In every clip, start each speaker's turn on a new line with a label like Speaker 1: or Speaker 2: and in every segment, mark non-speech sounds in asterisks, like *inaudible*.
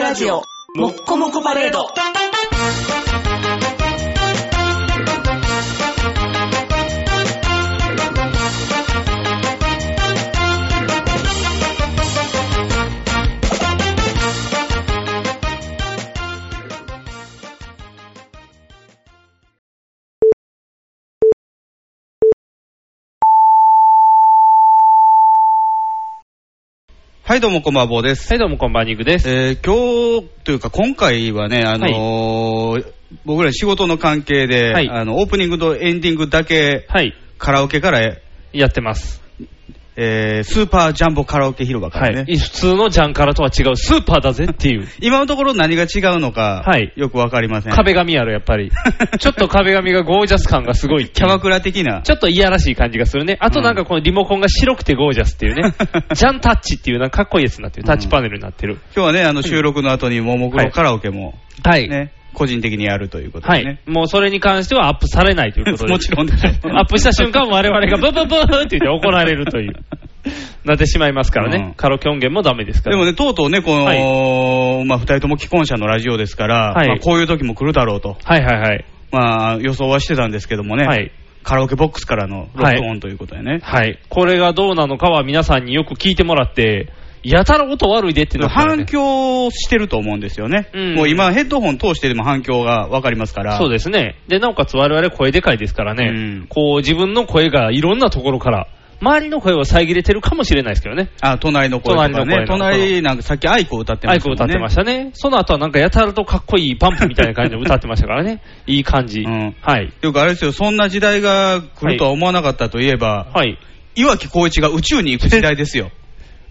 Speaker 1: ラジオ、もっこもこパレード。
Speaker 2: はい、どうも、こんばんは、坊です。
Speaker 3: はい、どうも、こんばんは、ニグです。
Speaker 2: えー今日というか、今回はね、あのー僕ら仕事の関係で、
Speaker 3: はい
Speaker 2: あの、オープニングとエンディングだけ、
Speaker 3: はい、
Speaker 2: カラオケから、
Speaker 3: やってます。
Speaker 2: えースーパージャンボカラオケ広場か
Speaker 3: は
Speaker 2: らね、
Speaker 3: い。普通のジャンカラとは違う、スーパーだぜっ
Speaker 2: *laughs*
Speaker 3: ていう。
Speaker 2: 今のところ何が違うのか、
Speaker 3: はい
Speaker 2: よくわかりません。
Speaker 3: 壁紙やろ、やっ
Speaker 2: *laughs*
Speaker 3: ぱり。ちょっと壁紙がゴージャス感がすごいっていう。
Speaker 2: キャバクラ的な。。
Speaker 3: ちょっといやらしい感じがするね。あとなんかこのリモコンが白くてゴージャスっていうね
Speaker 2: *laughs*
Speaker 3: ジャンタッチっていうなんかかっこいいやつになってる。タッチパネルになってる。
Speaker 2: 今日はね、あの、収録の後に、ももクロカラオケも、
Speaker 3: は
Speaker 2: ね、。個人的にやるということ
Speaker 3: は
Speaker 2: で
Speaker 3: い
Speaker 2: ね。。
Speaker 3: もうそれに関してはアップされないということで。
Speaker 2: もちろんでしょ
Speaker 3: アップした瞬間我々がブブブーって言って怒られる
Speaker 2: *laughs*
Speaker 3: という。なってしまいますからね。
Speaker 2: うん
Speaker 3: カラオケ音源もダメですか
Speaker 2: で
Speaker 3: ら。
Speaker 2: もね、とうとうね、この、
Speaker 3: は
Speaker 2: まあ、二人とも既婚者のラジオですから、
Speaker 3: はい
Speaker 2: まあこういう時も来るだろうと、
Speaker 3: はいはいはい。
Speaker 2: まあ、予想はしてたんですけどもね、
Speaker 3: はい。
Speaker 2: カラオケボックスからの録音ということでね。
Speaker 3: はい。これがどうなのかは皆さんによく聞いてもらって、やたら音悪いでってなったらね
Speaker 2: 反響してると思うんですよね、
Speaker 3: うん
Speaker 2: もう今、ヘッドホン通してでも反響が分かりますから、
Speaker 3: そうですね。で、なおかつ我々声でかいですからね、
Speaker 2: うん
Speaker 3: こう自分の声がいろんなところから、周りの声を遮れてるかもしれないですけどね。
Speaker 2: あ隣の声とかね、隣
Speaker 3: 隣の声の
Speaker 2: なんかさっき、愛子歌ってま
Speaker 3: アイ
Speaker 2: した
Speaker 3: コ歌ってましたね。その後はなんかやたらとかっこいいパンプみたいな感じで歌ってましたからね。いい感じ。
Speaker 2: うん
Speaker 3: はい。
Speaker 2: よくあれですよ、そんな時代が来るとは思わなかったといえば、
Speaker 3: はい。
Speaker 2: 岩城浩一が宇宙に行く時代ですよ。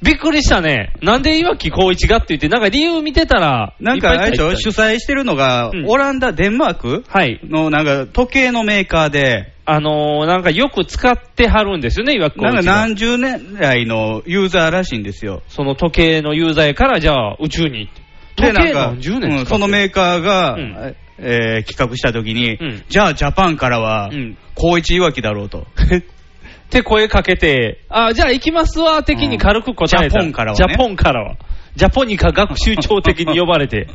Speaker 3: びっくりしたね。なんで岩城浩一がって言って、なんか理由見てたら、
Speaker 2: なんか
Speaker 3: いっ
Speaker 2: あ
Speaker 3: ぱ
Speaker 2: れ
Speaker 3: い
Speaker 2: でし
Speaker 3: 書い
Speaker 2: ょ、
Speaker 3: てた
Speaker 2: 主催してるのが、
Speaker 3: うん
Speaker 2: オランダ、デンマーク
Speaker 3: はい。
Speaker 2: のなんか時計のメーカーで、
Speaker 3: あのーなんかよく使ってはるんですよね、岩城浩
Speaker 2: な
Speaker 3: 一
Speaker 2: ん
Speaker 3: が。
Speaker 2: か何十年来のユーザーらしいんですよ。
Speaker 3: その時計の有罪から、じゃあ宇宙に
Speaker 2: で
Speaker 3: 時
Speaker 2: な
Speaker 3: 計
Speaker 2: んか
Speaker 3: の10年
Speaker 2: うんそのメーカーが、
Speaker 3: うん
Speaker 2: えー企画したときに、
Speaker 3: うん
Speaker 2: じゃあジャパンからは、
Speaker 3: うん
Speaker 2: 高一いわきだろうと。
Speaker 3: って声かけて、あ、じゃあ行きますわ、的に軽く答えた、
Speaker 2: うんジャポンからは
Speaker 3: ジ
Speaker 2: ね
Speaker 3: ャポンからは。ジャポニカ学習長的に呼ばれ
Speaker 2: *laughs*
Speaker 3: て。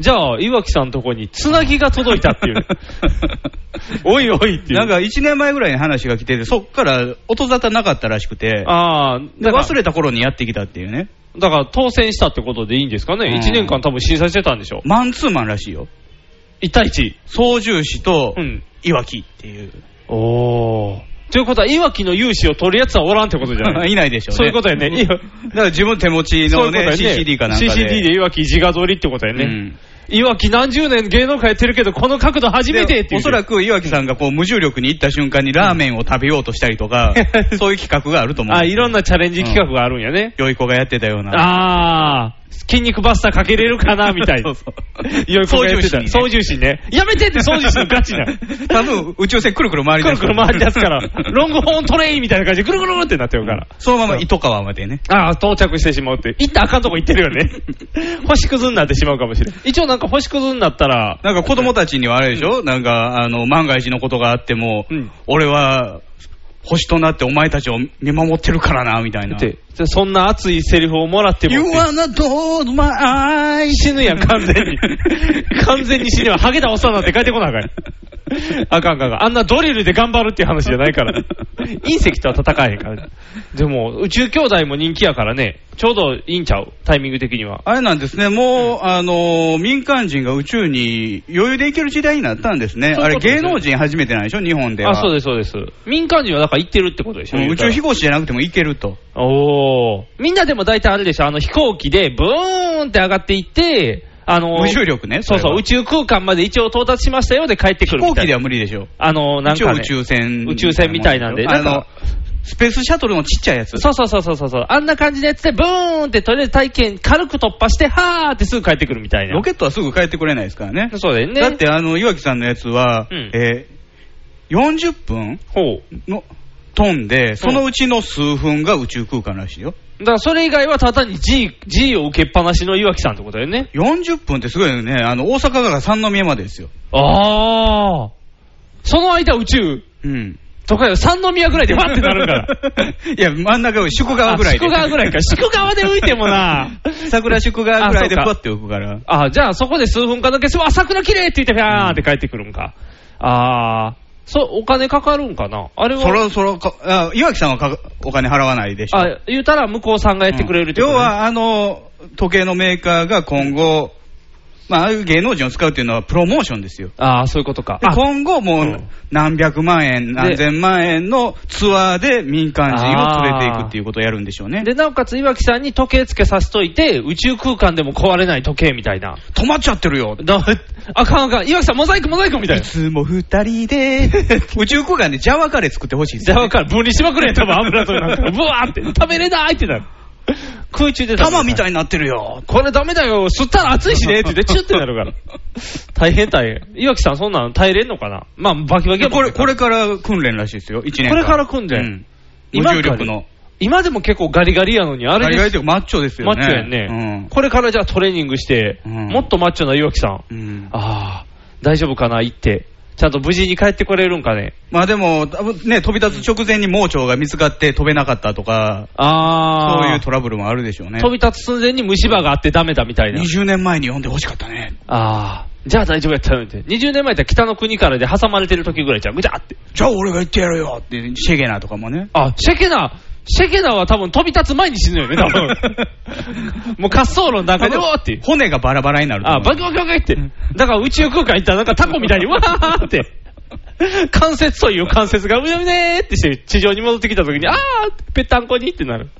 Speaker 3: じゃあ、岩木さんのとこにつなぎが届いたっていう。
Speaker 2: *laughs*
Speaker 3: おいおいっていう。
Speaker 2: なんか1年前ぐらいに話が来てて、そっから音沙汰なかったらしくて、
Speaker 3: ああ、
Speaker 2: で
Speaker 3: だから
Speaker 2: 忘れた頃にやってきたっていうね。
Speaker 3: だから当選したってことでいいんですかね、
Speaker 2: うん
Speaker 3: 1年間多分審査してたんでしょ、
Speaker 2: マンツーマンらしいよ。
Speaker 3: 1対1、
Speaker 2: 操縦士と
Speaker 3: うん、
Speaker 2: いわきっていう。
Speaker 3: おーということは、岩木の融資を取るやつはおらんってことじ
Speaker 2: *laughs*
Speaker 3: ゃない
Speaker 2: いないでしょうね。
Speaker 3: そういうことやね、いや
Speaker 2: だから自分手持ち
Speaker 3: そう
Speaker 2: の
Speaker 3: いうこと
Speaker 2: ね、
Speaker 3: やね
Speaker 2: CCD かなんかで。
Speaker 3: CCD でいわき自画撮りってことやね。
Speaker 2: うん
Speaker 3: いわき何十年芸能界やってるけど、この角度初めてっていう。
Speaker 2: おそらく岩木さんがこう無重力に行った瞬間にラーメンを食べようとしたりと
Speaker 3: *laughs*
Speaker 2: か、そういう企画があると思う。
Speaker 3: あ、いろんなチャレンジ企画があるんやね。
Speaker 2: 良い子がやってたような。
Speaker 3: あー、筋肉バスターかけれるかなみたい
Speaker 2: *laughs* そ
Speaker 3: な。
Speaker 2: うそう
Speaker 3: よい子がやってた
Speaker 2: 操
Speaker 3: 操
Speaker 2: 縦
Speaker 3: 縦士ね。やめてって操縦士のガチな。
Speaker 2: *laughs*
Speaker 3: く
Speaker 2: 多分宇宙船くるくる回り出
Speaker 3: る
Speaker 2: す。
Speaker 3: くる回り出
Speaker 2: *laughs*
Speaker 3: すから、ロング
Speaker 2: ホ
Speaker 3: ホーントレインみたいな感じでくるくるくるってなってるから。
Speaker 2: そのまま糸川までね。
Speaker 3: ああ、到着してしまうって。行ったらあかんとこ行ってるよね。 *laughs* 星屑になってしまうかもしれん。一応なんか星屑になったら、
Speaker 2: なんか子供たちにはあれでしょ、なんかあの万が一のことがあっても、
Speaker 3: うん
Speaker 2: 俺は星となってお前たちを見守ってるからな、みたいな
Speaker 3: っ。て、そんな熱いセリフをもらっても
Speaker 2: You
Speaker 3: って。
Speaker 2: wanna do my eyes
Speaker 3: 死ぬやん、完全
Speaker 2: *laughs*
Speaker 3: に。完全に死ぬわ。ハゲたおっさんなんて帰ってこなあかんやん。あかんあかんあかん。あんなドリルで頑張るっていう話じゃな
Speaker 2: *laughs*
Speaker 3: いから。隕石とは戦えへんから。でも、宇宙兄弟も人気やからね、ちょうどいいんちゃうタイミング的には。
Speaker 2: あれなんですね、もう、あのー民間人が宇宙に余裕で行ける時代になったんですね、
Speaker 3: そう
Speaker 2: あ
Speaker 3: いう
Speaker 2: れ、
Speaker 3: ことです
Speaker 2: 芸能人初めてなんでしょ、日本では。
Speaker 3: あ、そう
Speaker 2: で
Speaker 3: です、そうです。民間人はだから行ってるってことでしょ。言
Speaker 2: 宇
Speaker 3: うたら
Speaker 2: 宙飛行士じゃなくても行けると、
Speaker 3: おー。みんなでも大体あれでしょ、あの飛行機でブーンって上がっていって、あのー
Speaker 2: 無重力ね、
Speaker 3: そう
Speaker 2: れ
Speaker 3: そ
Speaker 2: は
Speaker 3: う、宇宙空間まで一応到達しましたよで帰ってく
Speaker 2: 飛
Speaker 3: るみ
Speaker 2: 行
Speaker 3: たいな。
Speaker 2: 機では無理でしょ、
Speaker 3: あのーなん
Speaker 2: 一
Speaker 3: か、
Speaker 2: 応
Speaker 3: ね、
Speaker 2: 宇宙船、
Speaker 3: 宇宙船みたいなんで
Speaker 2: あ
Speaker 3: なん
Speaker 2: の
Speaker 3: か
Speaker 2: スペースシャトルのちっちゃいやつ、
Speaker 3: そうそうそうそうそうそう。あんな感じのやつで、ブーンってとりあえず体験軽く突破して、はーってすぐ帰ってくるみたいな。
Speaker 2: ロケットはすぐ帰ってこれないですからね、
Speaker 3: そうだよね。
Speaker 2: だっ、て、あの岩城さんのやつは、
Speaker 3: うん
Speaker 2: えー40分
Speaker 3: ほ
Speaker 2: の飛んで、そのうちの数分が宇宙空間らしいよ。
Speaker 3: う。だからそれ以外はただに G、G を受けっぱなしの岩木さんってことだよね。
Speaker 2: 40分ってすごいよね、あの大阪から三宮までですよ。
Speaker 3: あー。その間宇宙。
Speaker 2: うん。
Speaker 3: とかよ、三宮ぐらいでわってなる *laughs* から。
Speaker 2: いや、真ん中より宿川ぐらいで。
Speaker 3: 宿川ぐらいか。宿川で浮いても *laughs* な。
Speaker 2: *laughs* 桜宿川ぐらいで
Speaker 3: あそ
Speaker 2: パ
Speaker 3: うか
Speaker 2: ッて浮くから。
Speaker 3: あ、じゃあそこで数分間だけ、そう、あ桜綺麗って言って、フャーって帰ってくるんか。ああ、そう、お金かかるんかな。あれは、
Speaker 2: そろそろか、あ岩木さんはかお金払わないでしょ。
Speaker 3: あ、言うたら向こうさんがやってくれるってこ
Speaker 2: 要
Speaker 3: とね、
Speaker 2: は、あの、時計のメーカーが今後、まあ、ああいう芸能人を使うっていうのはプロモーションですよ。
Speaker 3: ああ、そういうことか。
Speaker 2: で
Speaker 3: あ
Speaker 2: 今後も
Speaker 3: う
Speaker 2: うん何百万円、何千万円のツアーで民間人を連れていくっていうことをやるんでしょうね。で
Speaker 3: で、なおかつ岩木さんに時計つけさせといて、宇宙空間でも壊れない時計みたいな。
Speaker 2: 止まっちゃってるよ。
Speaker 3: だあかんあかん。岩木さん、モザイクモザイクみたい
Speaker 2: い
Speaker 3: な。
Speaker 2: つも二人で、 *laughs* 宇宙空間でジャワカレー作ってほしいです
Speaker 3: じ
Speaker 2: よ
Speaker 3: ゃあ
Speaker 2: ね、
Speaker 3: わかる。分離しまくれ、 *laughs* 多分油となんか。ブワーって。食べれないってなる。空中で食べれな
Speaker 2: 玉みたいになってるよ。
Speaker 3: これダメだよ。吸ったら熱いし *laughs* ね。って言って、チュってなるから。大変大変。岩木さん、そんなの耐えれんのかなまあ、バキバキ
Speaker 2: いや
Speaker 3: やも
Speaker 2: こ
Speaker 3: ん
Speaker 2: れ、
Speaker 3: ね
Speaker 2: これから訓練らしいですよ、一年間。
Speaker 3: これから訓練
Speaker 2: うん無
Speaker 3: 今
Speaker 2: 重力の。
Speaker 3: 今でも結構ガリガリやのに、あれ
Speaker 2: ガリガリと
Speaker 3: で
Speaker 2: いうかマッチョですよ
Speaker 3: マ
Speaker 2: ね。
Speaker 3: ッチョやんね。これからじゃあトレーニングして、
Speaker 2: うん
Speaker 3: もっとマッチョな岩木さん。
Speaker 2: うん。うん
Speaker 3: ああ、大丈夫かな、行って。ちゃんと無事に帰ってこれるんかね。
Speaker 2: まあでも、多分ね、飛び立つ直前に盲腸が見つかって飛べなかったとか、
Speaker 3: ああ、
Speaker 2: そういうトラブルもあるでしょうね。
Speaker 3: 飛び立つ寸前に虫歯があってダメだみたいな。
Speaker 2: 20年前に読んでほしかったね。
Speaker 3: ああ、じゃあ大丈夫やったよって。20年前やったら北の国からで挟まれてる時ぐらいじゃん。ぐちゃって。
Speaker 2: じゃあ俺が言ってやるよって、シェゲナとかもね。
Speaker 3: あ、シェケナ、シェケナは多分飛び立つ前に死ぬよね、多 *laughs* 分。もう滑走路の中で、うわーって。
Speaker 2: 骨がバラバラになると思
Speaker 3: あ、
Speaker 2: う。
Speaker 3: バキバキバキって。だから宇宙空間行ったらなんかタコ
Speaker 2: *laughs*
Speaker 3: みたいに、わーって。関節という関節が、うやみねーってして、地上に戻ってきた時に、あーぺったんこにってなる。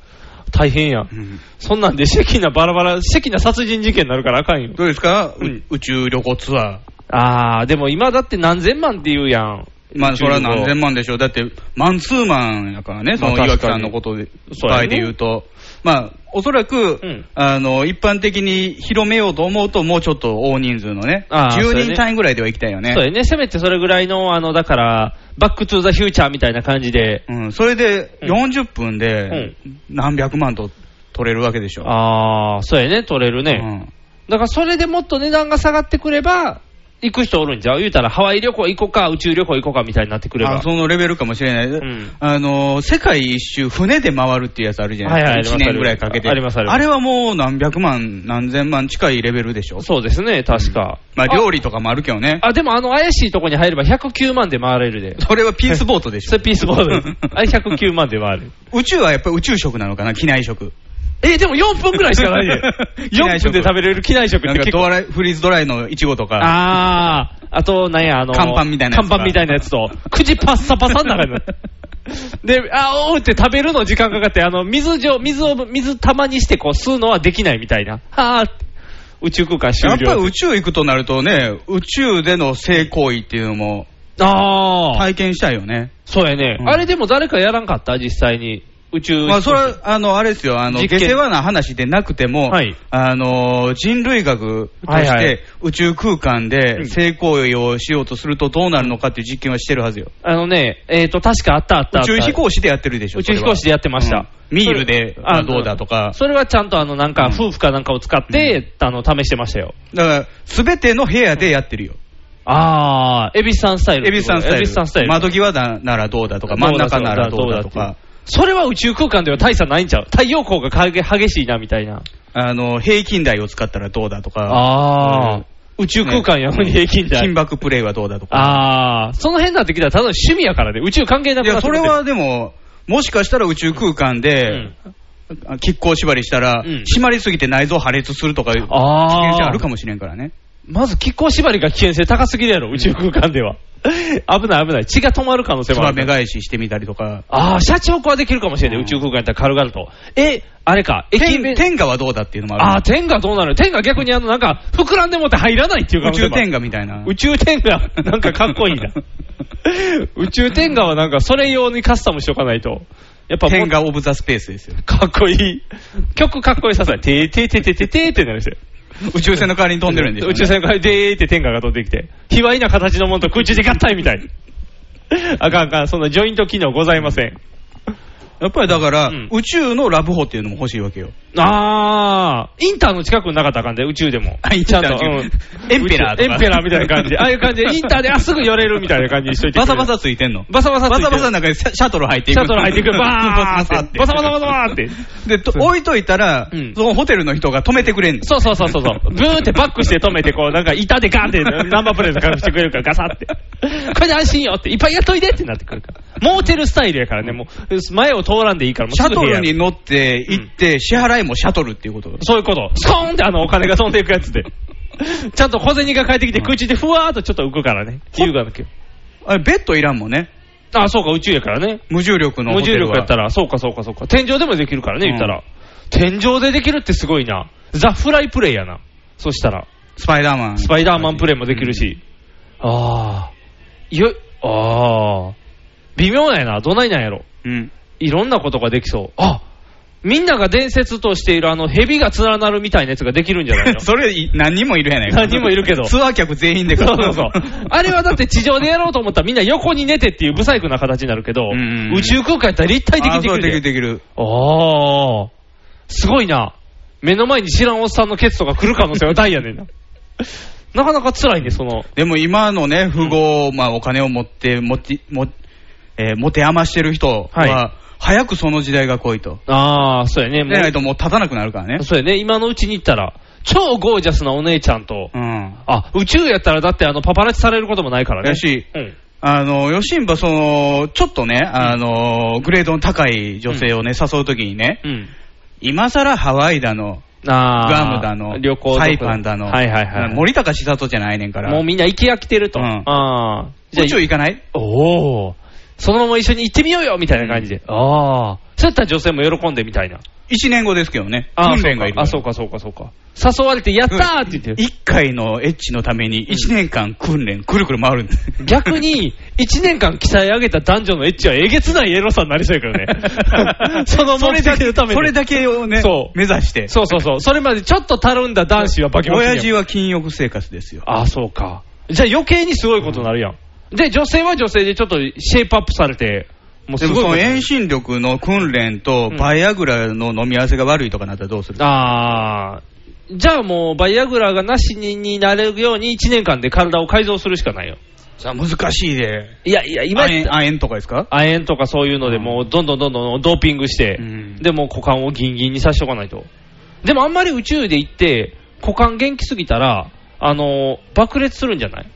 Speaker 3: 大変や。
Speaker 2: うん
Speaker 3: そんなんで、シェキナバラバラ、シェキナ殺人事件になるからあかんよ。
Speaker 2: どうですか、う
Speaker 3: うん
Speaker 2: 宇宙旅行ツアー。
Speaker 3: あー、でも今だって何千万って言うやん。
Speaker 2: まあ、それは何千
Speaker 3: 万。
Speaker 2: 万でしょう。だって、マンツーマンやからね、そ
Speaker 3: まあ
Speaker 2: の岩木
Speaker 3: 確かに
Speaker 2: さんのことで、
Speaker 3: そうやね
Speaker 2: 場合で言うと。まあ、おそらく、
Speaker 3: うん
Speaker 2: あの、一般的に広めようと思うと、もうちょっと大人数のね、
Speaker 3: ああそうや
Speaker 2: 10
Speaker 3: ね
Speaker 2: 人単位ぐらいでは行きたいよね。
Speaker 3: そうやね。せめてそれぐらいの、あの、だから、バックトゥーザフューチャーみたいな感じで、
Speaker 2: うん、それで
Speaker 3: う
Speaker 2: 40分で何百万と取れるわけでしょ。
Speaker 3: あー、そうやね、取れる
Speaker 2: う
Speaker 3: ね。
Speaker 2: ん
Speaker 3: だからそれでもっと値段が下がってくれば、行く人おるんじゃう言うたら、ハワイ旅行行こうか、宇宙旅行行こうかみたいになってくれば。
Speaker 2: あそのレベルかもしれない、
Speaker 3: ん
Speaker 2: あの世界一周、船で回るっていうやつあるじゃない
Speaker 3: はいはいあ
Speaker 2: です
Speaker 3: り
Speaker 2: か、1
Speaker 3: ます
Speaker 2: 年ぐらいかけて、
Speaker 3: ありますあります
Speaker 2: れはもう何百万、何千万近いレベルでしょ、
Speaker 3: そうですね、確か。
Speaker 2: まあ、料理とかもあるけどね、
Speaker 3: あ、でもあの怪しいとこに入れば109万で回れる
Speaker 2: *laughs*
Speaker 3: で。
Speaker 2: それはピースボートでし
Speaker 3: そ
Speaker 2: ょ
Speaker 3: れ、ピースボード。あれ109万
Speaker 2: *laughs*
Speaker 3: で回る。
Speaker 2: 宇宙はやっぱり宇宙食なのかな、機内食、
Speaker 3: え、でも4分ぐらいしかないで。
Speaker 2: *laughs* 機内
Speaker 3: 4
Speaker 2: 食
Speaker 3: 分で食べれる機内食って
Speaker 2: なん
Speaker 3: 結
Speaker 2: か
Speaker 3: 構
Speaker 2: ドライフリーズドライのいちごとか、
Speaker 3: あー、あと、なんや、あの、
Speaker 2: 看板みたいなやつとか
Speaker 3: 看板みたいなやつと、口パッサパサになるの。で、あーおーって食べるの時間かかって、あの、水上、水を、水玉にしてこう吸うのはできないみたいな。はーって宇宙空間終
Speaker 2: やっ
Speaker 3: 了。
Speaker 2: ぱり宇宙行くとなるとね、宇宙での性行為っていうのも
Speaker 3: あー、
Speaker 2: 体験したいよね。
Speaker 3: そうやね、
Speaker 2: うん
Speaker 3: あれでも誰かやらんかった実際に。宇宙。
Speaker 2: まあ、それは、あの、あれですよ、あの、
Speaker 3: 実
Speaker 2: 下
Speaker 3: 験
Speaker 2: 世話な話でなくても、
Speaker 3: はい
Speaker 2: あの、人類学と
Speaker 3: はい
Speaker 2: し
Speaker 3: は
Speaker 2: て
Speaker 3: い、
Speaker 2: 宇宙空間
Speaker 3: う
Speaker 2: で
Speaker 3: ん
Speaker 2: 性行為をしようとするとどうなるのかっていう実験はしてるはずよ。
Speaker 3: あのね、えっ、と、確かあったあったあ
Speaker 2: 宇
Speaker 3: った。
Speaker 2: 宙飛行士でやってるでしょ。
Speaker 3: 宇宙飛行士でやってました。
Speaker 2: うんミールで
Speaker 3: それ
Speaker 2: まあどうだとか
Speaker 3: それはちゃんとあの、なんか、夫婦かなんかを使って、あの、試してましたよ。
Speaker 2: それはだから、すべての部屋でやってるよ。
Speaker 3: あー、エビスさんスタイル。
Speaker 2: エビスさんスタイル。
Speaker 3: エビスさんスタイル。
Speaker 2: 窓際だならどうだとか、真ん中ならどうだとか。。
Speaker 3: それは宇宙空間では大差ないんちゃう太陽光が影激しいな、みたいな。
Speaker 2: あの、平均台を使ったらどうだとか、
Speaker 3: あ
Speaker 2: うん
Speaker 3: ー。宇宙空間やのに平均台。
Speaker 2: 金箔プレイはどうだとか。
Speaker 3: あー。その辺になってきたら、ただの趣味やからね。宇宙関係ないくな
Speaker 2: や、
Speaker 3: って
Speaker 2: そ
Speaker 3: くる
Speaker 2: れは、でも、もしかしたら宇宙空間
Speaker 3: う
Speaker 2: で
Speaker 3: ん、
Speaker 2: あ亀甲縛りしたら、
Speaker 3: うん
Speaker 2: 締まりすぎて内臓破裂するとかいう危険性
Speaker 3: あ
Speaker 2: ある
Speaker 3: ー
Speaker 2: か。もしれんからね。
Speaker 3: まず気候縛りが危険性高すぎるやろ、宇宙空間では。 *laughs* 危ない危ない。血が止まる可能性
Speaker 2: つ
Speaker 3: もあ
Speaker 2: ば
Speaker 3: るか
Speaker 2: め
Speaker 3: ら。
Speaker 2: 返ししてみたりとか。
Speaker 3: ああ、シャチホコはできるかもしれない、
Speaker 2: うん
Speaker 3: 宇宙空間やったら軽々と。え、あれか、駅
Speaker 2: 天
Speaker 3: 弁。
Speaker 2: 天下はどうだっていうのも
Speaker 3: あ
Speaker 2: あ
Speaker 3: あ、天下どうなる天下逆にあの、なんか、膨らんでもって入らないっていう
Speaker 2: る。
Speaker 3: か
Speaker 2: 宇宙天下みたいな。
Speaker 3: 宇宙天
Speaker 2: *laughs*
Speaker 3: 下、なんかかっこいいな。 *laughs* 宇宙天下はなんか、それ用にカスタムしとかないと。やっぱも
Speaker 2: 天下オブザスペースです
Speaker 3: *laughs*
Speaker 2: よ。
Speaker 3: かっこいい。曲かっこいいささ、てーてーてーてーてーてーってなるんですよ。
Speaker 2: 宇宙船の代わりに飛んでるんでしょうね
Speaker 3: 宇宙船からでーって天下が飛んできて、卑猥な形のも
Speaker 2: *laughs*
Speaker 3: のと空中で合体みたい。あかんあかん、そんなジョイント機能ございません。
Speaker 2: やっぱりだから、
Speaker 3: うん
Speaker 2: 宇宙のラブホっていうのも欲しいわけよ。
Speaker 3: あー、インターの近くになかったらあかんで、宇宙でも。
Speaker 2: あイン
Speaker 3: ち
Speaker 2: タ
Speaker 3: ゃ
Speaker 2: ー
Speaker 3: んと、
Speaker 2: の近く
Speaker 3: うん
Speaker 2: エンペラーとか
Speaker 3: エンペラーみたいな感じで、ああいう感じで、インターで、あ、すぐ寄れるみたいな感じにしといて。
Speaker 2: バサバ、サついてんの。
Speaker 3: バサバサつい
Speaker 2: バ
Speaker 3: て
Speaker 2: サ
Speaker 3: る
Speaker 2: バサの中にシャシャトル入ってい
Speaker 3: シ
Speaker 2: く。
Speaker 3: ャトル入ってくる、バー
Speaker 2: バサバサ
Speaker 3: って、バサバサバサバーって。
Speaker 2: で、と置いといたら、
Speaker 3: うん
Speaker 2: そのホテルの人が止めてくれんの。
Speaker 3: そうそうそうそうそう。ブーってバックして止めて、こう、なんか板でガンってナンバープレートからしてくれるから、ガサって。これで安心よって、いっぱいやっといてってなってくるから。モーテルスタイルやからね、もう、前を通らんでいいから、もう
Speaker 2: シ
Speaker 3: す
Speaker 2: ャ
Speaker 3: ぐ
Speaker 2: ト
Speaker 3: 部屋
Speaker 2: ルに乗って行って、支払いもシャトルっていうこと。
Speaker 3: そういうこと。スコーンってあのお金が飛んでいくやつで。ちゃんと小銭が返ってきて、口でふわーっとちょっと浮くからね。自由がなきゃ。
Speaker 2: あれ、ベッドいらんもんね。
Speaker 3: あ、そうか、宇宙やからね。
Speaker 2: 無重力のホ
Speaker 3: 無
Speaker 2: テ
Speaker 3: 重
Speaker 2: ルは。
Speaker 3: 力やったら、そうか、そうか、そうか。天井でもできるからね、
Speaker 2: うん
Speaker 3: 言ったら。天井でできるってすごいな。ザ・フライプレイやな。そしたら、
Speaker 2: スパイダーマン。
Speaker 3: スパイダーマンプレイもできるし。あー。よ、あー。微妙やな。どないなんやろ。
Speaker 2: うん。
Speaker 3: いろんなことができそう。あみんなが伝説としているあの蛇が連なるみたいなやつができるんじゃ *laughs* ないの
Speaker 2: それ、い何人もいるやないか。
Speaker 3: 何人もいるけど
Speaker 2: ツアー客全員で
Speaker 3: そうそうそう。 *laughs* あれはだって地上でやろうと思ったらみんな横に寝てっていう不細工な形になるけど、
Speaker 2: うんうんうん
Speaker 3: 宇宙空間やったら立体的
Speaker 2: あ
Speaker 3: に
Speaker 2: そ
Speaker 3: で
Speaker 2: うで
Speaker 3: き
Speaker 2: きる
Speaker 3: るで。
Speaker 2: できる。
Speaker 3: ああ、すごいな。目の前に知らんおっさんのケツとか来る可能性は大やねんな。なかなか辛いね、その。
Speaker 2: でも今のね、富豪、まあお金を持って、持ち、も、えー持て余してる人は、
Speaker 3: はい
Speaker 2: 早くその時代が来いと。
Speaker 3: ああ、そうやね。
Speaker 2: でない
Speaker 3: も
Speaker 2: ともう立たなくなるからね
Speaker 3: う。そうやね。今のうちに行ったら、超ゴージャスなお姉ちゃんと、
Speaker 2: うん。
Speaker 3: あ、宇宙やったらだってあのパパラッチされることもないからね。
Speaker 2: やし
Speaker 3: うん。
Speaker 2: あの、ヨシンバ、その、ちょっとね、あの、グレードの高い女性をね、誘うときにね、
Speaker 3: うん。
Speaker 2: 今さらハワイだの、
Speaker 3: あ
Speaker 2: ガ
Speaker 3: あ。
Speaker 2: ムだの、
Speaker 3: 旅行とか
Speaker 2: サイパンだの、
Speaker 3: はいはいはい。
Speaker 2: 森高千里じゃないねんから、
Speaker 3: もうみんな行き飽きてると。
Speaker 2: うん
Speaker 3: ああ。じゃ
Speaker 2: 宇
Speaker 3: あ
Speaker 2: 宙行かない
Speaker 3: おお、そのまま一緒に行ってみようよみたいな感じで、ああ、そうやったら女性も喜んでみたいな、
Speaker 2: ?1 年後ですけどね、
Speaker 3: ああ
Speaker 2: 訓
Speaker 3: そう
Speaker 2: 練
Speaker 3: か
Speaker 2: がいる。
Speaker 3: あそうか、そうか、そうか、誘われて、やったーって言って、
Speaker 2: 1回のエッチのために1年間訓練、くるくる回るん *laughs* です。
Speaker 3: 逆に1年間鍛え上げた男女のエッチはえげつないエロさになりそうやけどね、 *laughs* その目的のために
Speaker 2: それだけをね
Speaker 3: そ、う
Speaker 2: 目指して。
Speaker 3: そうそうそう、それまでちょっとたるんだ男子はバキバキやん
Speaker 2: 親父は禁欲生活ですよ。
Speaker 3: ああ、そうか、じゃあ余計にすごいことになるやん、で、女性は女性でちょっとシェイプアップされて、もう
Speaker 2: ですも
Speaker 3: ごい
Speaker 2: そ
Speaker 3: こ
Speaker 2: の
Speaker 3: とになる
Speaker 2: 遠心力の訓練と
Speaker 3: うん
Speaker 2: バイアグラの飲み合わせが悪いとかなったらどうする
Speaker 3: あー、じゃあもう、バイアグラがなしにになれるように、1年間で体を改造するしかないよ。
Speaker 2: さあ難しいで。
Speaker 3: いやいや、今
Speaker 2: 亜、鉛亜鉛とかですか
Speaker 3: 亜鉛とかそういうので、もうどんどんどんどんドーピングして、
Speaker 2: うん
Speaker 3: でもう股間をギンギンにさしておかないと。でもあんまり宇宙で行って、股間元気すぎたら、あのー爆裂するんじゃない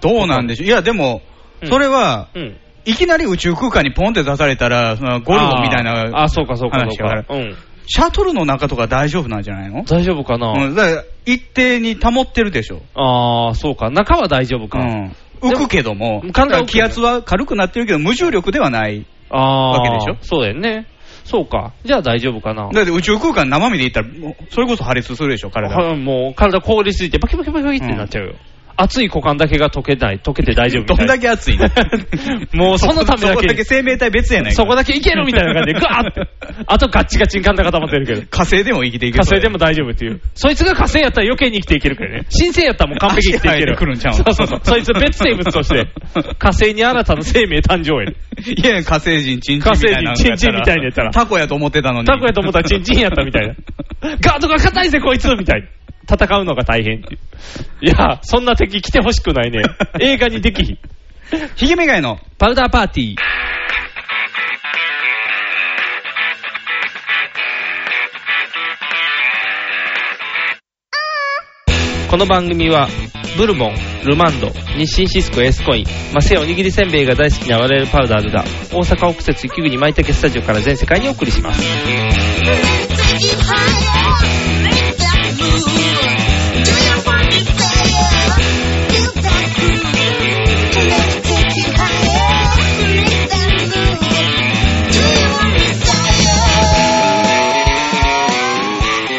Speaker 2: どうなんでしょういやでも
Speaker 3: う、ん
Speaker 2: それは、
Speaker 3: うん。
Speaker 2: いきなり宇宙空間にポンって出されたら、そのゴルゴみたい
Speaker 3: あーあ
Speaker 2: な、
Speaker 3: ー、そうかそうかそう
Speaker 2: 話があ
Speaker 3: か
Speaker 2: る。
Speaker 3: うん。
Speaker 2: シャトルの中とか大丈夫なんじゃないの
Speaker 3: 大丈夫かな、
Speaker 2: うん、だから一定に保ってるでしょ。
Speaker 3: ああ、そうか。中は大丈夫か。
Speaker 2: うん浮くけども
Speaker 3: でも、体は浮く
Speaker 2: 気圧は軽くなってるけど、無重力ではない。
Speaker 3: ああ。
Speaker 2: わけでしょ
Speaker 3: そうだよね。そうか。じゃあ大丈夫かな。
Speaker 2: だって宇宙空間生身でいったら、もうそれこそ破裂するでしょ、体が。
Speaker 3: はいもう体凍りついて、バキバキバキバキってなっちゃうよ。熱い股間だけが溶けない、溶けて大丈夫みた
Speaker 2: *laughs* ど
Speaker 3: いなん
Speaker 2: だけ熱いの
Speaker 3: *laughs* もうそのためだけ
Speaker 2: そこだけ生命体別やないか
Speaker 3: そこだけいけるみたいな感じ
Speaker 2: *laughs*
Speaker 3: で、ガーって。あとガッチガチに体固まってるけど。
Speaker 2: 火星でも生きていけ
Speaker 3: 火星で
Speaker 2: も。
Speaker 3: も大丈夫っていう。そいつが火星やったら余計に生きていけるからね。新星やったらもう完璧に生きていけ
Speaker 2: 足生え
Speaker 3: る。
Speaker 2: てくるんちゃう
Speaker 3: そうそうそう。そいつ別生物と
Speaker 2: *laughs*
Speaker 3: して、火星に新たな生命誕生へ。
Speaker 2: いやいや、火星人、チンチンみたいなのやったら。
Speaker 3: 火星人チンチンみたいなのやったら
Speaker 2: *laughs* タコやと思ってたのに。
Speaker 3: タコやと思ったらチンチンやったみたいな。ガードが硬いぜ、こいつみたいな。戦うのが大変っていう。いや、そんな敵来てほしくないね。映画にできひん。
Speaker 2: ヒゲメガイの。
Speaker 3: パウダーパーティー。この番組は、ブルボン、ルマンド、日清シスコエースコイン、マセオおにぎりせんべいが大好きな我々パウダールが、大阪北節雪国舞茸スタジオから全世界にお送りします。
Speaker 4: Take you higher, make that move. Do you want me there? Feel that groove. Let's take you higher, make that move. Do you want me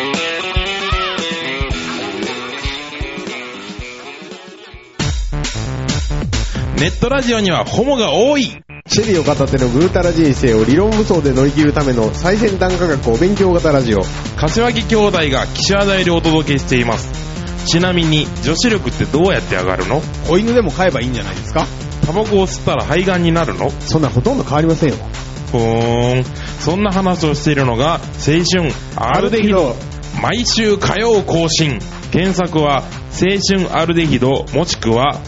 Speaker 4: there?
Speaker 5: ネットラジオにはホモが多い
Speaker 6: シェリーを片手のぐうたら人生を理論武装で乗り切るための最先端科学お勉強型ラジオ。
Speaker 5: 柏木兄弟が岸和田よりお届けしていますちなみに女子力ってどうやって上がるの
Speaker 6: 子犬でも飼えばいいんじゃないですか
Speaker 5: タバコを吸ったら肺がんになるの
Speaker 6: そんなほとんど変わりませんよ。
Speaker 5: ふーん。そんな話をしているのが、青春アルデヒド。毎週火曜更新。検索は、青春アルデヒド、もしくは、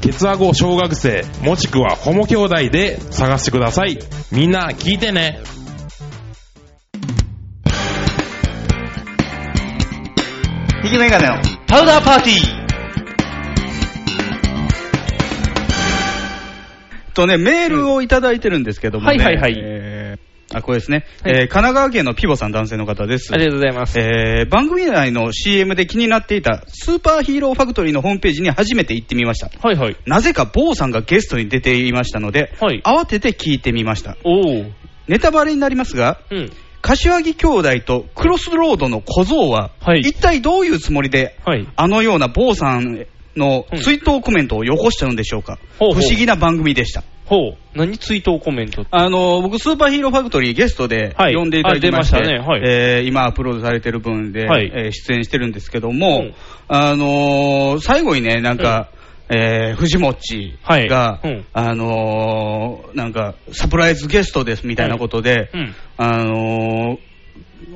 Speaker 5: ケツアゴ小学生、もしくはホモ兄弟で探してください。みんな聞いてね。
Speaker 2: 引きメガネの
Speaker 3: パウダーパーティー
Speaker 2: とね、メールをいただいてるんですけども、ね
Speaker 3: はいはいはい
Speaker 2: えーあ、これですね、
Speaker 3: はい
Speaker 2: えー神奈川県のピボさん男性の方です。
Speaker 3: ありがとうございます。
Speaker 2: えー番組内の CM で気になっていたスーパーヒーローファクトリーのホームページに初めて行ってみました。
Speaker 3: はいはい。
Speaker 2: なぜか坊さんがゲストに出ていましたので、
Speaker 3: はい
Speaker 2: 慌てて聞いてみました。
Speaker 3: おー。
Speaker 2: ネタバレになりますが、
Speaker 3: うん。
Speaker 2: 柏木兄弟とクロスロードの小僧は、
Speaker 3: はい
Speaker 2: 一体どういうつもりで、
Speaker 3: はい。
Speaker 2: あのような坊さんの
Speaker 3: うん
Speaker 2: 追悼コメントをよこしたのでしょうか、
Speaker 3: ほうほう
Speaker 2: 不思議な番組でした。
Speaker 3: ほう。何追悼コメントって
Speaker 2: あの僕、スーパーヒーローファクトリーゲストで
Speaker 3: はい
Speaker 2: 呼んでいただいてまして、
Speaker 3: あ出ましたねはい
Speaker 2: えー今、アップロードされてる分で、
Speaker 3: はい
Speaker 2: えー出演してるんですけど
Speaker 3: う
Speaker 2: も、
Speaker 3: ん
Speaker 2: あのー最後にね、なんか、えー藤もっちが、
Speaker 3: はいうん
Speaker 2: あのーなんか、サプライズゲストですみたいなことで、
Speaker 3: うん。
Speaker 2: あのー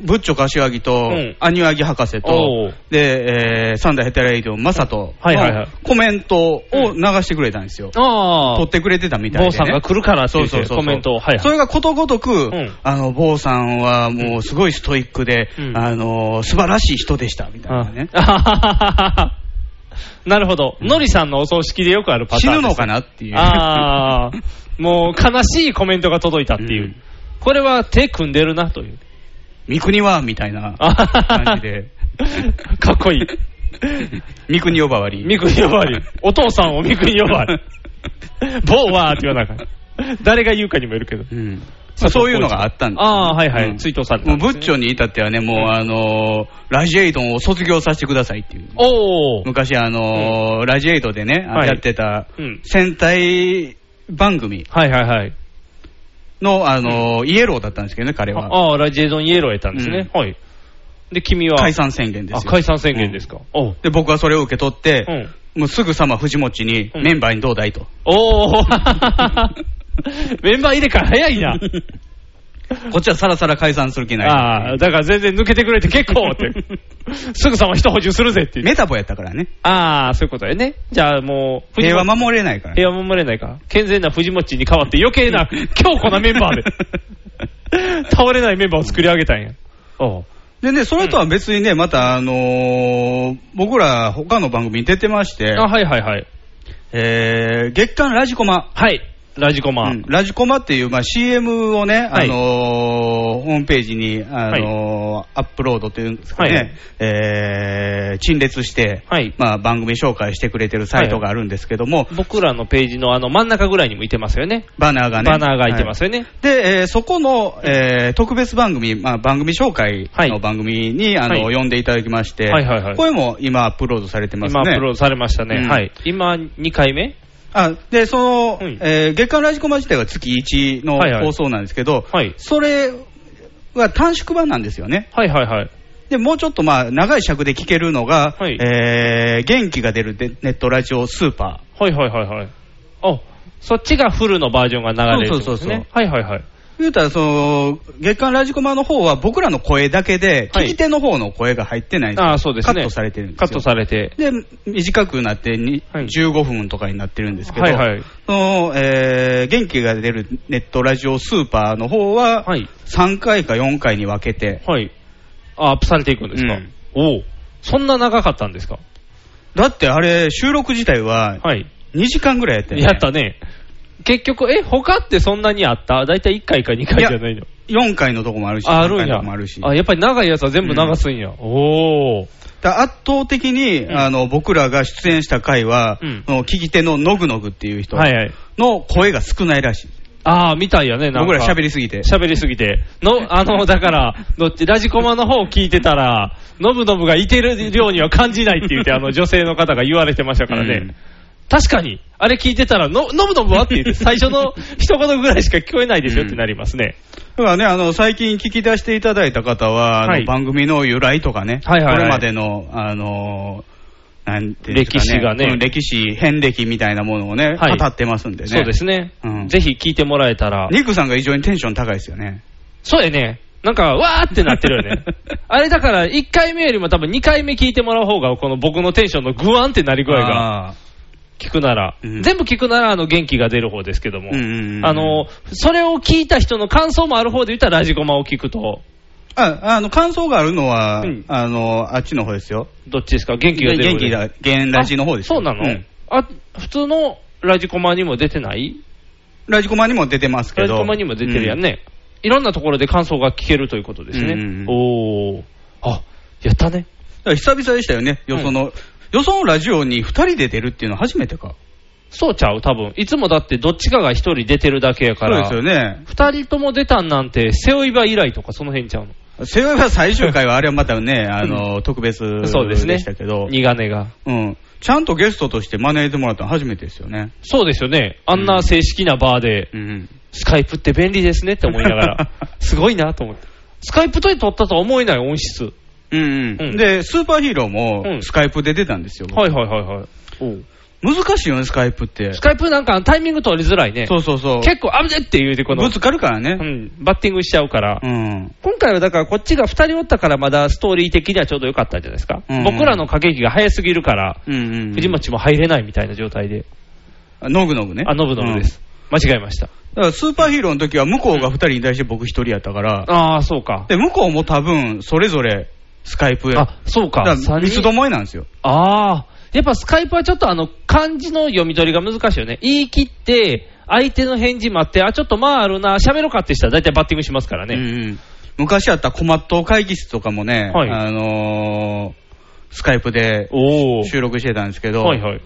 Speaker 2: ブッチョ柏木と、
Speaker 3: うん
Speaker 2: アニワギ博士
Speaker 3: お
Speaker 2: と
Speaker 3: う、
Speaker 2: で、えーサンダーヘタレイディオン、マサト
Speaker 3: はいはいはい
Speaker 2: のコメントを流してくれたんですよ。
Speaker 3: ああ。
Speaker 2: 撮ってくれてたみたいで、ね。
Speaker 3: 坊さんが来るからって
Speaker 2: そ
Speaker 3: 言
Speaker 2: う
Speaker 3: って
Speaker 2: そうそうそう
Speaker 3: コメントを。はい
Speaker 2: そ
Speaker 3: は
Speaker 2: れ
Speaker 3: い。
Speaker 2: がことごとく、
Speaker 3: ん
Speaker 2: あの、坊さんはもうすごいストイックで、
Speaker 3: うん
Speaker 2: あの、素晴らしい人でした、みたいなね。
Speaker 3: ああなるほど。のりさんのお葬式でよくあるパタ
Speaker 2: *laughs* 死
Speaker 3: ーンで
Speaker 2: ぬ
Speaker 3: す。
Speaker 2: のかなっていう。
Speaker 3: ああ。もう悲しいコメントが届いたっていう。
Speaker 2: うん
Speaker 3: これは手組んでるなという。
Speaker 2: 三国は、みたいな感じで。
Speaker 3: *laughs* かっこいい。
Speaker 2: *laughs* 三国呼ばわり。
Speaker 3: みくに呼ばわり。お父さんをみくに呼ばわり。ボーワーって言わなあかった。誰が言うかにもよるけど。
Speaker 2: うんまあそういうのがあったんです。
Speaker 3: ああ、はいはい。
Speaker 2: うん
Speaker 3: 追悼された
Speaker 2: もうん
Speaker 3: です
Speaker 2: ブ
Speaker 3: ね、
Speaker 2: ッチョに至ってはね、もうあのラジエイドンを卒業させてくださいっていう。
Speaker 3: おお。
Speaker 2: 昔あのラジエイドでね、
Speaker 3: はい
Speaker 2: やってた
Speaker 3: うん
Speaker 2: 戦隊番組
Speaker 3: はいはいはい。
Speaker 2: のあのイエローだったんですけどね、彼は。
Speaker 3: ああ、ラジエゾンイエローを得たんですね。はい。で、君は。
Speaker 2: 解散宣言です
Speaker 3: あ、
Speaker 2: よ。
Speaker 3: 解散宣言ですか。おう。
Speaker 2: で、僕はそれを受け取って、
Speaker 3: うん。
Speaker 2: もうすぐさま藤持に、
Speaker 3: うん
Speaker 2: メンバーにどうだいと。
Speaker 3: おお *laughs* メンバー入れ替え早
Speaker 2: *laughs*
Speaker 3: いな。
Speaker 2: こっちはさらさら解散する気ない。
Speaker 3: ああ、だから全然抜けてくれて結構
Speaker 2: *laughs*
Speaker 3: って。すぐさま一補充するぜっていう。
Speaker 2: メタボやったからね。
Speaker 3: ああ、そういうことやね。じゃあもう、
Speaker 2: 平和
Speaker 3: ま
Speaker 2: 守れないからね。
Speaker 3: 平和守れないか。健全な藤持ちに代わって余
Speaker 2: *laughs*
Speaker 3: 計な、強固なメンバーで。倒れないメンバーを作り上げたんや。おう。
Speaker 2: でね、それとは別にね、また、あのー僕ら他の番組に出てまして、
Speaker 3: あ、はいはいはい。
Speaker 2: えー月刊ラジコマ。
Speaker 3: はい。ラジコマ。
Speaker 2: うんラジコマっていう、まあ、CM をね、
Speaker 3: は
Speaker 2: あ
Speaker 3: い
Speaker 2: のーホームページに、あのーアップロードというんですかね、えー陳列して、
Speaker 3: はい
Speaker 2: まあ、番組紹介してくれてるサイトがあるんですけども、
Speaker 3: 僕らのページのあの真ん中ぐらいにもいてますよね。
Speaker 2: バナーがね。
Speaker 3: バナーがいてます
Speaker 2: は
Speaker 3: よね。
Speaker 2: で、えーそこの、えー特別番組、まあ、番組紹介
Speaker 3: はい
Speaker 2: の番組に、あの、
Speaker 3: はい
Speaker 2: 呼んでいただきまして、
Speaker 3: はいはいはい
Speaker 2: これも今アップロードされてますね。
Speaker 3: 今アップロードされましたね。
Speaker 2: うん
Speaker 3: はい。今2回目
Speaker 2: あで、その、
Speaker 3: はい
Speaker 2: えー月間ラジコマ自体は月1の
Speaker 3: はいはい
Speaker 2: 放送なんですけど、
Speaker 3: はい
Speaker 2: それは短縮版なんですよね。
Speaker 3: はいはいはい。
Speaker 2: で、もうちょっとまあ、長い尺で聞けるのが、
Speaker 3: はい
Speaker 2: えー元気が出るでネットラジオスーパー。
Speaker 3: はいはいはいはい。あ、そっちがフルのバージョンが流れるってことですね。はいはいはい。
Speaker 2: 言うたら、その、月間ラジコマの方は僕らの声だけで、
Speaker 3: はい
Speaker 2: 聞き手の方の声が入ってないんですよ
Speaker 3: ああ、そうですね。
Speaker 2: カットされてるんです
Speaker 3: カ
Speaker 2: よ。
Speaker 3: ットされて。
Speaker 2: で、短くなってに、
Speaker 3: はい
Speaker 2: 15分とかになってるんですけど、
Speaker 3: はいはい
Speaker 2: その、えー元気が出るネットラジオスーパーの方は、
Speaker 3: はい。
Speaker 2: 3回か4回に分けて、
Speaker 3: はい。あアップされていくんですか。
Speaker 2: うん
Speaker 3: おお。そんな長かったんですか
Speaker 2: だってあれ、収録自体は
Speaker 3: はい。
Speaker 2: 2時間ぐらいやって、
Speaker 3: やったね。結局、え、他ってそんなにあっただいたい1回か2回じゃないの。
Speaker 2: 4回のとこもあるし、
Speaker 3: ああ
Speaker 2: 3
Speaker 3: るん
Speaker 2: 回の
Speaker 3: や
Speaker 2: とこもあるし。
Speaker 3: あ、やっぱり長いやつは全部流すんや。おお。
Speaker 2: だ圧倒的に、
Speaker 3: うん
Speaker 2: あの僕らが出演した回は、
Speaker 3: うん
Speaker 2: その聞き手のノグノグっていう人
Speaker 3: はいはい。
Speaker 2: の声が少ないらしい。
Speaker 3: ああ、みたいやね、なん
Speaker 2: 僕
Speaker 3: か。
Speaker 2: ら喋りすぎて。
Speaker 3: 喋りすぎて。の、あの、だから、どっち、ラジコマの方を聞いてたら、ノブノブがいてるようには感じないって言って、あの、女性の方が言われてましたからね。
Speaker 2: うん
Speaker 3: 確かに、あれ聞いてたら、の、ノブノブはって言って、最初の一言ぐらいしか聞こえないですよってなりますね。
Speaker 2: だからね、あの、最近聞き出していただいた方は、あの
Speaker 3: はい
Speaker 2: 番組の由来とかね、
Speaker 3: はいはいはい
Speaker 2: これまでの、あのなんていうんですか
Speaker 3: 歴史がね
Speaker 2: うん歴史、変歴みたいなものをね、
Speaker 3: はい
Speaker 2: 語ってますんでね。
Speaker 3: そうですね
Speaker 2: う。ん
Speaker 3: ぜひ聞いてもらえたら。
Speaker 2: ニックさんが異常にテンション高いですよね。
Speaker 3: そうやね。なんか、わーってなってる
Speaker 2: *laughs*
Speaker 3: よね。あれだから、1回目よりも多分2回目聞いてもらう方が、この僕のテンションのグワンってなり具合が。
Speaker 2: あ
Speaker 3: 聞くなら、
Speaker 2: うん
Speaker 3: 全部聞くならあの元気が出る方ですけども、
Speaker 2: うんうんうん
Speaker 3: あのそれを聞いた人の感想もある方で言ったらラジコマを聞くと、
Speaker 2: ーあ、あの、感想があるのは、
Speaker 3: うん
Speaker 2: あの、あっちの方ですよ。
Speaker 3: どっちですか、元気が出る
Speaker 2: 元
Speaker 3: 方で
Speaker 2: 気だ、元ラジの方ですよ
Speaker 3: そうなの、
Speaker 2: ん
Speaker 3: あ普通のラジコマにも出てない
Speaker 2: ラジコマにも出てますけ
Speaker 3: ラ
Speaker 2: ど。
Speaker 3: ジコマにも出てるやんね、いろんなところで感想が聞けるということですね、
Speaker 2: うんうんうん
Speaker 3: おー、あやったね、
Speaker 2: うん。だから久々でしたよね、よその、よそのラジオに2人で出るっていうのは初めてか。
Speaker 3: そうちゃう、多分いつもだってどっちかが1人出てるだけやか
Speaker 2: そうで
Speaker 3: ら、
Speaker 2: すよね。
Speaker 3: 2人とも出たんなんて、背負い場以来とか、その辺ちゃうの。
Speaker 2: セブンは最終回は、あれはまたね、あの、特別で
Speaker 3: そうですね。
Speaker 2: したけど、
Speaker 3: 苦根が。
Speaker 2: うん。ちゃんとゲストとして招いてもらったの初めてですよね。
Speaker 3: そうですよね。あんな正式なバーで、
Speaker 2: うん。
Speaker 3: スカイプって便利ですねって思いながら、すごいなと思って。スカイプで撮ったとは思えない音質。
Speaker 2: うん
Speaker 3: う
Speaker 2: うんん、で、スーパーヒーロー
Speaker 3: う
Speaker 2: も
Speaker 3: ん
Speaker 2: スカイプで出たんですよ、僕
Speaker 3: はいはいはいはい。
Speaker 2: 難しいよね、スカイプって
Speaker 3: ス。カイプなんかタイミング取りづらいね。
Speaker 2: そうそうそう。
Speaker 3: 結構危ねって言うて、この、
Speaker 2: ぶつかるから
Speaker 3: う
Speaker 2: ね。
Speaker 3: ん、バッティングしちゃうから。
Speaker 2: うん。
Speaker 3: 今回はだからこっちが2人おったからまだストーリー的にはちょうど良かったんじゃないですか。
Speaker 2: うんうん
Speaker 3: 僕らの駆け引きが早すぎるから、
Speaker 2: うんうん。
Speaker 3: 藤町も入れないみたいな状態で。
Speaker 2: あノグノグね。
Speaker 3: あ、ノブノブで
Speaker 2: うん。
Speaker 3: す。間違えました。
Speaker 2: だからスーパーヒーローの時は向こうが2人に対して僕1人やったから、
Speaker 3: ああ、そうか。
Speaker 2: で、向こうも多分それぞれスカイプや。
Speaker 3: あ、そう
Speaker 2: だ
Speaker 3: か。
Speaker 2: から
Speaker 3: 三
Speaker 2: 三
Speaker 3: 人
Speaker 2: つどもえなんですよ。
Speaker 3: ああ、やっぱスカイプはちょっとあの漢字の読み取りが難しいよね。言い切って、相手の返事待って、あ、ちょっとまああるな、喋ろうかってしたら大体バッティングしますから
Speaker 2: うん
Speaker 3: ね。
Speaker 2: うん昔あったコマット会議室とかもね、
Speaker 3: はい
Speaker 2: あのー、スカイプで
Speaker 3: おお。
Speaker 2: 収録してたんですけど、
Speaker 3: はいはい。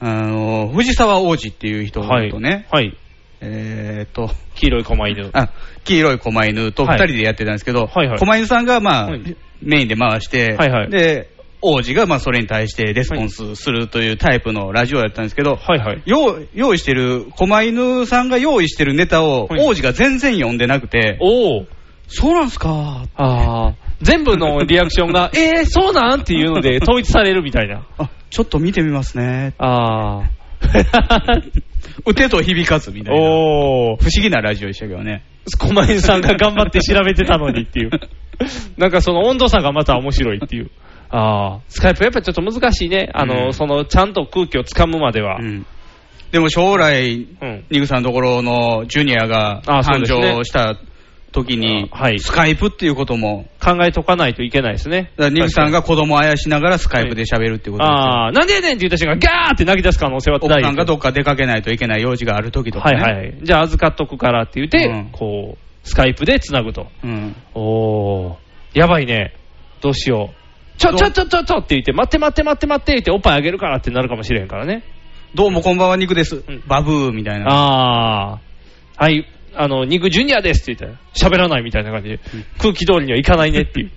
Speaker 2: あのー藤沢王子っていう人
Speaker 3: はい。
Speaker 2: とね、
Speaker 3: はい。
Speaker 2: えーっと、
Speaker 3: 黄色い狛犬。
Speaker 2: あ、黄色い狛犬と
Speaker 3: は
Speaker 2: 二
Speaker 3: い
Speaker 2: 人でやってたんですけど、
Speaker 3: はいはい
Speaker 2: 狛犬さんがまあ、
Speaker 3: はい
Speaker 2: メインで回して、
Speaker 3: はいはい
Speaker 2: で、王子がまあそれに対してレスポンスするというタイプのラジオだったんですけど、
Speaker 3: はいはい。
Speaker 2: 用用意してる、狛犬さんが用意してるネタを、
Speaker 3: はい
Speaker 2: 王子が全然読んでなくて、
Speaker 3: おお。
Speaker 2: そうなんすか
Speaker 3: ああ。全部のリアクションが、 *laughs* えー、そうなんっていうので統一されるみたいな。
Speaker 2: あ、ちょっと見てみます
Speaker 3: *laughs*
Speaker 2: ね。
Speaker 3: ああ。 *laughs*
Speaker 2: 打てと響かずみたいな。
Speaker 3: おお。
Speaker 2: 不思議なラジオでしたけどね。
Speaker 3: 狛犬さんが頑張って調べてたのにっていう。 *laughs* なんかその温度差がまた面白いっていう。ああ。スカイプやっぱちょっと難しいね。あの、
Speaker 2: うん
Speaker 3: その、ちゃんと空気をつかむまでは。う。
Speaker 2: うんんでも将来、ニグさんのところのジュニアが
Speaker 3: あそう
Speaker 2: 誕
Speaker 3: ですね
Speaker 2: 生した時に、
Speaker 3: あはい
Speaker 2: スカイプっていうことも、
Speaker 3: 考えとかないといけないですね。
Speaker 2: だからニグさん
Speaker 3: が。
Speaker 2: が子供をあやしながらスカイプで喋るっていうことですよ。
Speaker 3: ああ、なんでやねんって言った瞬間、ガーって泣き出す可能性は大
Speaker 2: 奥
Speaker 3: です
Speaker 2: さんがどっか出かけないといけない用事がある時とか
Speaker 3: は
Speaker 2: ね。
Speaker 3: いはい。じゃあ預かっとくからって言って、
Speaker 2: うん
Speaker 3: こう、スカイプでつなぐと。
Speaker 2: うん
Speaker 3: おー。やばいね。どうしよう。ちょ、
Speaker 2: どう
Speaker 3: ちょ、ちょ、ちょ、ちょって言って、待って待って待って待ってって言って、おっぱいあげるからってなるかもしれんからね。
Speaker 2: どうもこんばんは、ニグです。
Speaker 3: ん
Speaker 2: バブーみたいな。
Speaker 3: ああ、はい、あの、肉ジュニアですって言ったら、喋らないみたいな感じで、空気通りにはいかないねっていう。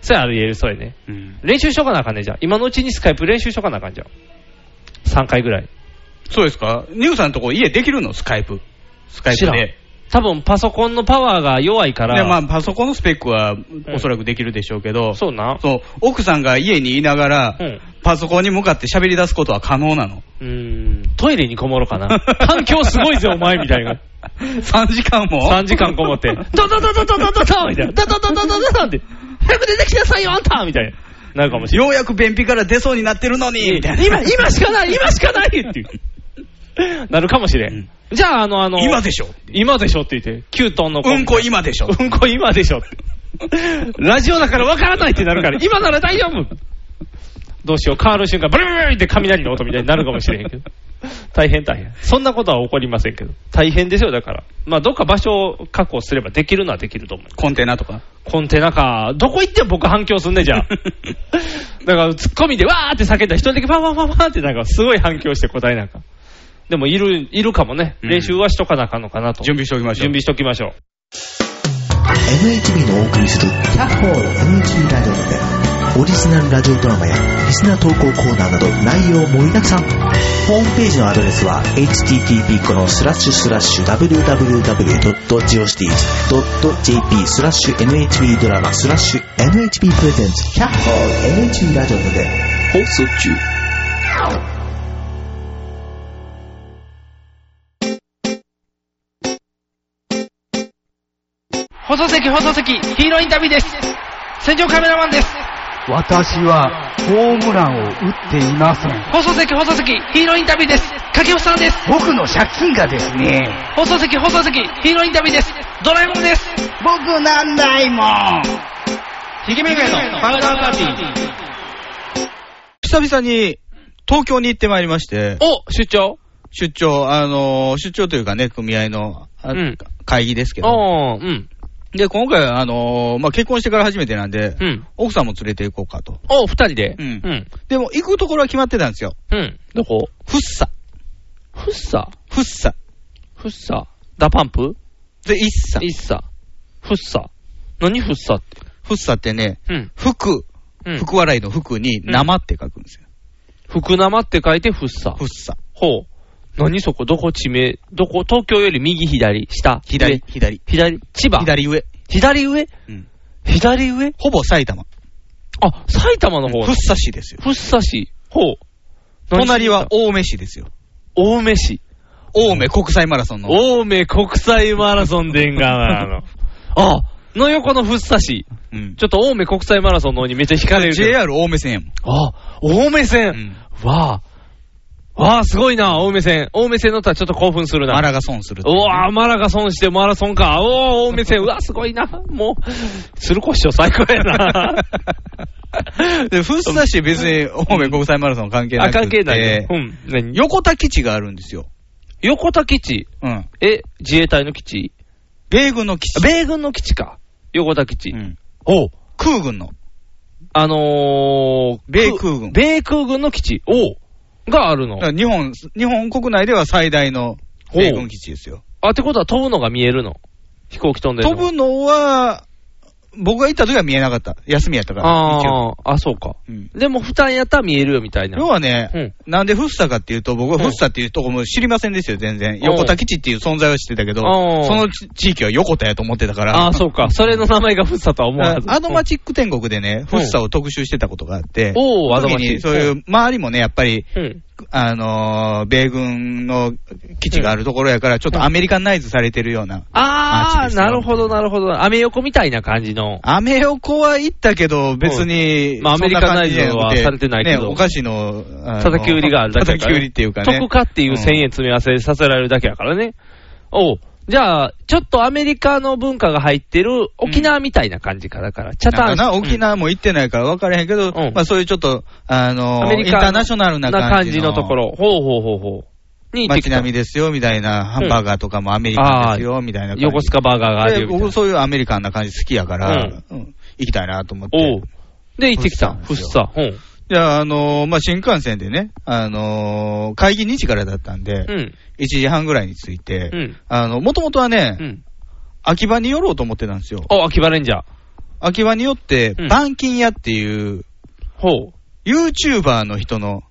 Speaker 3: それあり得る、それね。
Speaker 2: うん
Speaker 3: 練習しとかなあかんね、じゃあ。今のうちにスカイプ練習しとかなあかんじゃん。3回ぐらい。
Speaker 2: そうですかニグさんのとこ家できるのスカイプ。スカイプ
Speaker 3: 知らん
Speaker 2: で。
Speaker 3: 多分パソコンのパワーが弱いから、
Speaker 2: で、まあ、パソコンのスペックはおそらくできるでしょうけど、
Speaker 3: そうな。
Speaker 2: そう、奥さんが家にいながら、
Speaker 3: うん
Speaker 2: パソコンに向かって喋り出すことは可能なの。
Speaker 3: うーん、トイレにこもろうかな。環境すごいぜ、お前みたいな。
Speaker 2: 3時間も
Speaker 3: 3時間こもって、ドドドドドドドドみたいな。ドドドドドドドって、早く出てきなさいよ、あんたみたいな。なるかもしれない
Speaker 2: ようやく便秘から出そうになってるのに、みたいな。
Speaker 3: 今、今しかない、今しかないっていう。なるかもしれん。
Speaker 2: うん
Speaker 3: じゃあ、あの、あの、
Speaker 2: 今でしょ。
Speaker 3: 今でしょって言って、9トンのコ
Speaker 2: う
Speaker 3: ン
Speaker 2: んこ今でしょ。
Speaker 3: うんこ今でしょって。ラジオだからわからないってなるから、今なら大丈夫。どうしよう、変わる瞬間、ブルブルブルって雷の音みたいになるかもしれへんけど。大変大変。そんなことは起こりませんけど。大変ですよ、だから。まあ、どっか場所を確保すればできるのはできると思う。
Speaker 2: コンテナとか。
Speaker 3: コンテナか、どこ行っても僕反響すんね、じゃ *laughs* あ。だから、ツッコミでわーって叫んだら、一人だけパンパンパンパンってなんか、すごい反響して答えなんか。でも、いる、いるかもね。
Speaker 2: うん
Speaker 3: 練習はしとかなあかんのかなと。
Speaker 2: 準備しておきましょう。
Speaker 3: 準備しときましょう。
Speaker 7: NHB のお送りする「キャッホール NHB ラジオ」でオリジナルラジオドラマやリスナー投稿コーナーなど内容盛りだくさんホームページのアドレスは http このスラッシュスラッシュ www.geocities.jp スラッシュ NHB ドラマスラッシュ NHB プレゼンツキャッホール NHB ラジオで放送中
Speaker 3: 放送席、放送席、ヒーローインタビューです。戦場カメラマンです。
Speaker 8: 私はホームランを打っていません。
Speaker 3: 放送席、放送席、ヒーローインタビューです。掛布さんです。
Speaker 8: 僕の借金がですね、
Speaker 3: 放送席、放送席、ヒーローインタビューです。ドラえもんです。
Speaker 8: 僕なんないもん。
Speaker 3: ひげめがのパウダーパーティー。
Speaker 2: 久々に東京に行ってまいりまして、
Speaker 3: お、出張
Speaker 2: 出張、あのー出張というかね、組合の、あ
Speaker 3: うん
Speaker 2: 会議ですけど、
Speaker 3: おー、うん。
Speaker 2: で、今回、あのーまあ、結婚してから初めてなんで、
Speaker 3: うん。
Speaker 2: 奥さんも連れて行こうかと。
Speaker 3: お、二人
Speaker 2: う
Speaker 3: で。うんん。
Speaker 2: でも、行くところは決まってたんですよ。
Speaker 3: うん。どこ
Speaker 2: フッサ。
Speaker 3: フッサ
Speaker 2: フッサ。
Speaker 3: フッサダパンプ
Speaker 2: で、イッサ。
Speaker 3: イッサ。フッサ。何フッサって。
Speaker 2: フッサってね、
Speaker 3: うん。
Speaker 2: 福、
Speaker 3: うん。
Speaker 2: 福笑いの福に生って書くんですよ。
Speaker 3: 福生って書いてフッサ
Speaker 2: フ。ッサ。
Speaker 3: ほう。何そこどこ地名どこ東京より右左下
Speaker 2: 左
Speaker 3: 上、
Speaker 2: 左。
Speaker 3: 左千葉
Speaker 2: 左上。
Speaker 3: 左上
Speaker 2: うん
Speaker 3: 左上
Speaker 2: ほぼ埼玉。
Speaker 3: あ、埼玉の
Speaker 2: フ
Speaker 3: 方
Speaker 2: ッサ市ですよ。
Speaker 3: フッサ市。ほう。
Speaker 2: 隣は
Speaker 3: お
Speaker 2: 青梅市ですよ。
Speaker 3: 青梅市。
Speaker 2: 青梅国際マラソンの。
Speaker 3: 青梅国際マラソンでんがなの。 *laughs* あ、の横のフッサ市。
Speaker 2: うん
Speaker 3: ちょっと青梅国際マラソンの方にめっちゃ惹かれるけど。
Speaker 2: JR 青梅線やもん。
Speaker 3: あ、青梅線、わあ。わあ、すごいな、青梅線。青梅線乗ったらちょっと興奮するな。
Speaker 2: マラが損する
Speaker 3: う。わあ、マラが損してマラソンか。おお、青梅線。うわ、すごいな。もう、鶴子師匠最高やな。
Speaker 2: で、フッサ市別に青梅国際マラソン関係な
Speaker 3: あ、
Speaker 2: くて。
Speaker 3: 関係ないね。うん。何よ
Speaker 2: 横田基地があるんですよ。
Speaker 3: 横田基地。
Speaker 2: うん。
Speaker 3: え、自衛隊の基地
Speaker 2: 米軍の基地。
Speaker 3: 米軍の基地か。横田基地。
Speaker 2: うん
Speaker 3: おう
Speaker 2: 空軍の。
Speaker 3: あのー、
Speaker 2: 米空軍
Speaker 3: 米空軍の基地。おうがあるの
Speaker 2: だか。ら日本、日本国内では最大の米軍基地ですよ。
Speaker 3: あ、ってことは飛ぶのが見えるの。飛行機飛んでる
Speaker 2: 飛
Speaker 3: の。
Speaker 2: ぶのは、僕が行った時は見えなかった。休みやったから。一応
Speaker 3: あーあ、そうか。
Speaker 2: うん
Speaker 3: でも、負担やったら見えるよみたいな。
Speaker 2: 要はね、なんでフッサかっていうと、僕は
Speaker 3: うん
Speaker 2: フッサっていうとこも知りませんでしたよ、全然。
Speaker 3: ん
Speaker 2: 横田基地っていう存在は知ってたけど、
Speaker 3: うん
Speaker 2: その地地域は横田やと思ってたから。
Speaker 3: ああ、そうか。それの名前がフッサとは思わ
Speaker 2: あ
Speaker 3: ず。
Speaker 2: アドマチック天国でね、フ
Speaker 3: うん
Speaker 2: ッサを特集してたことがあって、
Speaker 3: おーアド
Speaker 2: 時
Speaker 3: マチック
Speaker 2: にそういう、周りもね、やっぱり、
Speaker 3: うん。
Speaker 2: あのー米軍の基地があるところやから、ちょっとアメリカンナイズされてるような。マ
Speaker 3: あ
Speaker 2: ジですよ
Speaker 3: あ、なるほど、なるほど。アメ横みたいな感じの。
Speaker 2: アメ横は行ったけど、別に、
Speaker 3: まあ
Speaker 2: そん感じじゃなく
Speaker 3: アメリカナイズはされてないけど
Speaker 2: ね、お菓子の、あの
Speaker 3: 叩き売りがあるだけだから
Speaker 2: 叩き売りっていうかね。
Speaker 3: 特化っていう1000円
Speaker 2: 円。
Speaker 3: 詰め合わせさせられるだけやからね。おうじゃあ、ちょっとアメリカの文化が入ってる沖縄みたいな感じか。だから、チャタ
Speaker 2: な
Speaker 3: ン。
Speaker 2: んかな、沖縄も行ってないから分からへんけど、
Speaker 3: うん
Speaker 2: まあそういうちょっと、あの
Speaker 3: アメリ
Speaker 2: イン
Speaker 3: カ
Speaker 2: ターナショナルな感じの
Speaker 3: ところ。ほうほうほうほう。に行ってき
Speaker 2: 街
Speaker 3: た
Speaker 2: 並みですよ、みたいな、ハンバーガーとかもアメリカンですよ、みたいな感じ。
Speaker 3: 横須賀バーガーがある
Speaker 2: で
Speaker 3: よみたい
Speaker 2: 僕
Speaker 3: な。
Speaker 2: そういうアメリカンな感じ好きやから、うん行きたいなと思っ
Speaker 3: お
Speaker 2: て
Speaker 3: う。で、行ってきた。
Speaker 2: フ
Speaker 3: フッ
Speaker 2: ッ
Speaker 3: サ
Speaker 2: サ。
Speaker 3: うん。
Speaker 2: じゃあ、あのーまあ、新幹線でね、あのー会議2時からだったんで、
Speaker 3: うん。
Speaker 2: 1時半ぐらいに着いて、
Speaker 3: うん
Speaker 2: あの、もともとはね、
Speaker 3: うん。
Speaker 2: 秋葉に寄ろうと思ってたんですよ。
Speaker 3: お、秋葉レンジャー。
Speaker 2: 秋葉に寄って
Speaker 3: うん、
Speaker 2: 板金屋っていう、
Speaker 3: ほう。
Speaker 2: YouTuber の人の、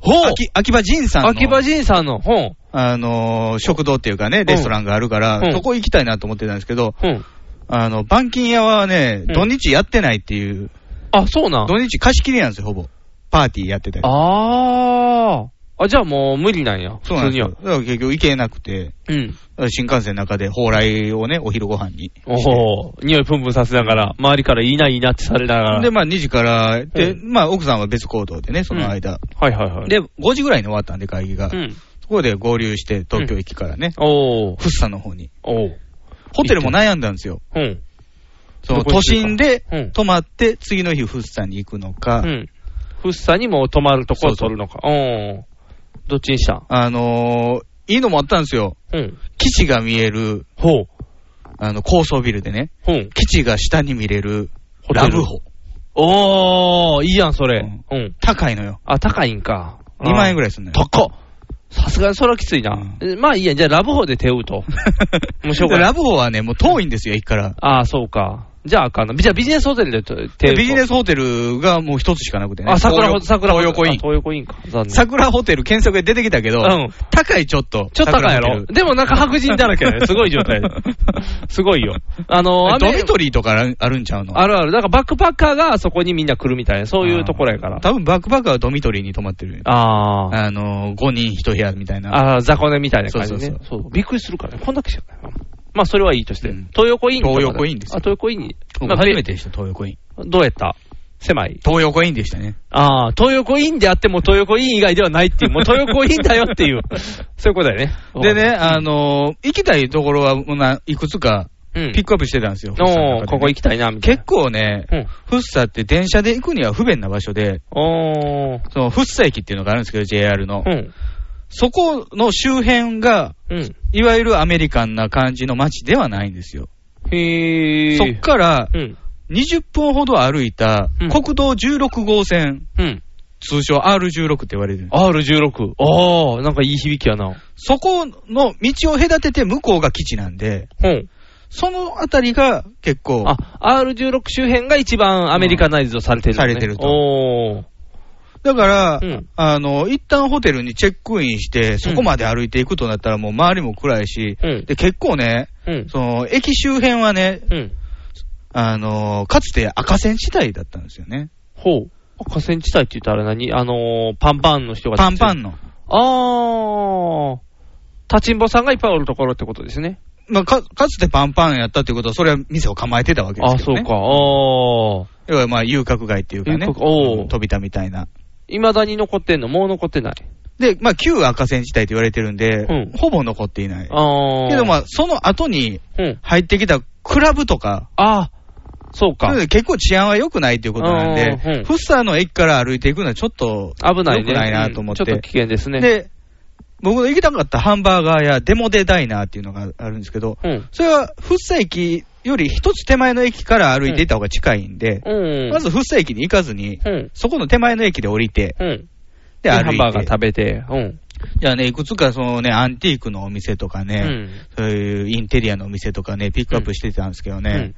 Speaker 3: ほう
Speaker 2: 秋秋葉仁さんの、
Speaker 3: 秋葉仁さんの、ほう。
Speaker 2: あのー食堂っていうかね、レストランがあるから、
Speaker 3: うん
Speaker 2: そこ行きたいなと思ってたんですけど、
Speaker 3: ほう。
Speaker 2: あの、板金屋はね、
Speaker 3: うん
Speaker 2: 土日やってないっていう、
Speaker 3: あ、そうなん。
Speaker 2: 土日貸し切りなんですよ、ほぼ。パーティーやってたり。
Speaker 3: あー。あ、じゃあもう無理なんや。
Speaker 2: そうなんですよ。
Speaker 3: 普
Speaker 2: だから結局行けなくて、
Speaker 3: 通には。うん。
Speaker 2: 新幹線の中で蓬莱をね、お昼ご飯に。
Speaker 3: おお匂いプンプンさせながら、周りからいいな、いいなってされながら。
Speaker 2: で、まあ2時から、で、
Speaker 3: う
Speaker 2: まあ奥さんは別行動でね、その間。
Speaker 3: はいはいはい。
Speaker 2: で、5時ぐらいに終わったんで会議が。
Speaker 3: うん。
Speaker 2: そこで合流して東京駅からね、
Speaker 3: おお
Speaker 2: フッサの方に。
Speaker 3: おう
Speaker 2: ホテルも悩んだんですよ。
Speaker 3: うん。
Speaker 2: その
Speaker 3: どこ
Speaker 2: 都
Speaker 3: 行くか
Speaker 2: 心で
Speaker 3: うん
Speaker 2: 泊まって、次の日フッサに行くのか、
Speaker 3: うん。フッサにもう泊まるとこを取るのか。おおどっちにしたん
Speaker 2: あのー、いいのもあったんですよ。
Speaker 3: うん。
Speaker 2: 基地が見える、
Speaker 3: ほう。
Speaker 2: あの、高層ビルでね、
Speaker 3: ほう。
Speaker 2: 基地が下に見れる、
Speaker 3: ホテル
Speaker 2: ラブホ。
Speaker 3: おー、いいやん、それ。う。
Speaker 2: うん高いのよ。
Speaker 3: あ、高いんか。
Speaker 2: 2万円ぐら
Speaker 3: らい。
Speaker 2: いすんのよ。 *laughs*
Speaker 3: 高っさすがにそれはきついな。えまあいいや、じゃあラブホで手打とう。無償化
Speaker 2: ラブホはね、もう遠いんですよ、駅から。
Speaker 3: ああ、そうか。じゃああかんな。じゃあビジネスホテルでと
Speaker 2: でビジネ
Speaker 3: ス
Speaker 2: スホテルがもう一つしかなくてね。
Speaker 3: あ、桜ホ、
Speaker 2: 東
Speaker 3: 桜ホ
Speaker 2: 東横イン
Speaker 3: あ。東横インか。残念。
Speaker 2: 桜ホテル検索で出てきたけど、
Speaker 3: うん
Speaker 2: 高いちょっと。
Speaker 3: ちょっと高いや
Speaker 2: 桜ホ
Speaker 3: ろ
Speaker 2: テル
Speaker 3: でもなんか白人だらけ
Speaker 2: *laughs*
Speaker 3: だよ。すごい状態で。すごいよ。あの、
Speaker 2: ドミト
Speaker 3: リ
Speaker 2: リーとかあるんちゃうの
Speaker 3: あるある。だからバックパッカーがそこにみんな来るみたいな、そういうところやから。
Speaker 2: 多分バックパッカーはドミトリーに泊まってるよ。
Speaker 3: あー。
Speaker 2: あの、5人1部屋みたいな。
Speaker 3: あー、雑魚寝みたいな感じね。
Speaker 2: そうそう
Speaker 3: そうびっくりするからね。こんだけしかない。まあ、それはいいとして。
Speaker 2: うん
Speaker 3: 東横インとか
Speaker 2: 東横インですよ
Speaker 3: あ、東横インに。
Speaker 2: 僕
Speaker 3: まあ
Speaker 2: 初めてでした、東横イン。
Speaker 3: どうやった狭い。
Speaker 2: 東横インでしたね。
Speaker 3: ああ、東横インであっても東横イン以外ではないっていう、もう東横インだよって *laughs* いう、そういうことだよね。
Speaker 2: でね、あの、行きたいところは、もうないくつか
Speaker 3: うん、
Speaker 2: ピックアップしてたんですよ。
Speaker 3: おーこ
Speaker 2: 行
Speaker 3: こ行きたいな、みたいな。
Speaker 2: 結構ね、
Speaker 3: うん
Speaker 2: フッサって電車で行くには不便な場所で、
Speaker 3: おー。
Speaker 2: そのフッサ駅っていうのがあるんですけど、JR の。
Speaker 3: うん。
Speaker 2: そこの周辺が、
Speaker 3: うん。
Speaker 2: いわゆるアメリカンな感じの街ではないんですよ。
Speaker 3: へー。
Speaker 2: そっから
Speaker 3: うん。
Speaker 2: 20分ほど歩いた
Speaker 3: うん
Speaker 2: 国道16号線、
Speaker 3: うん。
Speaker 2: 通称 R16 って言われてる。
Speaker 3: R16。ああ、なんかいい響きやな。
Speaker 2: そこの道を隔てて向こうが基地なんで、
Speaker 3: うん。
Speaker 2: そのあたりが結構、
Speaker 3: あ、R16 周辺が一番アメリカナイズドされてる、ね
Speaker 2: されてると
Speaker 3: おー。
Speaker 2: だから、
Speaker 3: うん
Speaker 2: あの、一旦ホテルにチェックインして、そこまで歩いていくとなったらもう周りも暗いし、
Speaker 3: うん
Speaker 2: で、結構ね、
Speaker 3: うん。
Speaker 2: その、駅周辺はね、
Speaker 3: うん。
Speaker 2: あの、かつて赤線地帯だったんですよね。
Speaker 3: ほう。河川地帯って言ったら何あのー、パンパンの人が。
Speaker 2: パンパン。の。
Speaker 3: あー。立ちんぼさんがいっぱいおるところってことですね。
Speaker 2: まあ、か、かつてパンパンやったっていうことは、それは店を構えてたわけで
Speaker 3: あ
Speaker 2: すけ
Speaker 3: ー、
Speaker 2: ど、
Speaker 3: そう
Speaker 2: ね。
Speaker 3: か。。あー。
Speaker 2: 要はまあ、遊郭街っていうかね、
Speaker 3: 遊郭おう
Speaker 2: 飛びたみたいな。
Speaker 3: 未だに残ってんのもう残ってない。
Speaker 2: で、まあ、旧赤線地帯と言われてるんで、
Speaker 3: うん
Speaker 2: ほぼ残っていない。
Speaker 3: あー。
Speaker 2: けどまあ、その後に
Speaker 3: うん。
Speaker 2: 入ってきたクラブとか、
Speaker 3: あー。そうか
Speaker 2: なの。で結構治安は良くないということなん
Speaker 3: あーう
Speaker 2: で
Speaker 3: ん、
Speaker 2: フッサーの駅から歩いていくのはちょっと
Speaker 3: 危ないね。
Speaker 2: 良くないなと思って。
Speaker 3: うんちょっと危険ですね。、
Speaker 2: で、僕の行きたかったハンバーガーやデモデダイナーっていうのがあるんですけど、
Speaker 3: うん。
Speaker 2: それはフッサ駅より一つ手前の駅から歩いていった方が近いんで、
Speaker 3: うん。
Speaker 2: まずフッサ駅に行かずに、
Speaker 3: うん。
Speaker 2: そこの手前の駅で降りて、
Speaker 3: うん。
Speaker 2: で、
Speaker 3: ハ
Speaker 2: 歩い
Speaker 3: ン
Speaker 2: て。
Speaker 3: バーガー食べて、うん。
Speaker 2: じゃあね、いくつかそのね、アンティークのお店とかね、そういうインテリアのお店とかね、ピックアップしてたんですけど
Speaker 3: うん。
Speaker 2: ね、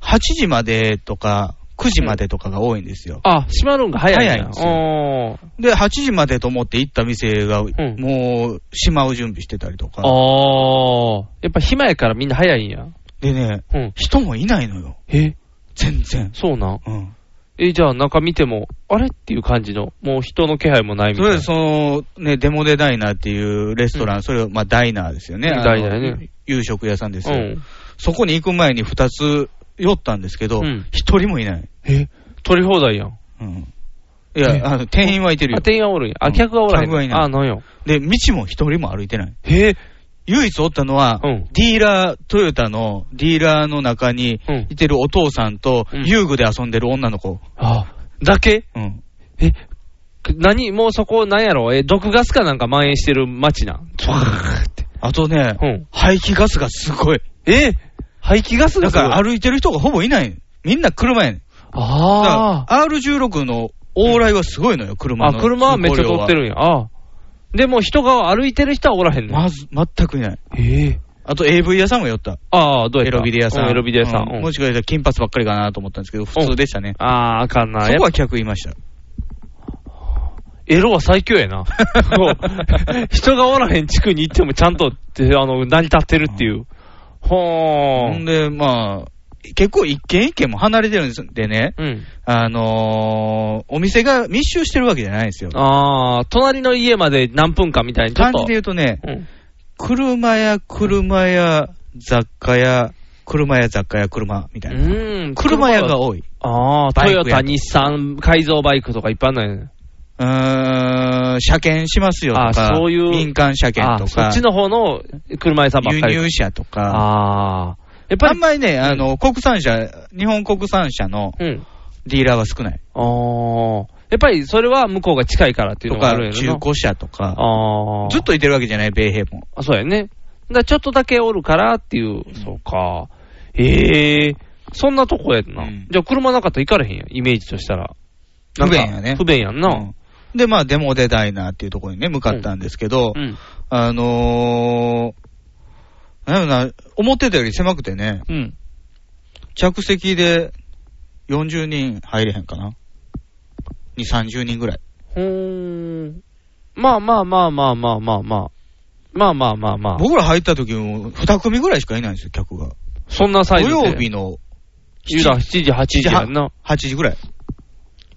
Speaker 2: 8時までとか、9時までとかが多いんですよ。
Speaker 3: あ、閉まるんが早いな。
Speaker 2: 早いんですよ
Speaker 3: あー
Speaker 2: で、8時までと思って行った店が、
Speaker 3: ん
Speaker 2: もう、しまう準備してたりとか。
Speaker 3: あー。やっぱ暇やからみんな早いんや。
Speaker 2: でね、
Speaker 3: うん。
Speaker 2: 人もいないのよ。
Speaker 3: え
Speaker 2: 全然。
Speaker 3: そうなん
Speaker 2: うん。
Speaker 3: え、じゃあ中見ても、あれっていう感じの、もう人の気配もないみ
Speaker 2: そ
Speaker 3: たい
Speaker 2: れ
Speaker 3: な。
Speaker 2: で、その、ね、デモデダイナーっていうレストラン、それを、まあ、ダイナーですよね。あの
Speaker 3: ダイナーね。
Speaker 2: 夕食屋さんです
Speaker 3: う
Speaker 2: よ。
Speaker 3: ん。
Speaker 2: そこに行く前に2つ寄ったんですけど、
Speaker 3: うん
Speaker 2: 一1人もいない。
Speaker 3: え取り放題やん。
Speaker 2: うん。いや、あの、店員はいてる
Speaker 3: あ、
Speaker 2: よ。
Speaker 3: 店員はおるんや。
Speaker 2: う
Speaker 3: あ、
Speaker 2: ん
Speaker 3: 客がおらへん。
Speaker 2: 客がいない
Speaker 3: あ、なんや。
Speaker 2: で、道も一人も歩いてない。
Speaker 3: え
Speaker 2: 唯一おったのは、
Speaker 3: うん
Speaker 2: ディーラー、トヨタのディーラーの中に
Speaker 3: うん
Speaker 2: いてるお父さんと、
Speaker 3: うん
Speaker 2: 遊具で遊んでる女の子。
Speaker 3: あ、だけ
Speaker 2: うん。
Speaker 3: え、何もうそこ、なんやろえ、毒ガスかなんか蔓延してる街なん。ゾワーって。
Speaker 2: あとね、
Speaker 3: うん。
Speaker 2: 排気ガスがすごい。
Speaker 3: え排気ガス
Speaker 2: だ
Speaker 3: が
Speaker 2: から
Speaker 3: ある。
Speaker 2: 歩いてる人がほぼいない。みんな車やねん。だか
Speaker 3: ああ。
Speaker 2: ら R16 の往来はすごいのよ、車
Speaker 3: あ、
Speaker 2: の。
Speaker 3: 車はめっちゃ通って
Speaker 2: る。
Speaker 3: るんや。ああでも人が歩いてる人はおらへんの。
Speaker 2: まず、全くいない。
Speaker 3: ええ。
Speaker 2: あと AV 屋さんも寄った。
Speaker 3: ああ、どうや
Speaker 2: エ
Speaker 3: った
Speaker 2: ロビデ屋さ。
Speaker 3: うんエロビデ屋さん。
Speaker 2: う
Speaker 3: うん
Speaker 2: もしかしたら金髪ばっかりかなと思ったんですけど、普通でしたね。
Speaker 3: ああ、あかんな。
Speaker 2: そ
Speaker 3: やっ
Speaker 2: こ
Speaker 3: ぱ
Speaker 2: は客いました。
Speaker 3: エロは最強やな。こう *laughs* 人がおらへん地区に行ってもちゃんとって、あの、成り立ってるっていう。ほ
Speaker 2: ほ
Speaker 3: ー
Speaker 2: ん
Speaker 3: ん。
Speaker 2: で、まあ、結構一軒一軒も離れてるんですでね、
Speaker 3: うん。
Speaker 2: あのーお店が密集してるわけじゃないんですよ。
Speaker 3: ああ、隣の家まで何分かみたいにちょっ
Speaker 2: 感
Speaker 3: と。
Speaker 2: じで言うとね、
Speaker 3: うん
Speaker 2: 車や車や雑貨や、車や雑貨や車みたいな。
Speaker 3: うん。
Speaker 2: 車屋が多い。
Speaker 3: ああ、ト
Speaker 2: バイク
Speaker 3: ヨ
Speaker 2: や
Speaker 3: タ、日産、改造バイクとかいっぱいあるのよね。
Speaker 2: うーん、車検しますよとか、
Speaker 3: あそういう
Speaker 2: 民間車
Speaker 3: あ
Speaker 2: 検と
Speaker 3: そ
Speaker 2: か
Speaker 3: っち、の方の車屋さんばっ
Speaker 2: 輸
Speaker 3: かり。
Speaker 2: 入車とか、
Speaker 3: ああ。やっぱ
Speaker 2: あん
Speaker 3: り、
Speaker 2: まりね、あの、国産車、日本国産車の
Speaker 3: うん。
Speaker 2: ディーラーは少ない。
Speaker 3: ああ。やっぱりそれは向こうが近いからっていう
Speaker 2: と
Speaker 3: のがあ
Speaker 2: か、
Speaker 3: るんやろ
Speaker 2: 中
Speaker 3: な
Speaker 2: 古車とか、
Speaker 3: ああ。
Speaker 2: ずっといてるわけじゃない、米兵も。
Speaker 3: あ、そうやね。だからちょっとだけおるからっていう、そうか。ええそんなとこやな。
Speaker 2: うん
Speaker 3: じゃあ車なかったら行かれへんやん、イメージとしたら。
Speaker 2: 不
Speaker 3: なんか
Speaker 2: 便やね。
Speaker 3: 不便やんな。
Speaker 2: うんで、まあ、デモデダイナーっていうところにね、向かったんですけど、
Speaker 3: うん。
Speaker 2: あのー、なんやろな、思ってたより狭くてね、
Speaker 3: うん。
Speaker 2: 客席で40人入れへんかな。2、30人ぐらい。
Speaker 3: ほーん。まあまあまあまあまあまあまあ。まあまあまあまあ。
Speaker 2: 僕ら入った時も2組ぐらいしかいないんですよ、客が。
Speaker 3: そんなサ
Speaker 2: 土
Speaker 3: イズで。
Speaker 2: 曜日の
Speaker 3: 夕だ、7時、8時やんな。
Speaker 2: 8時ぐらい。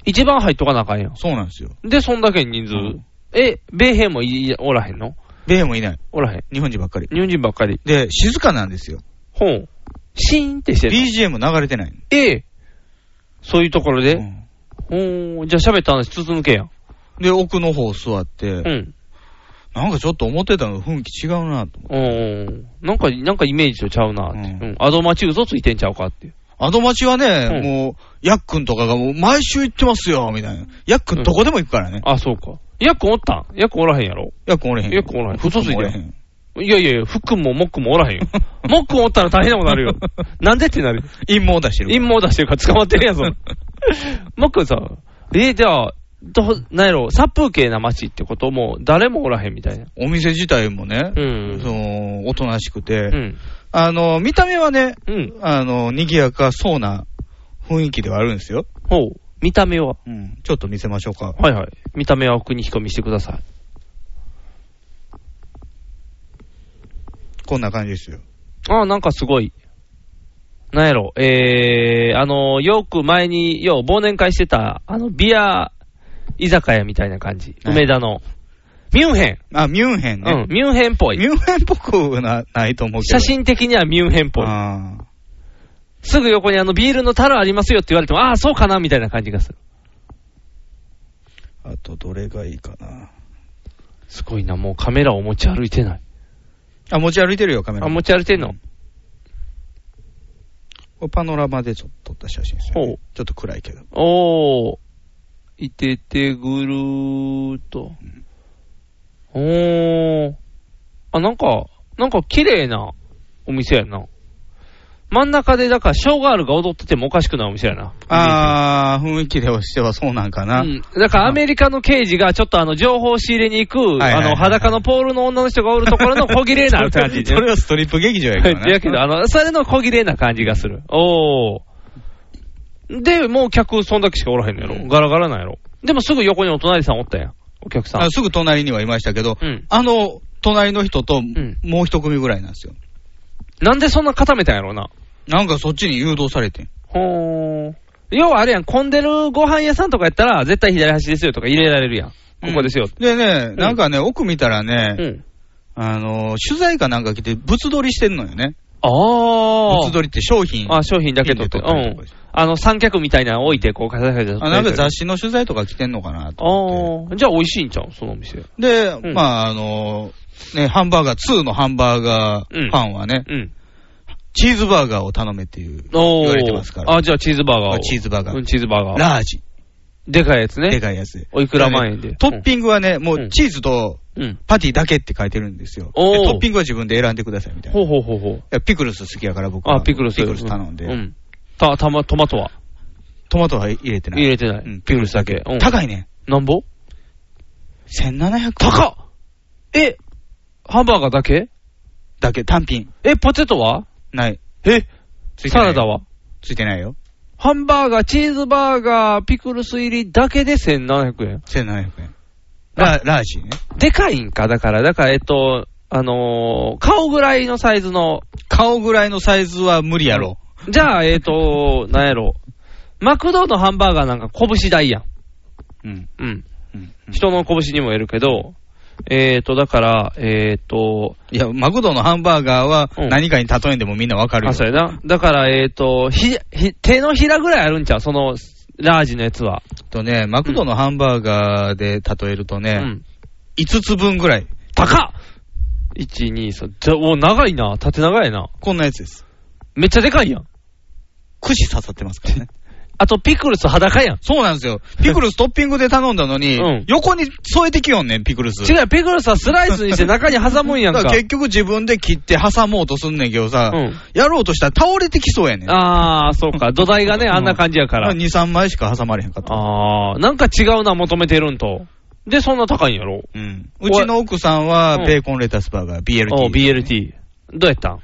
Speaker 3: 一番入っとかなあかんやん。
Speaker 2: そうなんですよ。
Speaker 3: で、そんだけ人数。
Speaker 2: うん
Speaker 3: え、米兵もいいおらへんの
Speaker 2: 米兵もいない。
Speaker 3: おらへん。
Speaker 2: 日本人ばっかり。
Speaker 3: 日本人ばっかり。
Speaker 2: で、静かなんですよ。
Speaker 3: ほう。シーンってしてる。
Speaker 2: BGM 流れてない。
Speaker 3: ええ。そういうところで。
Speaker 2: うん
Speaker 3: ほーん。じゃあ喋った話筒抜けやん。
Speaker 2: で、奥の方座って、
Speaker 3: うん。
Speaker 2: なんかちょっと思ってたのと雰囲気違うなと。
Speaker 3: おーなんか、なんかイメージとちゃうなって。
Speaker 2: うん
Speaker 3: うん。アドマチ嘘ついてんちゃうかって。
Speaker 2: アドマチはね、
Speaker 3: うん
Speaker 2: もう、ヤックンとかがもう毎週行ってますよ、みたいな。ヤックンどこでも行くからね。
Speaker 3: あ、そうか。ヤックンおったんヤックンおらへんやろ
Speaker 2: ヤックンおれへん。
Speaker 3: ヤックンおらへん
Speaker 2: 嘘ついて
Speaker 3: おれ
Speaker 2: る
Speaker 3: へんいやいやいや、フックンもモックンもお
Speaker 2: *laughs*
Speaker 3: らへんよ。モックンおったら大変なことなるよ。なんでってなるよ。
Speaker 2: 陰謀出してる。
Speaker 3: 陰謀出してるから捕まってるやん、そんな *laughs* モックンさ、えー、じゃあ、ど、なんやろ、殺風景な街ってこともう誰もおらへんみたいな。
Speaker 2: お店自体もね、
Speaker 3: うん
Speaker 2: その、おとなしくて、
Speaker 3: うん。
Speaker 2: あの、見た目はね、
Speaker 3: うん。
Speaker 2: あの、賑やかそうな雰囲気ではあるんですよ。
Speaker 3: ほう。見た目は
Speaker 2: うん。ちょっと見せましょうか。
Speaker 3: はいはい。見た目は奥に引っ込みしてください。
Speaker 2: こんな感じですよ。
Speaker 3: ああ、なんかすごい。なんやろ、えー、あの、よく前に、よう忘年会してた、あの、ビア居酒屋みたいな感じ。
Speaker 2: はい
Speaker 3: 梅田の。ミュンヘン。
Speaker 2: あ、ミュンヘンね。
Speaker 3: うん、ミュンヘンっぽ
Speaker 2: ミ
Speaker 3: い。
Speaker 2: ュンヘンっぽくはなないと思うけど。
Speaker 3: 写真的にはミュンヘンっぽい。
Speaker 2: あー
Speaker 3: すぐ横にあのビールの樽ありますよって言われても、ああ、そうかなみたいな感じがする。
Speaker 2: あと、どれがいいかな。
Speaker 3: すごいな、もうカメラを持ち歩いてない。
Speaker 2: あ、持ち歩いてるよ、カメラ。
Speaker 3: あ、持ち歩いてんの
Speaker 2: これパノラマでちょっと撮った写真ですよ、
Speaker 3: ほ
Speaker 2: ね
Speaker 3: う。
Speaker 2: ちょっと暗いけど。
Speaker 3: おー。いててぐるーっと。おー。あ、なんか、なんか綺麗なお店やな。真ん中で、だから、ショーガールが踊っててもおかしくないお店やな。
Speaker 2: あー、雰囲気でしてはそうなんかな。
Speaker 3: うん。だから、アメリカの刑事が、ちょっとあの、情報を仕入れに行く、
Speaker 2: はいはい
Speaker 3: あ
Speaker 2: はい
Speaker 3: の、裸のポールの女の人がおるところの小綺麗な感じで
Speaker 2: *laughs* そ。れはストリップ劇場や
Speaker 3: は
Speaker 2: け
Speaker 3: い *laughs*
Speaker 2: どね。
Speaker 3: やけど、あの、それの小綺麗な感じがする。おー。で、もう客そんだけしかおらへんのやろ。ガラガラなんやろ。でもすぐ横にお隣さんおったやん。お客さん
Speaker 2: あ。すぐ隣にはいましたけど、
Speaker 3: うん
Speaker 2: あの、隣の人と
Speaker 3: ん
Speaker 2: もう一組ぐらいなんですよ。
Speaker 3: なんでそんな固めたんやろな。
Speaker 2: なんかそっちに誘導されてん。
Speaker 3: ほー。要はあれやん、混んでるご飯屋さんとかやったら、絶対左端ですよとか入れられるやん。ここですよ。
Speaker 2: でね、なんかね、奥見たらね、
Speaker 3: うん。
Speaker 2: あの、取材かなんか来て、物撮りしてんのよね。
Speaker 3: あ
Speaker 2: 物撮りって商品。
Speaker 3: あ、商品だけ取って。う
Speaker 2: ピンで撮ったりと
Speaker 3: ん
Speaker 2: かして。
Speaker 3: あの、三脚みたいなの置いて、こう、カチャカチャカチャ
Speaker 2: あなんか雑
Speaker 3: 誌。
Speaker 2: 誌の取材とか来てんのかなと
Speaker 3: あ
Speaker 2: 思っ
Speaker 3: ー。じゃあ美味しいんちゃうそのお店。
Speaker 2: て。で、
Speaker 3: ん
Speaker 2: まあ、あの、ね、ハンバーガー、2のハンバーガ
Speaker 3: うん
Speaker 2: ーパンはね、
Speaker 3: うん。
Speaker 2: チーズバーガーを頼めっていう、
Speaker 3: おー
Speaker 2: 言われてますから。
Speaker 3: あ、じゃあチーズバーガーを。
Speaker 2: チーズバーガー
Speaker 3: うん、チーズバーガー。
Speaker 2: ラージ。
Speaker 3: でかいやつね。
Speaker 2: でかいやつで。
Speaker 3: おいくら万円で
Speaker 2: トッピングはね、も
Speaker 3: う
Speaker 2: うんチーズと
Speaker 3: うん。
Speaker 2: パティだけって書いてるんですよ。で
Speaker 3: おー
Speaker 2: トッピングは自分で選んでくださいみたいな。
Speaker 3: ほ
Speaker 2: いう
Speaker 3: ほうほうほう。
Speaker 2: やピクルス好きやから僕は。
Speaker 3: あ、ピクルス。
Speaker 2: ピクルス頼ん
Speaker 3: う
Speaker 2: で。
Speaker 3: ん。た、たま、トマトは
Speaker 2: トマトは入れてない。
Speaker 3: 入れてない。
Speaker 2: うん
Speaker 3: ピクルスだけ。うん。い。
Speaker 2: 高いね。
Speaker 3: なんぼ
Speaker 2: 1700
Speaker 3: 高っえ、ハンバーガーだけ
Speaker 2: だけ、単品。
Speaker 3: え、ポテトは
Speaker 2: ない。
Speaker 3: え、
Speaker 2: ついてない
Speaker 3: サラダは
Speaker 2: ついてないよ。
Speaker 3: ハンバーガー、チーズバーガー、ピクルス入りだけで1700円。
Speaker 2: 1700円。ララージね。
Speaker 3: でかいんか、だから。だから、えっと、あのー顔ぐらいのサイズの。
Speaker 2: 顔ぐらいのサイズは無理やろ。
Speaker 3: じゃあ、えっと、なんやろ。マクドのハンバーガーなんか拳大やん。
Speaker 2: うん。
Speaker 3: う
Speaker 2: う
Speaker 3: ん。
Speaker 2: んうん
Speaker 3: 人の拳にもよるけど、えーと、だから、えーと、
Speaker 2: いや、マクドのハンバーガーは
Speaker 3: うん
Speaker 2: 何かに例えんでもみんなわかるよ
Speaker 3: あ、そうやな。だから、えーと、ひ、ひ、手のひらぐらいあるんちゃうその、ラージのやつは。
Speaker 2: とね、マクドのハンバーガーで例えると
Speaker 3: う
Speaker 2: ね、
Speaker 3: ん。
Speaker 2: 5つ分ぐらい。
Speaker 3: 高っ !1、2、3。じゃ、お、長いな。縦長やな。
Speaker 2: こんなやつです。
Speaker 3: めっちゃでかいやん。
Speaker 2: 串刺さってます
Speaker 3: *laughs*
Speaker 2: からね。
Speaker 3: あと、ピクルス裸やん。
Speaker 2: そうなんですよ。ピクルストッピングで頼んだのに、
Speaker 3: うん
Speaker 2: 横に添えてきよんねん、ピクルス。
Speaker 3: 違う、ピクルスはスライスにして中に挟むんやん
Speaker 2: だ *laughs*
Speaker 3: か
Speaker 2: から。結局自分で切って挟もうとすんねんけどさ、
Speaker 3: うん
Speaker 2: やろうとしたら倒れてきそうやねん。
Speaker 3: あー、そうか。土台がね、あんな感じやから。
Speaker 2: 2、3枚しか挟まれへんかった。
Speaker 3: あー、なんか違うな、求めてるんと。で、そんな高いんやろ。
Speaker 2: うん、うちの奥さんは、ベーコンレタスバーガー、BLT。
Speaker 3: お、BLT。どうやったん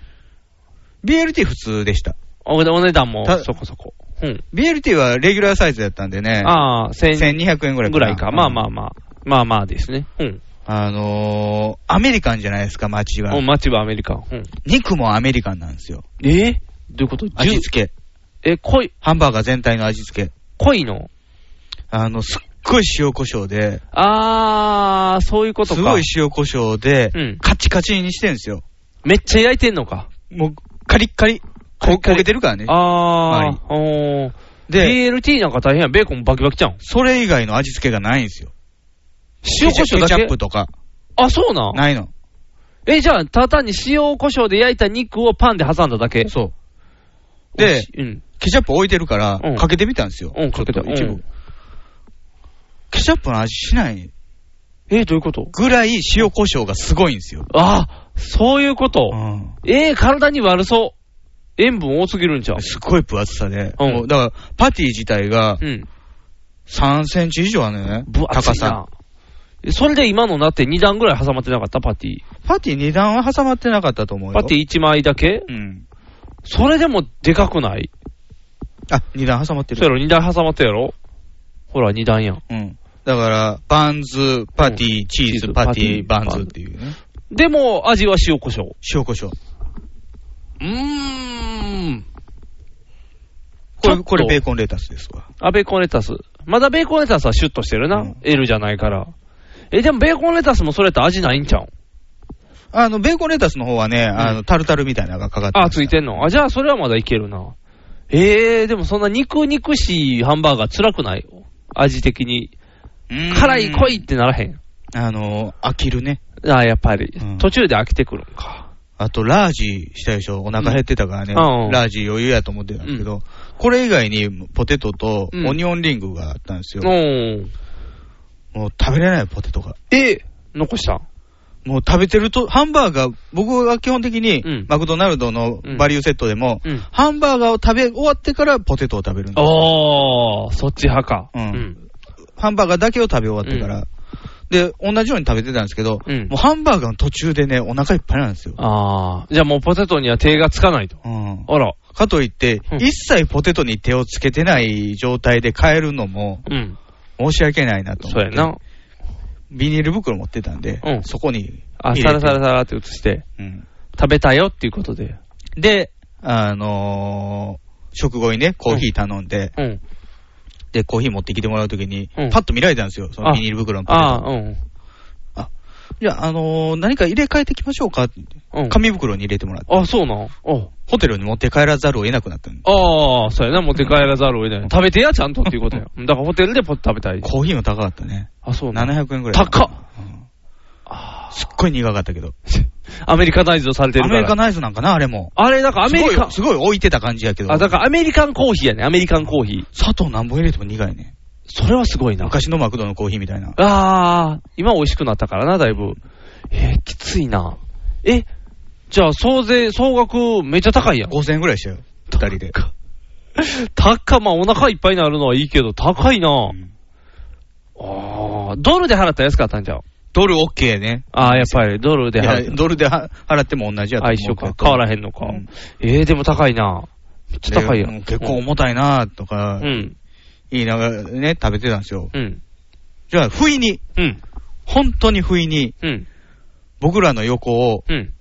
Speaker 2: BLT 普通でした。
Speaker 3: あおお値段も
Speaker 2: た
Speaker 3: そこそこ。うん。
Speaker 2: BLT はレギュラーサイズだったんでね、
Speaker 3: ああ、1200
Speaker 2: 1200円ぐらい
Speaker 3: ぐらいか。まあま
Speaker 2: あ。
Speaker 3: あまあ。まあまあですね。うん。
Speaker 2: あのー、アメリカンじゃないですか、街は
Speaker 3: もう。街はアメリカ。うん。
Speaker 2: 肉もアメリカンなんですよ。
Speaker 3: えーどういうこと
Speaker 2: 味付け。
Speaker 3: け。え、濃い、
Speaker 2: ハンバーガー全体の味付け。
Speaker 3: 濃いの
Speaker 2: あの、すっごい塩コショウで、
Speaker 3: あー、そういうことか。
Speaker 2: すごい塩コショウで
Speaker 3: うん、
Speaker 2: カチカチにしてるんですよ。
Speaker 3: めっちゃ焼いてんのか。
Speaker 2: もう、カリッカリ。こ
Speaker 3: カリッカ
Speaker 2: 焦
Speaker 3: リ
Speaker 2: げてるからね。
Speaker 3: あー、おー。
Speaker 2: で、
Speaker 3: BLT なんか大変や。ベーコンバキバキじゃん。
Speaker 2: それ以外の味付けがないんですよ。
Speaker 3: 塩コショウだ
Speaker 2: ケチャ
Speaker 3: け
Speaker 2: ップとか、
Speaker 3: あ、そうなん
Speaker 2: ないの。
Speaker 3: え、じゃあ、ただ単に塩コショウで焼いた肉をパンで挟んだだけ。
Speaker 2: そう。で、
Speaker 3: うん。
Speaker 2: ケチャップ置いてるから
Speaker 3: うん、
Speaker 2: かけてみたんですよ。
Speaker 3: うん、かけた。
Speaker 2: 一
Speaker 3: う
Speaker 2: 部
Speaker 3: ん。
Speaker 2: ケチャップの味しない
Speaker 3: え、どういうこと
Speaker 2: ぐらい塩コショウがすごいんですよ。
Speaker 3: あー、そういうこと。
Speaker 2: うん
Speaker 3: えー、体に悪そう。塩分多すぎるんちゃう
Speaker 2: すごい分厚さで。
Speaker 3: うん
Speaker 2: もうだから、パティ自体が
Speaker 3: うん。
Speaker 2: 3センチ以上あるのよね。
Speaker 3: 分厚
Speaker 2: 高
Speaker 3: いな
Speaker 2: さ。。
Speaker 3: それで今のなって2段ぐらい挟まってなかったパティ。
Speaker 2: パティ2段は挟まってなかったと思うよ。
Speaker 3: パティ1枚だけ
Speaker 2: うん。
Speaker 3: それでもでかくない
Speaker 2: あ、2段挟まって
Speaker 3: そうや
Speaker 2: る。
Speaker 3: ろ、2段挟まったやろほら、2段やん。
Speaker 2: うん。だから、バンズ、パティ、チー
Speaker 3: チーズ
Speaker 2: ズ、パテ
Speaker 3: パティ
Speaker 2: ィ、バン
Speaker 3: バン
Speaker 2: ズ
Speaker 3: ズ
Speaker 2: っていうね。
Speaker 3: でも、味は塩コショウ。
Speaker 2: 塩コショウ。
Speaker 3: うーん。
Speaker 2: これ、これベー
Speaker 3: コ
Speaker 2: コ
Speaker 3: ン。
Speaker 2: ンレタスですわ。
Speaker 3: あ、ベーコンレタス。まだベーコンレタスはシュッとしてるな。
Speaker 2: うん
Speaker 3: L じゃないから。え、でもベーコンレタスもそれやったら味ないんちゃうん
Speaker 2: あの、ベーコンレタスの方はね、あの、タルタルみたいなのがかかって
Speaker 3: あ、
Speaker 2: ます
Speaker 3: ついてんのあ、じゃあそれはまだいけるな。えー、でもそんな肉肉しいハンバーガー辛くない味的に。
Speaker 2: うん
Speaker 3: 辛い濃いってならへん。
Speaker 2: あの、飽きるね。
Speaker 3: あ、やっぱり。
Speaker 2: うん
Speaker 3: 途中で飽きてくるんか。
Speaker 2: あと、ラージしたでしょ。お腹減ってたからね。
Speaker 3: うんうん
Speaker 2: ラージ余裕やと思ってたんだけど、これ以外にポテトと
Speaker 3: うん
Speaker 2: オニオンリングがあったんです
Speaker 3: う
Speaker 2: よ。
Speaker 3: ん。
Speaker 2: もう食べれないポテトが。
Speaker 3: え、残した
Speaker 2: もう食べてると、ハンバーガー、僕は基本的に、
Speaker 3: うん
Speaker 2: マクドナルドのバリューセットでも、
Speaker 3: うん
Speaker 2: ハンバーガーを食べ終わってからポテトを食べるんですよ。
Speaker 3: おー、そっち派か。
Speaker 2: うんハンバーガーだけを食べ終わってから。で、同じように食べてたんですけど、
Speaker 3: うん
Speaker 2: もうハンバーガーの途中でね、お腹いっぱいなんですよ。
Speaker 3: あー、じゃあもうポテトには手がつかないと。
Speaker 2: うん
Speaker 3: あら、
Speaker 2: かといって、
Speaker 3: うん
Speaker 2: 一切ポテトに手をつけてない状態で買えるのも
Speaker 3: うん。
Speaker 2: 申し訳ないなと思
Speaker 3: そう
Speaker 2: って。
Speaker 3: やな。
Speaker 2: ビニール袋持ってたんで、
Speaker 3: うん
Speaker 2: そこに
Speaker 3: あ、
Speaker 2: 入れて
Speaker 3: サラサラサラって移して、
Speaker 2: うん
Speaker 3: 食べたよっていうことで。
Speaker 2: で、あのー食後にね、コーヒー頼んで、
Speaker 3: うん。
Speaker 2: で、コーヒー持ってきてもらうときに、
Speaker 3: うん
Speaker 2: パッと見られたんですよ、そのビニール袋のポテ
Speaker 3: あ
Speaker 2: ト。
Speaker 3: ー、うん。
Speaker 2: じゃあ、あのー何か入れ替えてきましょうかって、
Speaker 3: うん。
Speaker 2: 紙袋に入れてもらって、
Speaker 3: あ、そうなん。お
Speaker 2: ホテルに持って帰らざるを得なくなったんで
Speaker 3: ああ、そうやな、持って帰らざるを得ない。食べてや、ちゃんとっていうことや。 *laughs* だからホテルでポッと食べたい。
Speaker 2: コーヒーも高かったね。
Speaker 3: あ、そうな。
Speaker 2: 700円ぐらい。
Speaker 3: 高っ
Speaker 2: うんすっごい苦かったけど。
Speaker 3: アメリカナイズをされてる
Speaker 2: ア
Speaker 3: か
Speaker 2: メ
Speaker 3: ら。
Speaker 2: リカナイズなんかな、あれも。
Speaker 3: あれ、だからアメリカン。
Speaker 2: すごい、すごい置いてた感じやけど。
Speaker 3: あ、だからアメリカンコーヒーやね、アメリカンコーヒー。
Speaker 2: 砂糖何本入れても苦いね。
Speaker 3: それはすごいな。あ
Speaker 2: 昔のマクドのコーヒーみたいな。
Speaker 3: あー、今美味しくなったからな、だいぶ。えー、きついな。え、じゃあ、総税、総額、めっちゃ高いや *laughs* ん。
Speaker 2: 5000円ぐらいしたよ。二人で。
Speaker 3: 高っ、まあ、お腹いっぱいになるのはいいけど、高いな。
Speaker 2: ん
Speaker 3: ああ、ドルで払ったら安かったんじゃん。
Speaker 2: ドル OK ね。
Speaker 3: ああ、やっぱり、ドルで
Speaker 2: い
Speaker 3: 払った
Speaker 2: や、。ドルでは払っても同じやと
Speaker 3: あ、
Speaker 2: 思う
Speaker 3: 一緒か。変わらへんのか。えー、でも高いな。めっちゃ高いや
Speaker 2: でも
Speaker 3: ん。
Speaker 2: う結構重たいなと
Speaker 3: う
Speaker 2: か、
Speaker 3: ん。
Speaker 2: 言いながらね、食べてたんですよ。
Speaker 3: うん。
Speaker 2: じゃあ、不意に、
Speaker 3: うん。
Speaker 2: 本当に不意に、
Speaker 3: うん。
Speaker 2: 僕らの横を、
Speaker 3: うん。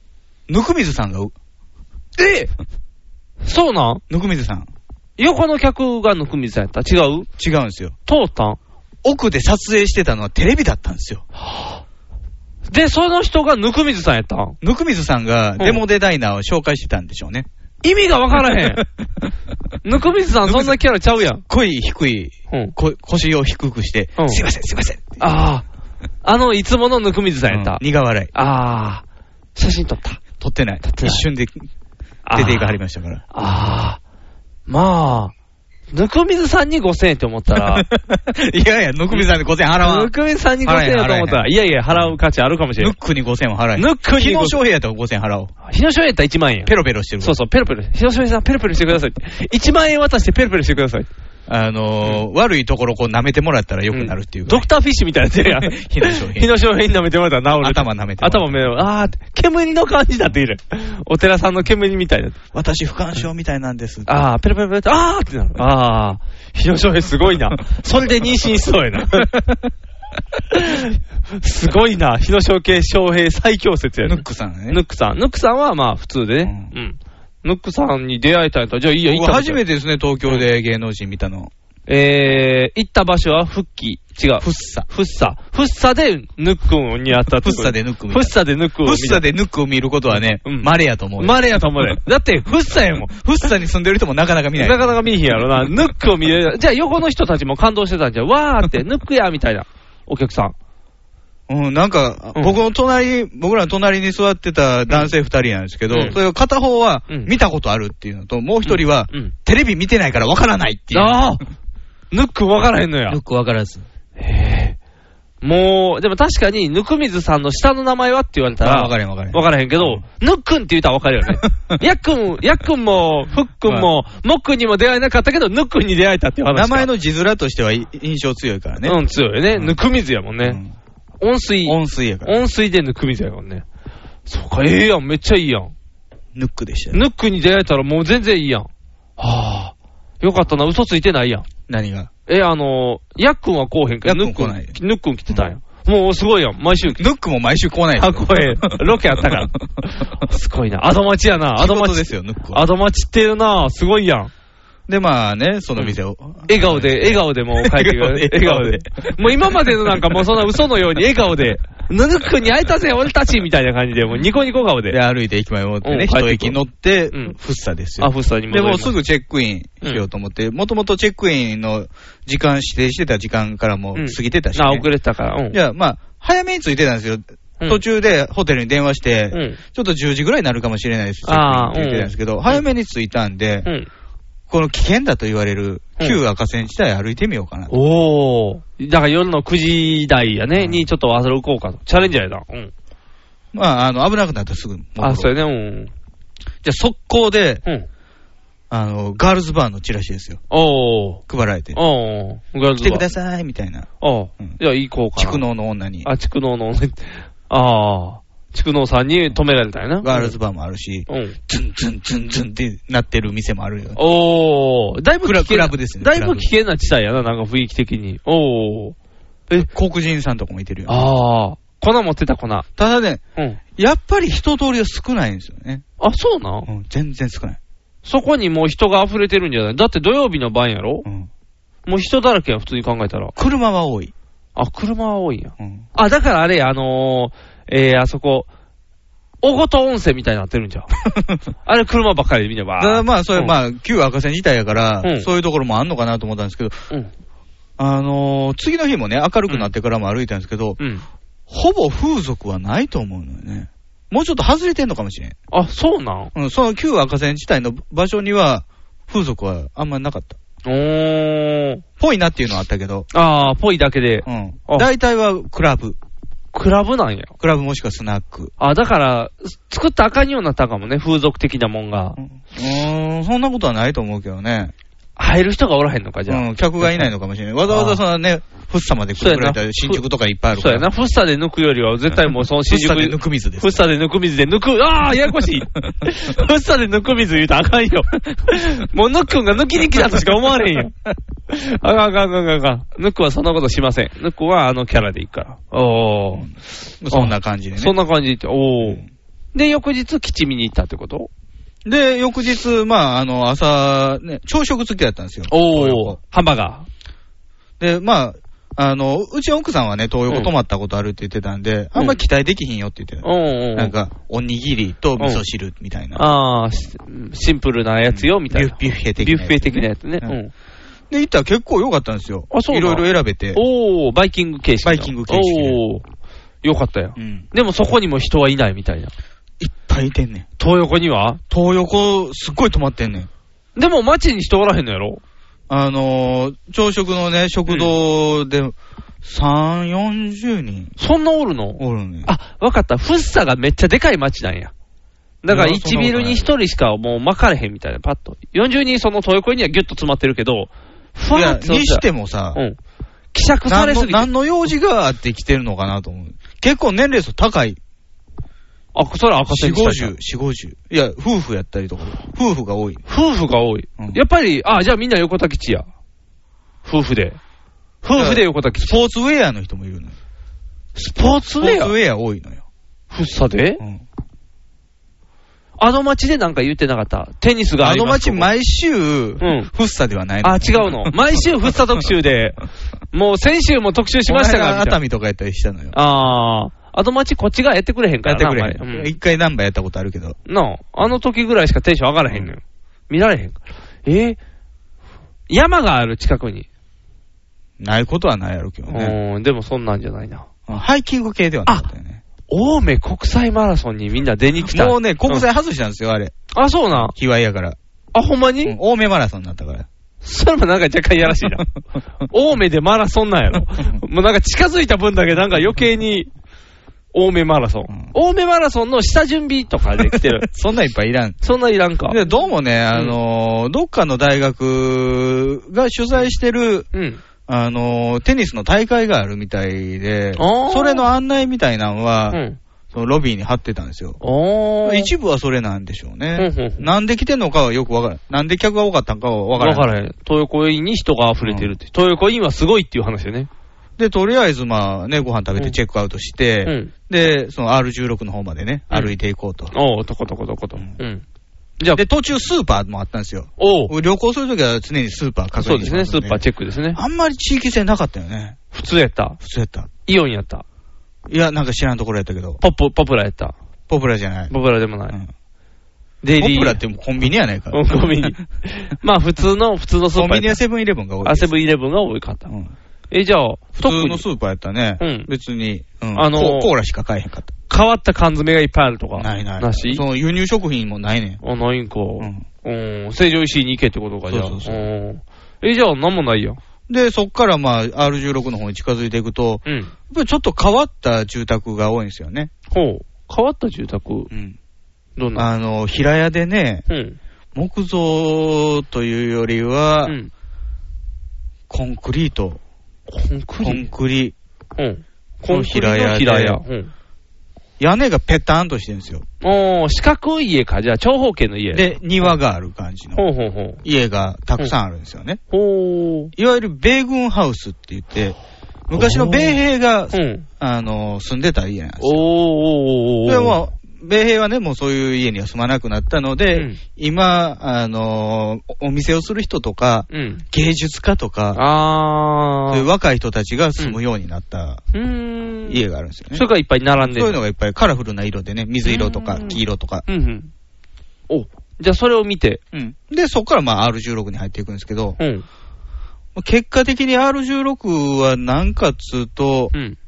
Speaker 2: ぬくみずさんがう、
Speaker 3: えそうなん
Speaker 2: ぬくみずさん、
Speaker 3: 横の客がぬくみさんやった違う
Speaker 2: 違うんですよ。
Speaker 3: 通ったん
Speaker 2: 奥で撮影してたのはテレビだったんですよ。
Speaker 3: で、その人がぬくみずさんやったん
Speaker 2: ぬくみずさんがデモデザイナーを紹介してたんでしょうね。
Speaker 3: 意味がわからへん。ぬくみずさんそんなキャラちゃうやん。
Speaker 2: *laughs* 声低い、
Speaker 3: うん。
Speaker 2: こ腰を低くして、
Speaker 3: うん
Speaker 2: すいません、すいませんって。
Speaker 3: ああ。あの、いつものぬくみずさんやった。
Speaker 2: うん苦笑い。
Speaker 3: ああ。写真撮った。
Speaker 2: 撮ってない。
Speaker 3: てない
Speaker 2: 一瞬で出ていかはりましたから。
Speaker 3: ああ。まあ。ぬくみずさんに5000円って思った
Speaker 2: *laughs*
Speaker 3: ら。
Speaker 2: いやいや、ぬくみさんで5000払わ
Speaker 3: ぬ
Speaker 2: ん。
Speaker 3: くみさんに5000円だと思ったら、いやいや、払う価値あるかもしれ
Speaker 2: ぬ
Speaker 3: な
Speaker 2: っ
Speaker 3: い。
Speaker 2: くに5000は払え。
Speaker 3: ぬっくに
Speaker 2: 日野翔平やったら5000払おう。
Speaker 3: 日野翔平やったら1万円やん
Speaker 2: ペ。ロペロしてる。
Speaker 3: そうそう、ペロペロ。日野翔平さん、ペロペロしてくださいって。1万円渡してペロペロしてください。
Speaker 2: あのー悪いところをこう舐めてもらったら良くなるっていうか
Speaker 3: ドクターフィッシュみたいなやつやん。 *laughs*
Speaker 2: 火の商品
Speaker 3: 火の商品舐めてもらったら治る。
Speaker 2: 頭舐めてもらう
Speaker 3: 頭舐める。あー、煙の感じだっている。お寺さんの煙みたいな。
Speaker 2: 私、不干渉みたいなんです。
Speaker 3: あー、ペラペラペラって、あーってなる。あー、火の商品すごいな。それで妊娠しそう *laughs* やな。すごいな。火の商品、商品最強説や
Speaker 2: ヌ
Speaker 3: な
Speaker 2: ックさんね。
Speaker 3: ヌックさん。ヌックさんはまあ普通でね。
Speaker 2: う
Speaker 3: うん。ヌックさんに出会えたんやったら、じゃあいいや、行っ
Speaker 2: 僕
Speaker 3: た
Speaker 2: 初め
Speaker 3: て。
Speaker 2: てですね、東京で芸能人見たの。
Speaker 3: えー、行った場所は復帰。違う。
Speaker 2: フッサ。
Speaker 3: フッサ。フッサでヌックンに会ったってこと
Speaker 2: フッサでヌックン
Speaker 3: フッサでヌッ
Speaker 2: フ
Speaker 3: クンを
Speaker 2: ッ
Speaker 3: 見た
Speaker 2: サでヌックを見ることはね、
Speaker 3: うん
Speaker 2: 稀やと思う。
Speaker 3: マレやと思うで。だって、フッサやもん。
Speaker 2: フッサに住んでる人もなかなか見な。
Speaker 3: ないかなか見えへんやろな。ヌックを見れる。じゃあ横の人たちも感動してたんじゃん。わーって、ヌックやみたいな。お客さん。
Speaker 2: うん、なんか、
Speaker 3: うん
Speaker 2: 僕の隣、僕らの隣に座ってた男性二人なんですけど、
Speaker 3: うん
Speaker 2: それが片方は
Speaker 3: うん
Speaker 2: 見たことあるっていうのと、もう一人は、
Speaker 3: うん。
Speaker 2: テレビ見てないからわからないっていう。
Speaker 3: ああヌック分からへんのや。
Speaker 2: くわからず。
Speaker 3: もう、でも確かに、ぬくみずさんの下の名前はって言われたら、
Speaker 2: あわからへんわからへん *laughs*
Speaker 3: わからへんけど、ぬっくんって言ったらわかるよね。やっくん、やっくんも、ふっくんも、もっくんにも出会えなかったけど、ぬっくんに出会えたっていう話か。
Speaker 2: 名前の字面としてはい印象強いからね。
Speaker 3: うん、強いよね。
Speaker 2: うん
Speaker 3: ぬくみずやもんね。温水
Speaker 2: うん。。温水やから。
Speaker 3: 温水でぬくみずやもんね。そうか、ええやん、めっちゃいいやん。
Speaker 2: ヌックでしたよ。
Speaker 3: ぬっくんに出会えたらもう全然いいやん。はあ、よかったな、嘘ついてないやん。
Speaker 2: 何が。
Speaker 3: え、あの、やっくんはこうへんけど、
Speaker 2: やっ
Speaker 3: ぬ
Speaker 2: く
Speaker 3: っ
Speaker 2: ん来
Speaker 3: くん
Speaker 2: ない、
Speaker 3: ぬっくん来てたんや。もうすごいやん、毎週来
Speaker 2: *laughs*
Speaker 3: て
Speaker 2: ヌックも毎週来ない
Speaker 3: あ、声、ロケあっ
Speaker 2: *laughs*
Speaker 3: たから。すごいな。アドマチやな。アド
Speaker 2: 仕
Speaker 3: マ
Speaker 2: 事
Speaker 3: チ
Speaker 2: で。すよ、ヌックは
Speaker 3: アドマチってるな。すごいやん。
Speaker 2: で、まあね、その店を。
Speaker 3: 笑顔で、笑顔でもう帰ってくる。笑
Speaker 2: 笑
Speaker 3: 顔
Speaker 2: 顔
Speaker 3: で
Speaker 2: で。
Speaker 3: もう今までのなんかもうそんな嘘のよう *laughs* に笑顔で、ぬぬくんに会えたぜ、俺たちみたいな感じで、もうニコニコ顔
Speaker 2: で、
Speaker 3: で。
Speaker 2: 歩いて駅前をって
Speaker 3: うん
Speaker 2: ね、
Speaker 3: 帰ってく
Speaker 2: 一
Speaker 3: る
Speaker 2: 駅乗って
Speaker 3: うん、
Speaker 2: 福生です
Speaker 3: ア
Speaker 2: よ。
Speaker 3: フさんにも。
Speaker 2: で、もうす。ぐチェックインしようと思って、もともとチェックインの時間指定してた時間からも
Speaker 3: うん
Speaker 2: 過ぎてたしね。
Speaker 3: あ、遅れてたから。うん
Speaker 2: い。や、まあ、早めに着いてたんですよ。
Speaker 3: うん
Speaker 2: 途中でホテルに電話し
Speaker 3: う
Speaker 2: て
Speaker 3: ん、
Speaker 2: ちょっと10時ぐらいになるかもしれないです。チェッ
Speaker 3: あー
Speaker 2: クインって言ってたんですけ
Speaker 3: うん
Speaker 2: ど、早めに着いたんで
Speaker 3: う、ん。
Speaker 2: この危険だと言われる旧赤線地帯歩いてみようかなと。
Speaker 3: おー。だから夜の9時台やね、にちょっと歩こうかと。チャレンジャーやな。うん。
Speaker 2: まあ、あの、危なくなったらすぐ戻ろう。
Speaker 3: あ、そうやね、うん。
Speaker 2: じゃあ速攻で、
Speaker 3: うん。
Speaker 2: あの、ガールズバーのチラシですよ。
Speaker 3: おー。
Speaker 2: 配られて。
Speaker 3: おー。来
Speaker 2: 来てください、みたいな。
Speaker 3: ああ
Speaker 2: うん、
Speaker 3: じゃあ行こうかな。
Speaker 2: 蓄能の女に。
Speaker 3: あ、畜能の、ああ、畜能さんに止められたんやな。
Speaker 2: ガールズバーもあるし、
Speaker 3: うん。
Speaker 2: ズンズンズンズンってなってる店もあるよ。
Speaker 3: おー、だいぶ
Speaker 2: クラ
Speaker 3: 危険
Speaker 2: クラブですね
Speaker 3: だい
Speaker 2: クラ
Speaker 3: ぶ
Speaker 2: ブ
Speaker 3: 危険な地帯やな、なんか雰囲気的に。おー。
Speaker 2: 黒人さんとかもいてるよ。
Speaker 3: ああ、粉持ってた粉。うん。あ、
Speaker 2: ただね、やっぱり人通りは少ないんですよね。
Speaker 3: そうなん、
Speaker 2: うん、全然少ない。
Speaker 3: そこにもう人が溢れてるんじゃないだって土曜日の晩やろ
Speaker 2: うん、
Speaker 3: もう人だらけや、普通に考えたら。
Speaker 2: 車は多い。
Speaker 3: あ、車は多いんや。 *laughs*
Speaker 2: うん、
Speaker 3: あ、だからあれや、あのー、えー、あそこ、おごと温泉みたいになってるんじゃん。あれ車ばっかりでみんなば
Speaker 2: た
Speaker 3: ー
Speaker 2: だまあ、それ、
Speaker 3: あ、
Speaker 2: まあ、旧赤線自体やから、
Speaker 3: うん
Speaker 2: そういうところもあんのかなと思ったんですけど、
Speaker 3: うん。
Speaker 2: あのー次の日もね、明るくなってからも歩いたんですけど、
Speaker 3: うん。
Speaker 2: ほぼ風俗はないと思うのよね。もうちょっと外れてんのかもしれん。
Speaker 3: あ、そうなん
Speaker 2: うん、その旧赤線地帯の場所には、風俗はあんまりなかった。
Speaker 3: おー。
Speaker 2: ぽいなっていうのはあったけど、
Speaker 3: ああ、ぽいだけで
Speaker 2: う。ん
Speaker 3: あ。
Speaker 2: 大体はクラブ。
Speaker 3: クラブなんや。
Speaker 2: クラブもしくはスナック。
Speaker 3: あだから、す作ったらあかんようになったんかもね、風俗的なもんが
Speaker 2: う。ん、そんなことはないと思うけどね。
Speaker 3: 入る人がおらへんのか、じゃあ。
Speaker 2: うん、客がいないのかもしれない。わざわざそのね、フッサまで来
Speaker 3: そ
Speaker 2: て
Speaker 3: うや
Speaker 2: く
Speaker 3: な
Speaker 2: れたら新宿とかいっぱいある
Speaker 3: そ
Speaker 2: か
Speaker 3: うや
Speaker 2: ら。
Speaker 3: な、フッサで抜くよりは、絶対もうその
Speaker 2: フ
Speaker 3: 新
Speaker 2: ッ
Speaker 3: 宿
Speaker 2: サで抜く水です
Speaker 3: フッ。サで抜く水で抜く、ああ、ややこし
Speaker 2: *laughs*
Speaker 3: い。フッサで抜く水言うたらあかんよ。もうヌックンが抜きに来たとしか思われへんよ。あかんあかんあかんあかん。ヌックンはそんなことしません。ヌックンはあのキャラでいくから。おー。
Speaker 2: そんな感じで
Speaker 3: そん
Speaker 2: ね。
Speaker 3: な感じで、おー。で、翌日、吉見に行ったってこと
Speaker 2: で、翌日、まあ、あの、朝、ね、朝食付きだったんですよ。東
Speaker 3: おー
Speaker 2: 横。
Speaker 3: ハンバーガ
Speaker 2: で、まあ、あの、うちの奥さんはね、東横泊まったことあるって言ってたんで、あんまり期待できひんよって言って
Speaker 3: ー。
Speaker 2: た。
Speaker 3: うんうん。
Speaker 2: なん、か、おにぎりと味噌汁みたいな。
Speaker 3: ああ、しシンプルなやつよ、みたいな。
Speaker 2: ビュッフェ的な
Speaker 3: ビ
Speaker 2: や
Speaker 3: ュ
Speaker 2: つ
Speaker 3: ッフェ的なやつね。
Speaker 2: う
Speaker 3: うんん。
Speaker 2: で、行ったら結構良かったんですよ。
Speaker 3: あそう
Speaker 2: い
Speaker 3: な
Speaker 2: ろ
Speaker 3: ん
Speaker 2: いろ選べて。
Speaker 3: おー、バイキング形式の。
Speaker 2: バイキング形式で
Speaker 3: おー、よかったよ
Speaker 2: う。ん。
Speaker 3: でもそこにも人はいないみたいな。
Speaker 2: いっぱいいてんねん。
Speaker 3: 東横には
Speaker 2: 東横、すっごい泊まってんねん。
Speaker 3: でも街に人おらへんのやろ
Speaker 2: あのー朝食のね、食堂で、3、40人
Speaker 3: そんなおるの
Speaker 2: おるねん。
Speaker 3: あ、わかった。フッサがめっちゃでかい街なんや。だから
Speaker 2: いやそんなこと
Speaker 3: 1
Speaker 2: ない
Speaker 3: ビルに1人しかもう巻かれへんみたいな、パッと。40人その東横にはギュッと詰まってるけど、ふわっと。
Speaker 2: にしてもさ、
Speaker 3: うん。希釈さ
Speaker 2: 何
Speaker 3: れ
Speaker 2: の
Speaker 3: すぎて。
Speaker 2: 何の用事があって来てるのかなと思う。結構年齢層高い。
Speaker 3: あ、それ赤
Speaker 2: 四
Speaker 3: 線来
Speaker 2: 五
Speaker 3: たじゃん
Speaker 2: 十、四五十。いや、夫婦やったりとか、夫婦が多い。
Speaker 3: 夫婦が多い。
Speaker 2: うん
Speaker 3: やっぱり、あ、じゃあみんな横田基地や。夫婦で。夫婦で横田基
Speaker 2: ス
Speaker 3: 地。
Speaker 2: ポーツウェアの人もいるのよ。
Speaker 3: スポーツ
Speaker 2: スポーツウェア多いのよ。
Speaker 3: ふっさで
Speaker 2: うん
Speaker 3: あの町でなんか言ってなかった。テニスがあ
Speaker 2: あ
Speaker 3: り
Speaker 2: の
Speaker 3: ます
Speaker 2: 街毎週、
Speaker 3: ん
Speaker 2: フッサではない
Speaker 3: あ、違
Speaker 2: *laughs*
Speaker 3: うの。毎週ふっさ特集で、もう先週も特集しました
Speaker 2: この
Speaker 3: が、
Speaker 2: 間
Speaker 3: み
Speaker 2: 熱
Speaker 3: た
Speaker 2: 海と
Speaker 3: いな
Speaker 2: かやったりしたのよ。
Speaker 3: あー。あの町こっちがやってくれへんか
Speaker 2: やっ
Speaker 3: ら
Speaker 2: て
Speaker 3: な
Speaker 2: くれ
Speaker 3: あんま
Speaker 2: へん。
Speaker 3: り
Speaker 2: 一回ナンバーやったことあるけど。
Speaker 3: うんなあ、あの時ぐらいしかテンション上がらへんのよ。見られへんから。えー山がある近くに。
Speaker 2: ないことはないやろうけどね。
Speaker 3: うん、でもそんなんじゃないな。
Speaker 2: ハイキング系ではなかったよね。
Speaker 3: 青梅国際マラソンにみんな出に来た。
Speaker 2: もうね、国際外したんですよ、あれ。
Speaker 3: うん。あ、そうなん。
Speaker 2: 卑猥やから。
Speaker 3: あ、ほんまに、
Speaker 2: うん青梅マラソンになったから。
Speaker 3: それもなんか若干いやらし
Speaker 2: *laughs*
Speaker 3: いな。青梅でマラソンなんやろ。もうなんか近づいた分だけなんか余計に、青梅マラソン。
Speaker 2: うん。
Speaker 3: 青梅マラソンの下準備とかで来てる
Speaker 2: *laughs* そんなんいっぱいいらん。
Speaker 3: *laughs* そんないらんか。
Speaker 2: で、どうもね、あのーどっかの大学が主催してる、
Speaker 3: うん。
Speaker 2: あのーテニスの大会があるみたいで
Speaker 3: あー、
Speaker 2: それの案内みたいなのは、
Speaker 3: うん。
Speaker 2: そのロビーに貼ってたんですよ。
Speaker 3: おー。
Speaker 2: 一部はそれなんでしょうね。
Speaker 3: うんうんうん
Speaker 2: なんで来てんのかはよくわからん。なんで客が多かったんかはわ
Speaker 3: わ
Speaker 2: か
Speaker 3: からら
Speaker 2: ん。
Speaker 3: へん。東横インに人が溢れてるって。東横インはすごいっていう話よね。
Speaker 2: で、とりあえずまあね、ご飯食べてチェックアウトして、
Speaker 3: うん。
Speaker 2: で、その R16 の方までね、
Speaker 3: うん
Speaker 2: 歩いていこうと。
Speaker 3: おー、とことことこと。うん。じゃあ
Speaker 2: で、、途中スーパーもあったんですよ。
Speaker 3: おー。
Speaker 2: 旅行するときは常にスーパー確
Speaker 3: そう
Speaker 2: 認
Speaker 3: で
Speaker 2: し
Speaker 3: す
Speaker 2: ま
Speaker 3: ね、
Speaker 2: す
Speaker 3: ス
Speaker 2: んで
Speaker 3: ーパーチェックですね。
Speaker 2: あんまり地域性なかったよね。
Speaker 3: 普通やった。
Speaker 2: 普通やった。
Speaker 3: イオンやった。
Speaker 2: いや、なんか知らんところやったけど。
Speaker 3: ポップ、ポプラやった。
Speaker 2: ポプラじゃない。
Speaker 3: ポプラでもない。
Speaker 2: うん
Speaker 3: デイ
Speaker 2: ポ
Speaker 3: リー。
Speaker 2: プラってもうコンビニやないか
Speaker 3: う
Speaker 2: ら。
Speaker 3: んコンビニ。まあ普通の、普通のスーパ
Speaker 2: *laughs* コ
Speaker 3: ーやっ
Speaker 2: ン
Speaker 3: た。
Speaker 2: ビニはセブンイレブンが多い
Speaker 3: あ、
Speaker 2: です。
Speaker 3: セブンイレブンが多かった。
Speaker 2: うん
Speaker 3: え、じゃあ、
Speaker 2: 普
Speaker 3: 特
Speaker 2: 通の
Speaker 3: に
Speaker 2: スーパーやったね。
Speaker 3: うん
Speaker 2: 別に、うん
Speaker 3: あのー
Speaker 2: ココーラしか買えへんかった。
Speaker 3: 変わった缶詰がいっぱいあるとか。
Speaker 2: ないない。
Speaker 3: なし
Speaker 2: その輸入食品もないねん。
Speaker 3: あ、ないんか。
Speaker 2: う
Speaker 3: うんん。成城石井に行けってことか、じゃあ。
Speaker 2: そうそうそうん
Speaker 3: え、じゃあ、なんもないやん。
Speaker 2: で、そっからまあ R16 の方に近づいていくと、
Speaker 3: うん。
Speaker 2: やっぱりちょっと変わった住宅が多いんですよね。
Speaker 3: ほう。変わった住宅
Speaker 2: うん。
Speaker 3: どんな
Speaker 2: あの、平屋でね、
Speaker 3: うん。
Speaker 2: 木造というよりは、
Speaker 3: うん。
Speaker 2: コンクリート、
Speaker 3: コンク
Speaker 2: コ
Speaker 3: リ
Speaker 2: ンクリ、
Speaker 3: うん。
Speaker 2: コン
Speaker 3: コン
Speaker 2: ク
Speaker 3: ク
Speaker 2: リ
Speaker 3: リ
Speaker 2: の
Speaker 3: の
Speaker 2: 平
Speaker 3: 平
Speaker 2: 屋
Speaker 3: 屋。うん。
Speaker 2: 屋根がペタンとしてるんですよ。
Speaker 3: おー、四角い家か。じゃあ、長方形の家。、
Speaker 2: で、庭がある感じ
Speaker 3: ほ
Speaker 2: の
Speaker 3: うほうほう。
Speaker 2: 家がたくさんあるんですよね。
Speaker 3: ほう。
Speaker 2: いわゆる米軍ハウスって言って、昔の米兵が
Speaker 3: う、ん。
Speaker 2: あの、住んでた家なんですよ。
Speaker 3: おーおーおーおー。
Speaker 2: でも、米兵はね、もうそういう家には住まなくなったので、
Speaker 3: うん
Speaker 2: 今、あの、おお店をする人とか、
Speaker 3: うん。
Speaker 2: 芸術家とか、
Speaker 3: あ
Speaker 2: そ
Speaker 3: ー。
Speaker 2: ういう若い人たちが住むようになった
Speaker 3: うーん。
Speaker 2: 家があるんですよね。
Speaker 3: それがいっぱい並んで
Speaker 2: そういう
Speaker 3: る。
Speaker 2: のがいっぱいカラフルな色でね、水色とか
Speaker 3: うん
Speaker 2: 黄色とか。
Speaker 3: うんうん。お、じゃあそれを見て。
Speaker 2: うんで、そこからまあ R16 に入っていくんですけど、
Speaker 3: うん。
Speaker 2: 結果的に R16 はなんかっつうと、
Speaker 3: うん。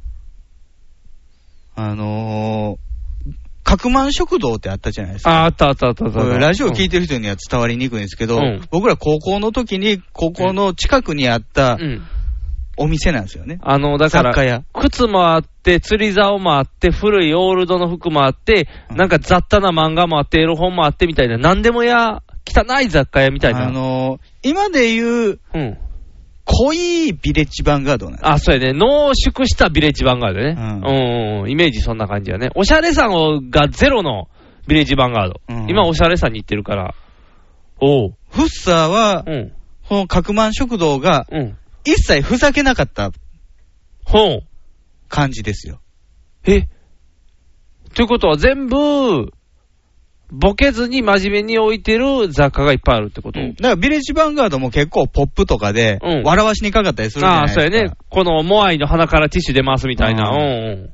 Speaker 2: あのー、角満食堂ってあったじゃないですか。
Speaker 3: あ、あったあったあったあっ
Speaker 2: こ
Speaker 3: た。
Speaker 2: れラジオ聞い
Speaker 3: て。
Speaker 2: てる人には伝わりにくいんですけど、
Speaker 3: うん
Speaker 2: 僕ら高校の時に、高校の近くにあった
Speaker 3: うん。
Speaker 2: お店なんですよね。
Speaker 3: あの、だか
Speaker 2: 雑貨
Speaker 3: ら、
Speaker 2: 屋。
Speaker 3: 靴もあって、釣り竿もあって、古いオールドの服もあって、
Speaker 2: うん
Speaker 3: なんか雑多な漫画もあって、エロ本もあってみたいな、なんでもや、汚い雑貨屋みたいな。
Speaker 2: あのー、今で言う、
Speaker 3: うん。
Speaker 2: 濃いビレッジヴァンガードなんです
Speaker 3: あ、そうやね。濃縮したビレッジヴァンガードね。
Speaker 2: う
Speaker 3: うんん。うんうんイメージそんな感じやね。おしゃれさんがゼロのビレッジヴァンガード。
Speaker 2: うん
Speaker 3: 今おしゃれさんに行ってるから。おう。
Speaker 2: フッサーは
Speaker 3: う、ん。
Speaker 2: この角満食堂が
Speaker 3: うん。
Speaker 2: 一切ふざけなかった
Speaker 3: ほう。
Speaker 2: 感じですよ。
Speaker 3: えということは全部、ボケずに真面目に置いてる雑貨がいっぱいあるってこと、
Speaker 2: だからビレッジヴァンガードも結構ポップとかで
Speaker 3: う、ん
Speaker 2: 笑わしにかかったりするじゃ
Speaker 3: あ
Speaker 2: ない
Speaker 3: あ、
Speaker 2: です
Speaker 3: そ
Speaker 2: か。
Speaker 3: うやね。このモアイの鼻からティッシュ出ますみたいな。
Speaker 2: あ
Speaker 3: う
Speaker 2: ー
Speaker 3: んうん。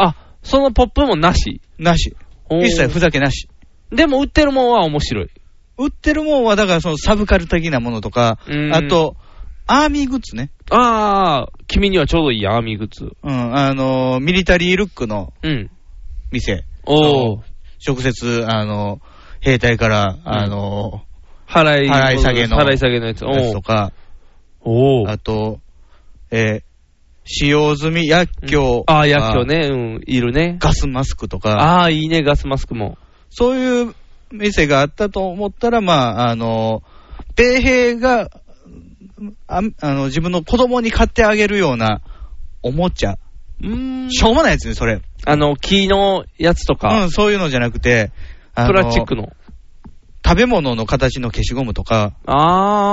Speaker 3: あ、そのポップもなし。
Speaker 2: なし。
Speaker 3: おー
Speaker 2: 一切ふざけなし。
Speaker 3: でも売ってるもんは面白い。
Speaker 2: 売ってるもんは、だからそのサブカル的なものとか
Speaker 3: う、ん
Speaker 2: あと、アーミーグッズね。
Speaker 3: ああ、君にはちょうどいいや、アーミーグッズ。
Speaker 2: うん、あのー、ミリタリールックの
Speaker 3: うん。
Speaker 2: 店。
Speaker 3: おお。
Speaker 2: 直接、あのー、兵隊から、あの
Speaker 3: 払い、
Speaker 2: 払い下げの
Speaker 3: 払い下げのやつ。
Speaker 2: ー、やつとか、
Speaker 3: おうおう。
Speaker 2: あと、えー使用済み薬莢。
Speaker 3: ああ、薬莢。ね。うん、いるね。
Speaker 2: ガスマスクとか、
Speaker 3: ああ、いいね、ガスマスクも。
Speaker 2: そういう店があったと思ったら、まあ、あの、米兵が、ああの自分の子供に買ってあげるようなおもちゃ。
Speaker 3: うーん
Speaker 2: しょうもないやつね、それ。
Speaker 3: あの、木のやつと
Speaker 2: う
Speaker 3: か
Speaker 2: ん、、そういうのじゃなくて、あの
Speaker 3: プラスチックの。
Speaker 2: 食べ物の形の消しゴムとか、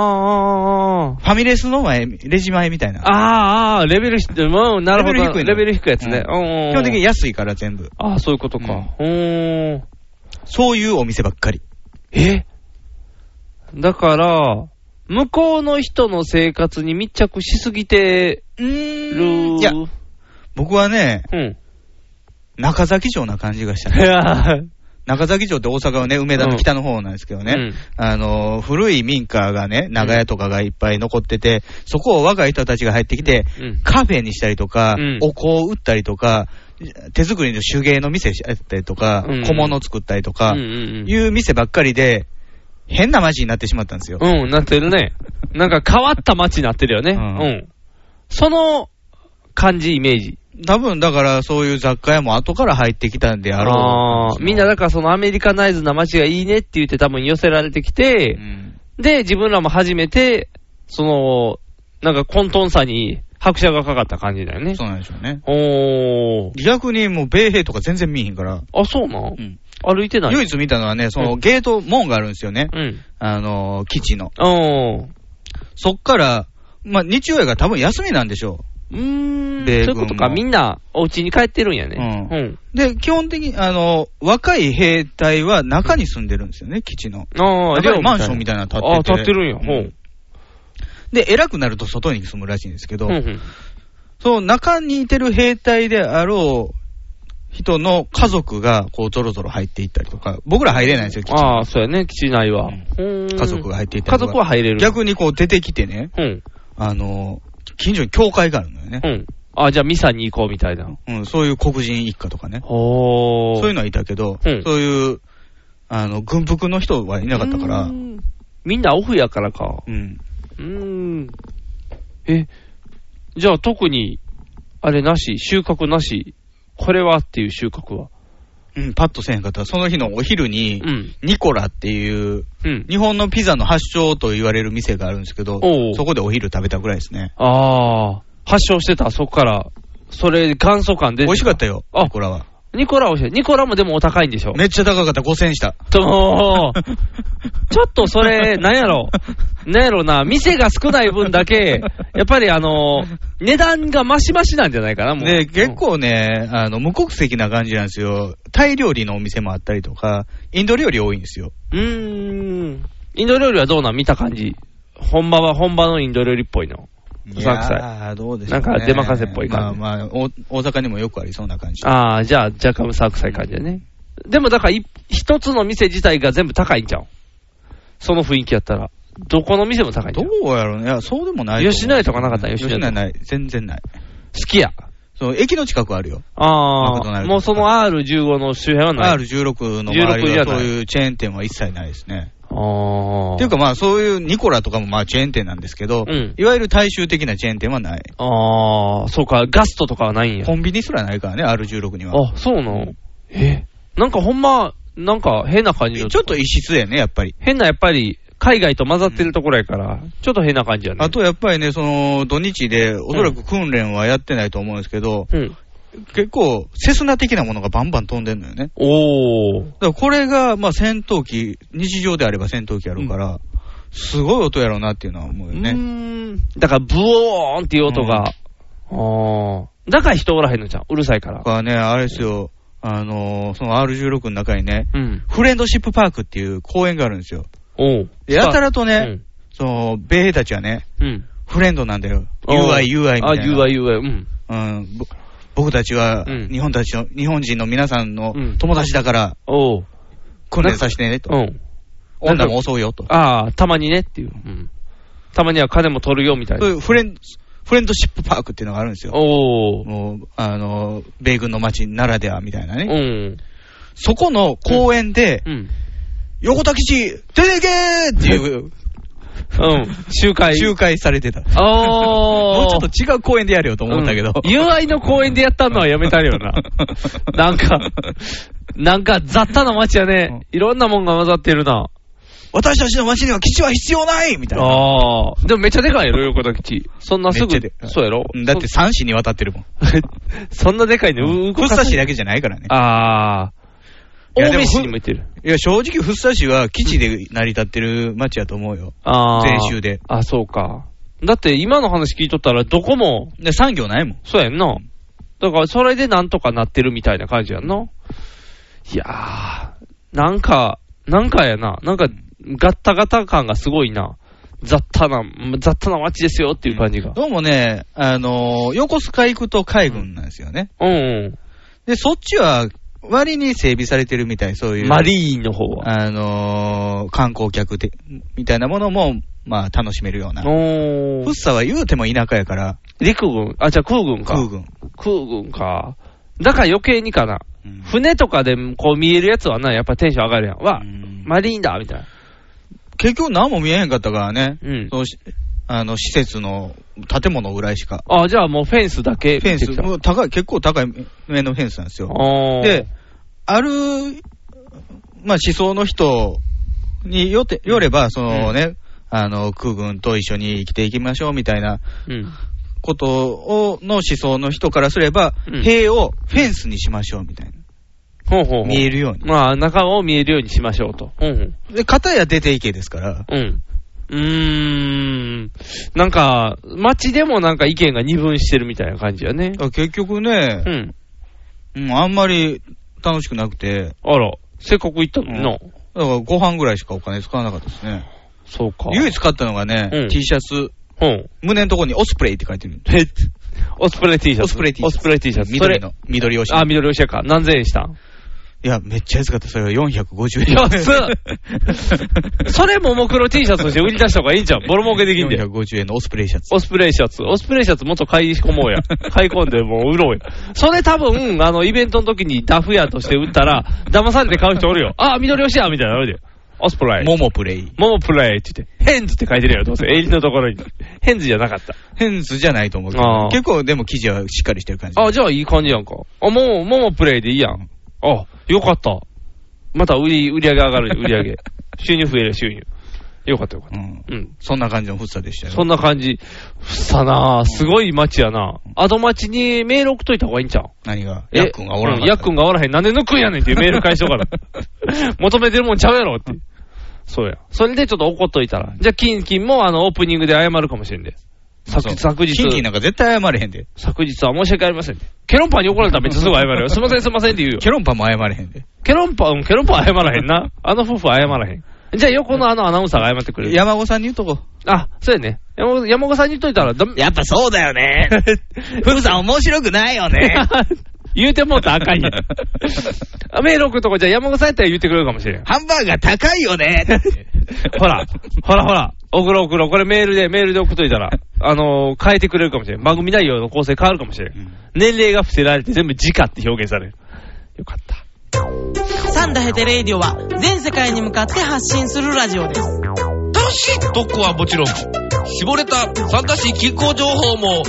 Speaker 3: あー。
Speaker 2: ファミレスの前、レジ前みたいな。
Speaker 3: あーあー、レベル低い。うん、なるほど。
Speaker 2: レベル低いの
Speaker 3: レベル低いやつね。
Speaker 2: うん
Speaker 3: うん
Speaker 2: 基本的に。安いから全部。
Speaker 3: ああ、そういうことか。うーん。
Speaker 2: そういうお店ばっかり。
Speaker 3: えだから、向こうの人の生活に密着しすぎて
Speaker 2: う
Speaker 3: る。
Speaker 2: ーいや、僕はね、
Speaker 3: *laughs* うん。
Speaker 2: 中崎城な感じがした
Speaker 3: い
Speaker 2: ね。
Speaker 3: や
Speaker 2: 中崎城って大阪のね、梅田の北の方なんですけどね、
Speaker 3: うん
Speaker 2: あのー、古い民家がね、長屋とかがいっぱい残ってて、そこを若い人たちが入ってきて、
Speaker 3: うん
Speaker 2: カフェにしたりとか、
Speaker 3: うん
Speaker 2: お香を売ったりとか、手作りの手芸の店やったりとか、
Speaker 3: うん
Speaker 2: 小物作ったりとか、
Speaker 3: うんうんうん
Speaker 2: いう店ばっかりで、変な街になってしまったんですよ。
Speaker 3: うん、なってるね。なんか変わった街になってるよね。う
Speaker 2: うんん。
Speaker 3: その感じ、イメージ。
Speaker 2: 多分だからそういう雑貨屋も後から入ってきたんであ
Speaker 3: あ
Speaker 2: ろ
Speaker 3: ー
Speaker 2: う。
Speaker 3: みんなだからそのアメリカナイズな街がいいねって言って多分寄せられてきて、
Speaker 2: うん
Speaker 3: で、自分らも初めて、その、なんか混沌さに拍車がかかった感じだよね。
Speaker 2: そうなんでしょうね。
Speaker 3: おー。
Speaker 2: 逆にもう米兵とか全然見えへんから、
Speaker 3: あ、そうなん、
Speaker 2: うん
Speaker 3: 歩いてない
Speaker 2: 唯一見たのはね、そのゲート、門があるんですよね。
Speaker 3: うん。
Speaker 2: あのー、基地の。
Speaker 3: おー。
Speaker 2: そっから、まあ、日曜日が多分休みなんでしょ
Speaker 3: うーん。そう
Speaker 2: 米軍も
Speaker 3: いうことか。みんな、お家に帰ってるんやね。。
Speaker 2: うんう。で、基本的に、あのー、若い兵隊は中に住んでるんですよね、基地の。
Speaker 3: ああ、
Speaker 2: やっぱり
Speaker 3: 寮
Speaker 2: マンションみたいなの建ってて
Speaker 3: ああ、建ってるんや。ほう。
Speaker 2: で、偉くなると外に住むらしいんですけど、
Speaker 3: うんうん
Speaker 2: その中にいてる兵隊であろう人の家族が、こう、ぞろぞろ入っていったりとか、僕ら入れないんですよ、基地
Speaker 3: ああ、そうやね、基地内は
Speaker 2: うん。
Speaker 3: 家
Speaker 2: 家族が入っていた
Speaker 3: 家
Speaker 2: りとか
Speaker 3: 族は入れる。
Speaker 2: 逆にこう出てきてね、
Speaker 3: うん。
Speaker 2: あのー、近所に教会があるのよね
Speaker 3: う。ん。ああ、じゃあミサに行こうみたいな。
Speaker 2: うん、そういう黒人一家とかね。
Speaker 3: おー。
Speaker 2: そういうのはいたけど、
Speaker 3: うん
Speaker 2: そういう、あの、軍服の人はいなかったから、
Speaker 3: う
Speaker 2: うん
Speaker 3: ん。みんなオフやからか。うーん。え、じゃあ特に、あれなし、収穫なし、これはっていう収穫は。
Speaker 2: うんパッとせえへんかったら、その日のお昼
Speaker 3: う
Speaker 2: に、
Speaker 3: ん。
Speaker 2: ニコラっていう、
Speaker 3: うん。
Speaker 2: 日本のピザの発祥と言われる店があるんですけど
Speaker 3: おう、
Speaker 2: そこでお昼食べたぐらいですね。
Speaker 3: ああ、発症してた、そっから。それ、元祖感出て
Speaker 2: 美味しかったよ、
Speaker 3: あ
Speaker 2: ニコラは。
Speaker 3: ニコラ美味しい。ニコラもでもお高いんでしょ。
Speaker 2: めっちゃ高かった、5000円した。*laughs*
Speaker 3: と、もうちょっとそれ、なんやろ。なんやろな、店が少ない分だけ、やっぱりあの、値段がマシマシなんじゃないかな、もう。
Speaker 2: で、結構ね、あの、無国籍な感じなんですよ。タイ料理のお店もあったりとか、インド料理多いんですよ。
Speaker 3: うん。うーん。インド料理はどうなん見た感じ。本場は本場のインド料理っぽいの。うさんくさい
Speaker 2: ああ、どうでしょう、ね。
Speaker 3: なんか出任せっぽい感じ
Speaker 2: まあまあ、お大阪にもよくありそうな感じ。
Speaker 3: ああ、じゃあ、若干うさんくさい感じだね。でもだからい、一つの店自体が全部高いんちゃうその雰囲気やったら。どこの店も高いんち
Speaker 2: ど
Speaker 3: ゃう
Speaker 2: うやろうね。いや、そうでもない思う
Speaker 3: 吉野家とかなかった吉
Speaker 2: 吉
Speaker 3: 野
Speaker 2: 野
Speaker 3: 家とか
Speaker 2: 家ない。全然ない。
Speaker 3: 好きや。
Speaker 2: そう、駅の近くはあるよ。マクドナ
Speaker 3: ああ、
Speaker 2: ルド
Speaker 3: もうその R15 の周辺はない。
Speaker 2: R16 の周り
Speaker 3: 16じゃ
Speaker 2: は
Speaker 3: ない
Speaker 2: そういうチェーン店は一切ないですね。
Speaker 3: ああ。
Speaker 2: っていうかまあ、そういうニコラとかもまあチェーン店なんですけど、
Speaker 3: うん
Speaker 2: いわゆる大衆的なチェーン店はない。
Speaker 3: ああ、そうか、ガストとかはないんや。
Speaker 2: コンビニすらないからね、R16 には。
Speaker 3: あ、そうなのえ、なんかほんま、なんか変な感じの。
Speaker 2: ちょっと異質やね、やっぱり。
Speaker 3: 変な、やっぱり、海外と混ざってるところやから、ちょっと変な感じやね。
Speaker 2: あ、とやっぱりね、その土日で、おそらく訓練はやってないと思うんですけど、
Speaker 3: うん。
Speaker 2: 結構、セスナ的なものがバンバン飛んでんのよね。
Speaker 3: おー。
Speaker 2: だからこれが、まあ、戦闘機、日常であれば戦闘機やるから、すごい音やろうなっていうのは思うよ
Speaker 3: うー
Speaker 2: ね。
Speaker 3: ん。だから、ブオーンっていう音が。ああ。だから人おらへんのじゃん。うるさいから
Speaker 2: だ。からね、あれですよ、あのーその R16 の中にね、
Speaker 3: うん。
Speaker 2: フレンドシップパークっていう公園があるんですよ。
Speaker 3: おう。
Speaker 2: でやたらと
Speaker 3: う
Speaker 2: ね、
Speaker 3: ん。
Speaker 2: その、米兵たちはね、
Speaker 3: うん。
Speaker 2: フレンドなんだよ。
Speaker 3: おう
Speaker 2: UI、UI みたいな。
Speaker 3: あ、UI、UI。うん。
Speaker 2: うん。ぼ僕たちは
Speaker 3: うん、
Speaker 2: 日本たちの、日本人の皆さんの
Speaker 3: うん
Speaker 2: 友達だから、
Speaker 3: おう。
Speaker 2: 訓練させてね、
Speaker 3: う
Speaker 2: と。
Speaker 3: ん。
Speaker 2: 女も襲うよ、と。
Speaker 3: ああ、たまにねっていう。うん。たまには金も取るよみたい
Speaker 2: そうい
Speaker 3: な。
Speaker 2: うフレン、フレンドシップパークっていうのがあるんですよ。
Speaker 3: おー。
Speaker 2: もう、あの、米軍の街ならではみたいな
Speaker 3: う
Speaker 2: ね。
Speaker 3: ん。
Speaker 2: そこの公園で、
Speaker 3: うん。
Speaker 2: 横田基地、出ていけーっていう
Speaker 3: うん。集会。
Speaker 2: 集会されてた。
Speaker 3: おー。
Speaker 2: もうちょっと違う公園でやるよと思ったけど。
Speaker 3: うん UI の公園でやったのはやめたれよ *laughs* な。なんか、なんか雑多な街やね。いろんなもんが混ざってるな。
Speaker 2: 私たちの町には基地は必要ないみたいな。
Speaker 3: ああ。でもめっちゃでかいやろ、横田基地。そんなす
Speaker 2: め
Speaker 3: ぐ
Speaker 2: っちゃでか、い
Speaker 3: そうやろ
Speaker 2: うんだって3市にわたってるもん。
Speaker 3: そそんな *laughs* でかいの、う、
Speaker 2: 福
Speaker 3: 動か
Speaker 2: 生
Speaker 3: せ
Speaker 2: 市だけじゃないからね。
Speaker 3: ああ。
Speaker 2: いや
Speaker 3: 青
Speaker 2: でも
Speaker 3: 梅市にもいてる。
Speaker 2: いや、正直、福生市は基地で成り立ってる町やと思うよ。
Speaker 3: ああ。
Speaker 2: 全州で。
Speaker 3: あ、そうか。だって今の話聞いとったら、どこも、
Speaker 2: で、産業ないもん。
Speaker 3: そうやんな。だから、それでなんとかなってるみたいな感じやんな。いやー、なんか、なんかやな。なんか、ガッタガタ感がすごいな。雑多な、雑多な街ですよっていう感じが。
Speaker 2: どうもね、あのー横須賀行くと海軍なんですよね。
Speaker 3: うん、う
Speaker 2: で、そっちは、割に整備されてるみたい、そうい
Speaker 3: ん。
Speaker 2: う。
Speaker 3: マリーンの方は。
Speaker 2: あのー観光客で、みたいなものも、まあ、楽しめるような。
Speaker 3: お
Speaker 2: 福
Speaker 3: ー。
Speaker 2: 生は言うても田舎やから、
Speaker 3: 陸軍あ、じゃあ空軍か。
Speaker 2: 空軍。
Speaker 3: 空軍か。だから余計にかな。
Speaker 2: うん
Speaker 3: 船とかでこう見えるやつはな、やっぱテンション上がるやん。わ、
Speaker 2: うん
Speaker 3: マリーンだみたいな。
Speaker 2: 結局何も見えへんかったからね。
Speaker 3: うん
Speaker 2: そのしあの、施設の建物ぐらいしか。
Speaker 3: あ、じゃあもうフェンスだけ見
Speaker 2: フェン
Speaker 3: て
Speaker 2: ス
Speaker 3: き、た。
Speaker 2: もう高い、結構高い目のフェンスなんですよ。
Speaker 3: あー
Speaker 2: で、、ある、まあ、思想の人によって、よれば、そのね、あの、空軍と一緒に生きていきましょうみたいな
Speaker 3: うん。
Speaker 2: ことを、の思想の人からすれば、
Speaker 3: うん
Speaker 2: 塀をフェンスにしましょうみたいな。
Speaker 3: ほうほうほう。
Speaker 2: 見えるように。
Speaker 3: まあ、中を見えるようにしましょうと。うん
Speaker 2: で、片や出ていけですから、
Speaker 3: うん。うん。うーん。なんか、街でもなんか意見が二分してるみたいな感じやね。
Speaker 2: 結局ね
Speaker 3: う、ん。
Speaker 2: うん、あんまり楽しくなくて、
Speaker 3: あら、せっかく行ったのにな。
Speaker 2: だからご飯ぐらいしかお金使わなかったですね。
Speaker 3: そうか。
Speaker 2: 唯一買ったのがね、
Speaker 3: うん
Speaker 2: T シャツ、
Speaker 3: うん。
Speaker 2: 胸のところにオスプレイって書いてる。
Speaker 3: えオスプレイ T シャツ。
Speaker 2: オスプレイ T シャツ
Speaker 3: オスプレイ T シャツ。
Speaker 2: 緑の
Speaker 3: それ
Speaker 2: 緑押し
Speaker 3: あ、緑押しやか。何千円したん
Speaker 2: いや、めっちゃ安かった。それは450円。
Speaker 3: 安
Speaker 2: *laughs*
Speaker 3: っそれももクロ T シャツとして売り出した方がいいんじゃん。ボロ儲けできんで。
Speaker 2: 450円のオスプレイシャツ。
Speaker 3: オスプレイシャツ。オスプレイシャツもっと買い込もうや。
Speaker 2: *laughs*
Speaker 3: 買い込んでもう売ろうや。それ多分、あの、イベントの時にダフ屋として売ったら、騙されて買う人おるよ。あ、緑押しやみたいなのあるで。オスプレイ。
Speaker 2: モモプレイ。
Speaker 3: モモプレイって言って、ヘンズって書いてるよ、どうせ。襟のところに。ヘンズじゃなかった。
Speaker 2: ヘンズじゃないと思うけ
Speaker 3: あ
Speaker 2: ど
Speaker 3: ー。
Speaker 2: 結構でも生地はしっかりしてる感じ。
Speaker 3: あ、じゃあいい感じやんか。あ、もう、ももプレイでいいやん。あ、よかった。また売り、売り上げ上がる、売り *laughs* 上げ。収入増える、収入。よかったよかっ
Speaker 2: うん。
Speaker 3: た。うん。
Speaker 2: そんな感じのフッサでしたよ。
Speaker 3: そんな感じ。ふさなあすごい街やな。アド街にメール送っといた方がいいんちゃう
Speaker 2: 何が
Speaker 3: え
Speaker 2: ヤックンがおらん
Speaker 3: う
Speaker 2: かっ
Speaker 3: ん
Speaker 2: た。
Speaker 3: ヤックンがおらへん。なんで抜くんやねん *laughs* っていうメール返しとかな。求めてるもんちゃうやろって。そうや。それでちょっと怒っといたら。じゃあ、キンキンもあの、オープニングで謝るかもしれんで。昨
Speaker 2: そう
Speaker 3: 昨日。
Speaker 2: キンキンなんか絶対謝れへんで。
Speaker 3: 昨日は申し訳ありませんって。ケロンパンに怒られたらめっちゃすぐ謝るよ。すいませんすいませんって言うよ。
Speaker 2: ケロンパも謝れへんで。
Speaker 3: ケロンパン、うんケロンパン謝らへんな。あの夫婦は謝らへん。じゃあ横のあのアナウンサーが謝ってくれる。
Speaker 2: 山子さんに言うとこ。
Speaker 3: あ、そうやね。山山岡さんに言っといたら、だめ
Speaker 7: やっぱそうだよ
Speaker 2: *laughs*
Speaker 7: ね。ふぐさん面白くないよね。
Speaker 3: *laughs* 言うてもうたらあか *laughs* んやん。あメール送るとこじゃあ山岡さんやったら言ってくれるかもしれん。
Speaker 7: ハンバーガー高いよね。
Speaker 3: ほら、ほらほら、送ろう送ろう。これメールで、メールで送っといたら、あのー変えてくれるかもしれん。番組内容の構成変わるかもしれん。年齢が伏せられて全部時価って表現される。よかった。
Speaker 9: サンダヘテレイディオは全世界に向かって発信するラジオです。
Speaker 7: 楽しい特攻はもちろん、絞れた参加し気候情報も、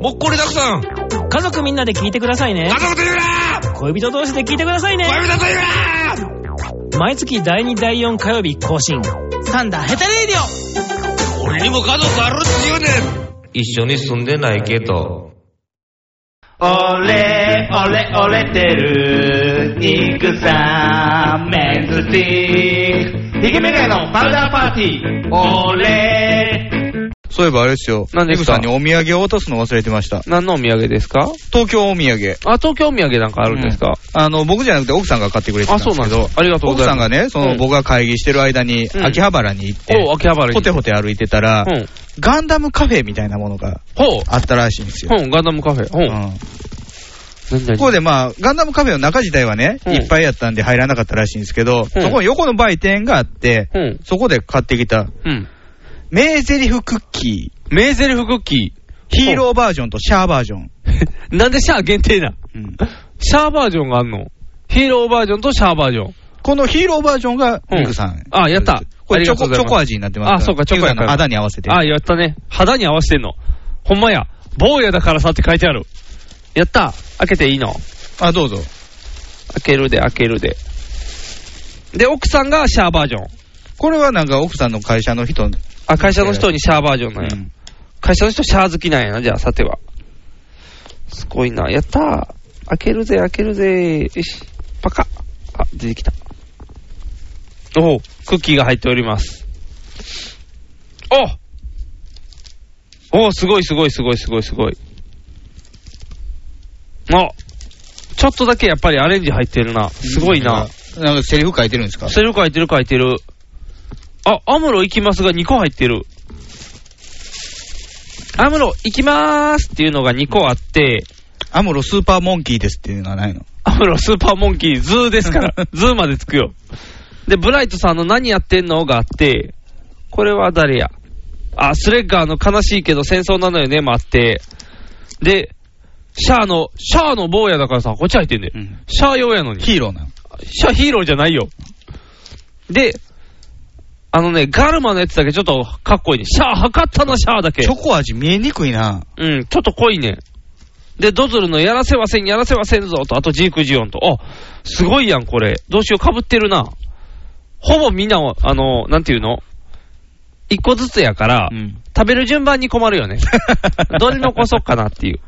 Speaker 7: もっこりたくさん。
Speaker 9: 家族みんなで聞いてくださいね
Speaker 7: 家。族と言うな
Speaker 9: 恋人同士で聞いてくださいね。
Speaker 7: 恋人と言うな
Speaker 9: 毎月第2第4火曜日更新。サンダヘテレイディオ
Speaker 7: 俺にも家族あるって言うねん。
Speaker 10: 一緒に住んでないけど。
Speaker 7: 俺、俺、俺てる、肉さん、メンズティー。ヒゲメガネのパウダーパーティー。俺。
Speaker 2: *laughs* そういえばあれですよ。
Speaker 3: 何ですか
Speaker 2: リグさんにお土産を渡すの忘れてました。
Speaker 3: 何のお土産ですか
Speaker 2: 東京お土産。
Speaker 3: あ、東京お土産なんかあるんですか、
Speaker 2: あの、僕じゃなくて奥さんが買ってくれてた
Speaker 3: あ、
Speaker 2: んです
Speaker 3: そう
Speaker 2: けど
Speaker 3: なんですか。ありがとうご
Speaker 2: 奥
Speaker 3: ざ
Speaker 2: さ
Speaker 3: い
Speaker 2: ん
Speaker 3: ます。
Speaker 2: がね、その、
Speaker 3: うん
Speaker 2: 僕が会議してる間に、
Speaker 3: うん
Speaker 2: 秋葉原に行って、
Speaker 3: お秋葉原に
Speaker 2: ホテホテ歩いてたら、
Speaker 3: うん
Speaker 2: ガンダムカフェみたいなものが
Speaker 3: ほう。
Speaker 2: あったらしいんですよ。
Speaker 3: ほう、ガンダムカフェ。ほう。
Speaker 2: うん
Speaker 3: 何
Speaker 2: こ
Speaker 3: 々
Speaker 2: こでまあ、ガンダムカフェの中自体はね、
Speaker 3: うん
Speaker 2: いっぱいやったんで入らなかったらしいんですけど、そこの横の売店があって、
Speaker 3: うん
Speaker 2: そこで買ってきた、
Speaker 3: うん。
Speaker 2: 名台詞クッキー、
Speaker 3: 名ゼリフクッキ
Speaker 2: ヒーローバージョンとシャアバージョン。
Speaker 3: ー。 *laughs* なんでシャア限定な
Speaker 2: うん
Speaker 3: シャアバージョンがあんのヒーローバージョンとシャアバージョン。
Speaker 2: このヒーローバージョンが、
Speaker 3: うん
Speaker 2: ミクさん。
Speaker 3: あやった
Speaker 2: こ
Speaker 3: あ
Speaker 2: れ
Speaker 3: り
Speaker 2: チ
Speaker 3: が
Speaker 2: ョ
Speaker 3: とう
Speaker 2: コ、
Speaker 3: ござ
Speaker 2: チ
Speaker 3: いま
Speaker 2: ョコ味にな
Speaker 3: す
Speaker 2: ってますら。
Speaker 3: あそうかチョコや
Speaker 2: ミ
Speaker 3: か
Speaker 2: ク
Speaker 3: ら
Speaker 2: さんの肌に合わせて。
Speaker 3: あ、やったね。肌に合わせてんの。ほんまや。坊やだからさって書いてある。やった。開けていいの。
Speaker 2: あ、どうぞ。
Speaker 3: 開けるで、開けるで。で、奥さんがシャアバージョン。
Speaker 2: これはなんか奥さんの会社の人、
Speaker 3: あ、会社の人にシャーバージョンなんや。会社の人シャー好きなんやな、じゃあ、さては。すごいな。やったー。開けるぜ、開けるぜ。よし。パカッ。あ、出てきた。おお、クッキーが入っております。おお、すごいすごいすごいすごいすごい。あ、ちょっとだけやっぱりアレンジ入ってるな。すごいな。
Speaker 2: なんかセリフ書いてるんですか
Speaker 3: セリフ書いてる書いてる。あ、アムロ行きますが2個入ってる。アムロ行きまーすっていうのが2個あって、
Speaker 2: アムロスーパーモンキーですっていうのはないの
Speaker 3: アムロスーパーモンキー、ズーですから、ズーまでつくよ。で、ブライトさんの何やってんのがあって、これは誰やあ、スレッガーの悲しいけど戦争なのよねもあって、で、シャアの、シャアの坊やだからさ、こっち入ってんね、ん。シャア用やのに。ヒ
Speaker 2: ーローなの
Speaker 3: シャアヒーローじゃないよ。で、あのね、ガルマのやつだけちょっとかっこいいね。シャア、測ったな、シャアだけ。チョ
Speaker 2: コ味見えにくいな。
Speaker 3: うん、ちょっと濃いね。で、ドズルのやらせはせん、やらせはせんぞと、あとジークジオンと。あ、すごいやん、これ。どうしよう、かぶってるな。ほぼみんなを、あの、なんていうの一個ずつやから、食べる順番に困るよね。どれ残そうかなっていう。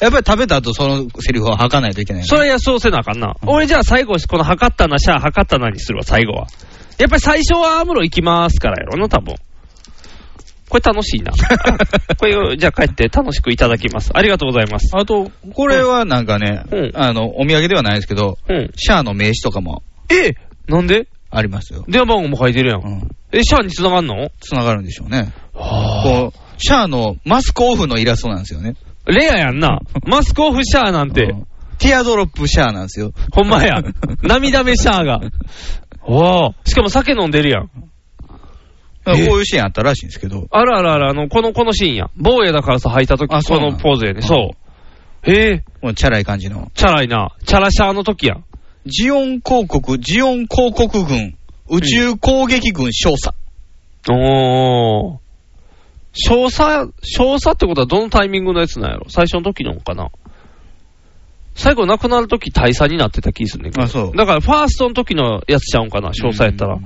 Speaker 2: やっぱり食べた後そのセリフを吐かないといけない。
Speaker 3: それはそうせなあかんな。俺じゃあ最後、この測ったな、シャア測ったなにするわ、最後は。やっぱり最初はアムロ行きますからやろな、多分。これ楽し *laughs* いな。あこれ、じゃあ帰って楽しくいただきます。ありがとうございます。
Speaker 2: あと、これはなんかね、あの、お土産ではないですけど、シャアの名刺とかも。
Speaker 3: えなんで
Speaker 2: ありますよ。
Speaker 3: 電話番号も書いてるやん。え、シャアに繋がんの
Speaker 2: 繋がるんでしょうね。こう、シャアのマスクオフのイラストなんですよね。
Speaker 3: レアやんな。マスクオフシャアなんて。
Speaker 2: ティアドロップシャアなんですよ。
Speaker 3: ほんま *laughs* や。涙目シャアが。わあ。しかも酒飲んでるやん。
Speaker 2: こういうシーンあったらしいんですけど。
Speaker 3: あるあるある、あの、この、このシーンや。坊やだからさ、履いた時、こ
Speaker 2: そうな
Speaker 3: のポーズやね。そう。へえ。
Speaker 2: もうチャラい感じの。
Speaker 3: チャラいな。チャラシャアの時やん。
Speaker 2: ジオン広告、ジオン広告軍、宇宙攻撃軍少佐。
Speaker 3: おー。少佐、少佐ってことはどのタイミングのやつなんやろ最初の時のかな最後亡くなる時大佐になってた気すんねんけど。だからファーストの時のやつちゃうんかな少佐やったら。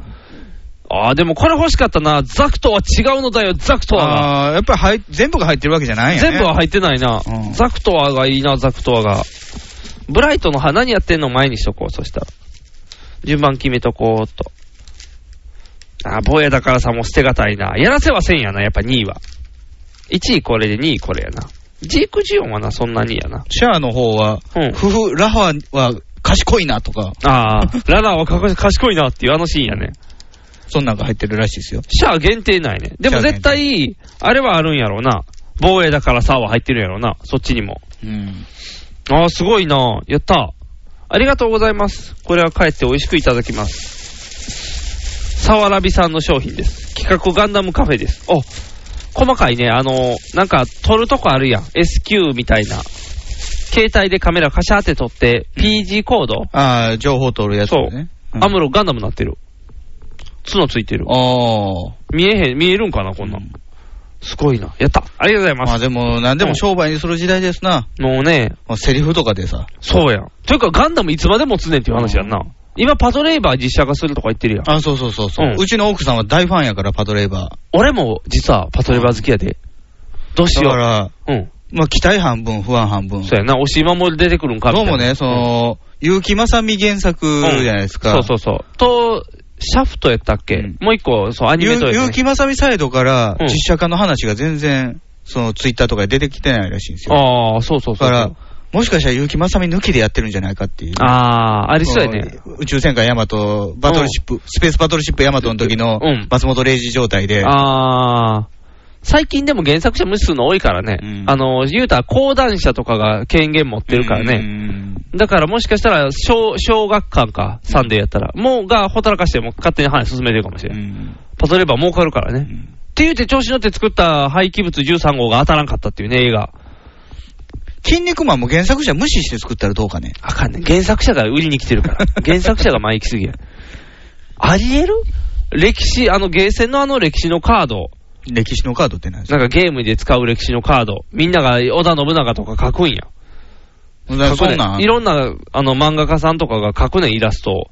Speaker 3: あー、でもこれ欲しかったな。ザクとは違うのだよ、ザクとはが。
Speaker 2: ああ、やっぱり入っ全部が入ってるわけじゃないんやね。
Speaker 3: 全部は入ってないな。ザクトワがいいな、ザクトワが。ブライトの花何やってんの前にしとこう、そしたら。順番決めとこうっと。あ、坊やだからさ、もう捨てがたいな。やらせはせんやな、やっぱ2位は。1位これで2位これやな。ジークジオンはな、そんなにやな。
Speaker 2: シャアの方は、夫婦、ラファは賢いなとか。
Speaker 3: ああ、ララはかこ賢いなっていうあのシーンやね。
Speaker 2: そんなんが入ってるらしいですよ。
Speaker 3: シャア限定ないね。でも絶対、あれはあるんやろうな。防衛だからさは入ってるんやろうな。そっちにも。
Speaker 2: うん。
Speaker 3: ああ、すごいな。やった。ありがとうございます。これは帰って美味しくいただきます。サワラビさんの商品です。企画ガンダムカフェです。お、細かいね。あの、なんか撮るとこあるやん。SQ みたいな。携帯でカメラカシャーって撮って、PG コード、
Speaker 2: ああ、情報取るやつね。
Speaker 3: アムロガンダムなってる。角ついてる。見えへん、見えるんかな、こんなん。すごいな。やった。ありがとうございます。
Speaker 2: まあでも、何でも商売にする時代ですな。
Speaker 3: もうね。
Speaker 2: セリフとかでさ。
Speaker 3: そうやん。というか、ガンダムいつまでもつねんっていう話やんな。今、パトレイバー実写化するとか言ってるやん。
Speaker 2: あ、そうそうそうそう、
Speaker 3: う
Speaker 2: うんちの奥さんは大ファンやから、パトレーバー。
Speaker 3: 俺も、実は、パトレーバー好きやで。どうし
Speaker 2: だ
Speaker 3: よう。
Speaker 2: から、
Speaker 3: うん。
Speaker 2: まあ、期待半分、不安半分。
Speaker 3: そうやな、押し守り出てくるんかみ
Speaker 2: ど
Speaker 3: た
Speaker 2: う
Speaker 3: いな。
Speaker 2: もね、その、結城正美原作じゃないですか。
Speaker 3: うんそうそうそう。と、シャフトやったっけ、もう一個、そう、アニメ
Speaker 2: ゆ
Speaker 3: とや
Speaker 2: 結
Speaker 3: った、ね。
Speaker 2: 城正美サイドから
Speaker 3: うん
Speaker 2: 実写化の話が全然、そのツイッターとかで出てきてないらしいんですよ。
Speaker 3: ああ、そうそうそう。
Speaker 2: だから、もしかしたら結城正美抜きでやってるんじゃないかっていう。
Speaker 3: ああ、ありそうやね。
Speaker 2: その。宇宙戦艦ヤマト、バトルシップ、スペースバトルシップヤマトの時の
Speaker 3: うん
Speaker 2: 松本零士状態で、
Speaker 3: ああ。最近でも原作者無視するの多いからね。あの、言うたら講談社とかが権限持ってるからね。だからもしかしたら小、小学館か、サンデーやったら、もうがほったらかしても勝手に話進めてるかもしれん。パトレーバー儲かるからね。って言うて調子乗って作った廃棄物13号が当たらんかったっていうね、映画。
Speaker 2: 筋肉マンも原作者無視して作ったらどうかね。
Speaker 3: あかんねん。原作者が売りに来てる *laughs* から。原作者が前行きすぎや。ありえる歴史、あの、ゲーセンのあの歴史のカード。
Speaker 2: 歴史のカードって何
Speaker 3: なんかゲームで使う歴史のカード。みんなが織田信長とか書くんや。
Speaker 2: だから
Speaker 3: 書く
Speaker 2: そ
Speaker 3: ね
Speaker 2: んなん
Speaker 3: いろんなあの漫画家さんとかが書くねん、イラストを。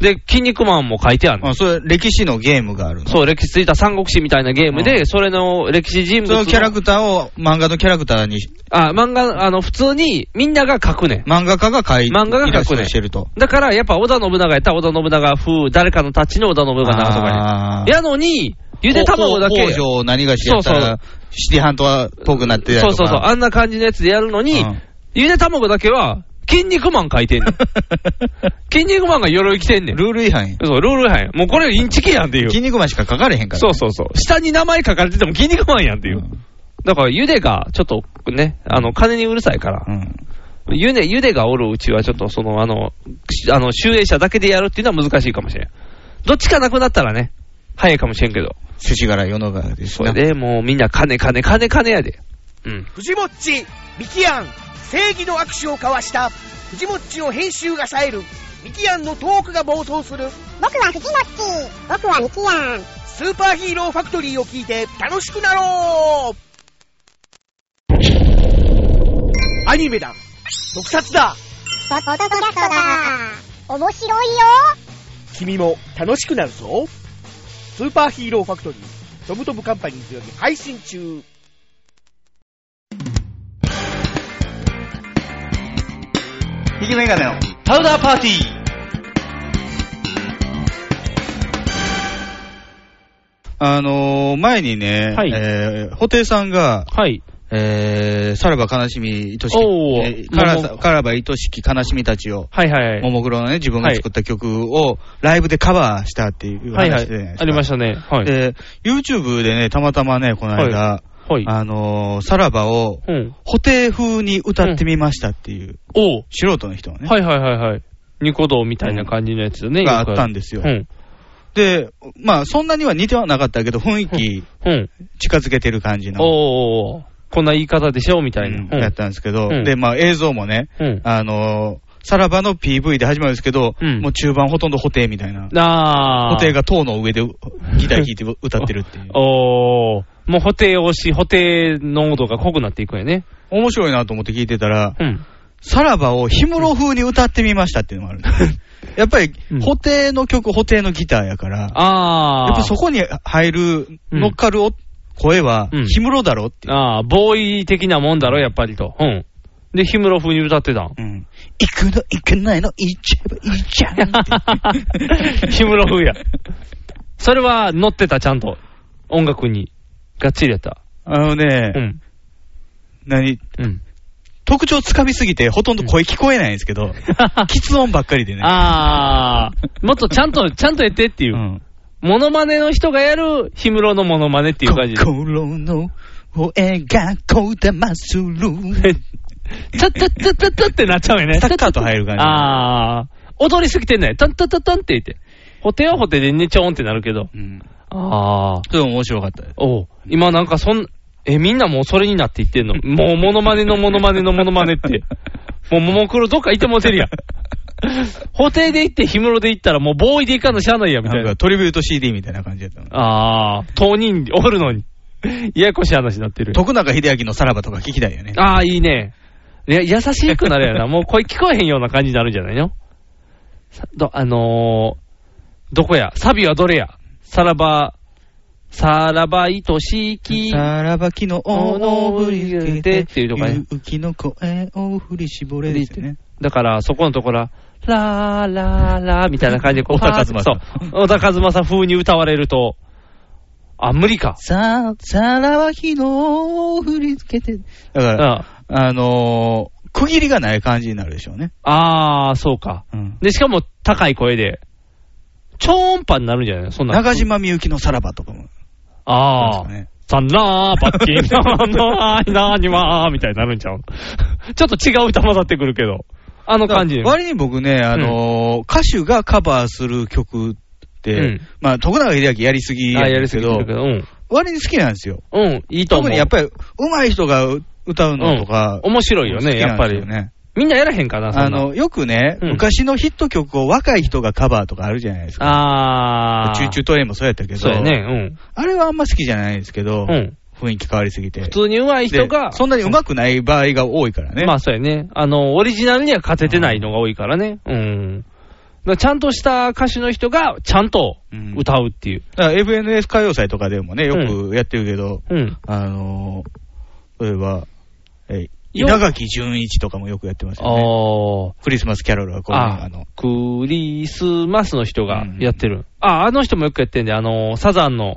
Speaker 3: で、筋肉マンも書いてある。
Speaker 2: あそれ、歴史のゲームがあるの
Speaker 3: そう、歴史ついた三国志みたいなゲームで、それの歴史人
Speaker 2: *laughs*
Speaker 3: 物
Speaker 2: そ
Speaker 3: の
Speaker 2: のキャラクターを漫画のキャラクターに、
Speaker 3: あ、漫画、あの、普通にみんなが書くねん。
Speaker 2: 漫画家が描い
Speaker 3: 漫画が描くね
Speaker 2: イラストにしてると。
Speaker 3: だから、やっぱ織田信長やったら織田信長風、誰かのタッチの織田信長なとか
Speaker 2: あー
Speaker 3: ね。やのに、ゆで卵だけ。
Speaker 2: 工場を何がしやった
Speaker 3: そうそう
Speaker 2: ら、シティハントは遠くなってたりと
Speaker 3: そう
Speaker 2: か。
Speaker 3: そうそう、あんな感じのやつでやるのに、
Speaker 2: うん
Speaker 3: ゆで卵だけは、筋肉マン書いてんね
Speaker 2: *laughs*
Speaker 3: ん。筋肉マンが鎧着てんねん。
Speaker 2: ルール違反や。
Speaker 3: そう、ルール違反や。もうこれインチキやんっていう。
Speaker 2: 筋肉マンしか書かれへんから。
Speaker 3: そうそうそう。下に名前書かれてても筋肉マンやんっていう。だから、ゆでが、ちょっとね、あの、金にうるさいから。ゆで、ゆでがおるうちは、ちょっとその、あの、しあの、集英者だけでやるっていうのは難しいかもしれん。どっちかなくなったらね、早いかもしれんけど。
Speaker 2: 寿司柄世の中です
Speaker 3: それで、もうみんな金金金金やで。うん。
Speaker 7: 藤もっち、ミキアン、正義の握手を交わした、藤もっちの編集が冴える、ミキアンのトークが暴走する。僕は藤もっち、僕はミキアン。スーパーヒーローファクトリーを聞いて楽しくなろうアニメだ特撮だ
Speaker 4: ポッドキャストだ面白いよ
Speaker 7: 君も楽しくなるぞスーパーヒーローファクトリー、トムトムカンパニーズより配信中
Speaker 11: ひげメガネのパウダーパーティー。
Speaker 2: あのー前にね、
Speaker 3: はい
Speaker 2: えー、布袋さんが、
Speaker 3: はい。
Speaker 2: えー、さらば悲しみ、愛しき、
Speaker 3: おー
Speaker 2: えーから
Speaker 3: も
Speaker 2: さからば愛しき悲しみたちを、
Speaker 3: はいはいは
Speaker 2: も
Speaker 3: い。
Speaker 2: もクロのね、自分が作った曲をライブでカバーしたっていう
Speaker 3: はいは
Speaker 2: 話で、
Speaker 3: い。ありましたね。はい。
Speaker 2: で、YouTube でね、たまたまね、この間、
Speaker 3: はい。
Speaker 2: あのーさらばを、
Speaker 3: うん。
Speaker 2: 布袋風に歌ってみましたっていう、
Speaker 3: おう。
Speaker 2: 素人の人がね、
Speaker 3: はいはいはいはい。ニコ動みたいな感じのやつね。
Speaker 2: があ
Speaker 3: よく
Speaker 2: ったんですよ。
Speaker 3: うん。
Speaker 2: で、まあ、そんなには似てはなかったけど、雰囲気
Speaker 3: うん。
Speaker 2: 近づけてる感じの、
Speaker 3: おうおうおうこんな言い方でしょみたいな。
Speaker 2: うんやったんですけど、
Speaker 3: うん
Speaker 2: で、まあ、映像もね、
Speaker 3: うん。
Speaker 2: あのーさらばの PV で始まるんですけど、
Speaker 3: うん
Speaker 2: もう中盤ほとんど布袋みたいな。
Speaker 3: ああ。
Speaker 2: 布袋が塔の上でギター弾いて歌ってるって
Speaker 3: *laughs*
Speaker 2: いう。
Speaker 3: おー。もう補定をし、補定濃度が濃くなっていくんやね。
Speaker 2: 面白いなと思って聞いてたら、
Speaker 3: うん。
Speaker 2: さらばを氷室風に歌ってみましたっていうのもある。
Speaker 3: *laughs*
Speaker 2: やっぱり、
Speaker 3: うん
Speaker 2: 布袋の曲、布袋のギターやから、
Speaker 3: ああ。
Speaker 2: やっぱそこに入る、
Speaker 3: うん
Speaker 2: 乗っかるお声は、
Speaker 3: うん
Speaker 2: 氷室だろっていう。
Speaker 3: ああ、ボーイ的なもんだろ、やっぱりと。うん。で、氷室風に歌ってた *laughs* ん。
Speaker 2: うん行くの行けないの行っちゃえばいいじゃんって。
Speaker 3: *laughs* 氷室風や。それは乗ってた、ちゃんと。音楽に。がっちりやった。
Speaker 2: *laughs* あのね、
Speaker 3: うん。
Speaker 2: 何
Speaker 3: *laughs* うん。
Speaker 2: 特徴つかみすぎて、ほとんど声聞こえないんですけど、喫音ばっかりでね。
Speaker 3: ああ、もっとちゃんと、ちゃんとやってっていうう。
Speaker 2: ん。
Speaker 3: モノマネの人がやる、氷室のモノマネっていう感じで。
Speaker 2: 心の声がこだまする。
Speaker 3: タッタッタッタッタってなっちゃうよね。
Speaker 2: スタッカート入る感じ
Speaker 3: ああ。踊りすぎてんのよ。タンタンタンタンって言って。ホテはホテでねちょーんってなるけど。
Speaker 2: うん。
Speaker 3: ああ。
Speaker 2: それも面白かったです。
Speaker 3: おう今なんかそん、え、みんなもうそれになっていって *laughs* んの。もうモノマネのモノマネのモノマネって。もうももクロどっかいてもうてる *laughs* やん。ホテで行って、氷室で行ったらもうボーイで行かんのしゃあないや、みた
Speaker 2: ないん
Speaker 3: な
Speaker 2: か。トリビュート CD みたいな感じだったの。
Speaker 3: ああ。当人おるのに。ややこしい話になってる。
Speaker 2: 徳永秀明のさらばとか聞きたいよね。
Speaker 3: ああ、いいね。いや優しくなるやな。もう声聞こえへんような感じになるんじゃないのさど、あのー、どこやサビはどれやさらば、さらば愛しき。
Speaker 2: さらば昨日の振り付け
Speaker 3: で
Speaker 2: で
Speaker 3: っていうとかね
Speaker 2: 勇気の声を振り絞れですよね。
Speaker 3: だから、そこのところは、ラーラーラーみたいな感じで、こう、
Speaker 2: 小田和正
Speaker 3: そう。小田和正風に歌われると、あ、無理か。
Speaker 2: さ、さらば昨日を振り付けて。だか
Speaker 3: うん。
Speaker 2: ら、
Speaker 3: あ
Speaker 2: あのー、区切りがない感じになるでしょうね。
Speaker 3: あー、そうか。
Speaker 2: うん。
Speaker 3: で、しかも高い声で、超音波になるんじゃないのそんな。
Speaker 2: 中島みゆきのさらばとかも。そう
Speaker 3: ああ
Speaker 2: ですかね。
Speaker 3: サンラーパッキンラーの間にはみたいになるんちゃう *laughs* ちょっと違う歌混ざってくるけど。あの感じ。
Speaker 2: 割に僕ね、あのー歌手がカバーする曲って、
Speaker 3: うん
Speaker 2: まあ、徳永秀明やりすぎ
Speaker 3: あ
Speaker 2: や
Speaker 3: や
Speaker 2: ん
Speaker 3: り
Speaker 2: ですすけ
Speaker 3: ぎて
Speaker 2: ど
Speaker 3: る、けど。うん。
Speaker 2: 割に好きなんですよ。
Speaker 3: うん、いいと思う。
Speaker 2: 特にやっぱり、上手い人が歌うのとか、
Speaker 3: 面白いよね、やっぱり。
Speaker 2: ね。
Speaker 3: みんなやらへんかな、そ
Speaker 2: あ
Speaker 3: んな。
Speaker 2: の、よくね、
Speaker 3: うん
Speaker 2: 昔のヒット曲を若い人がカバーとかあるじゃないですか。
Speaker 3: あー。
Speaker 2: チューチュートレインもそうやったけど、
Speaker 3: そうやね、
Speaker 2: あれはあんま好きじゃないんですけど、
Speaker 3: うん。うん。
Speaker 2: 雰囲気変わりすぎて。
Speaker 3: 普通に上手い人が
Speaker 2: で、そんなに上手くない場合が多いからね。
Speaker 3: まあそうやね。あの、オリジナルには勝ててないのが多いからね。うん。からちゃんとした歌手の人が、ちゃんと歌うっていう。
Speaker 2: だから FNS 歌謡祭とかでもね、よくやってるけど、
Speaker 3: うん。
Speaker 2: あのー、例えば、え
Speaker 3: よ
Speaker 2: 稲垣淳一とかもよくやってますよね。
Speaker 3: あ
Speaker 2: クリスマスキャロルはこういうの
Speaker 3: あ
Speaker 2: あの、
Speaker 3: ークリスマスの人がやってる。あ、あの人もよくやってんで、あのー、サザンの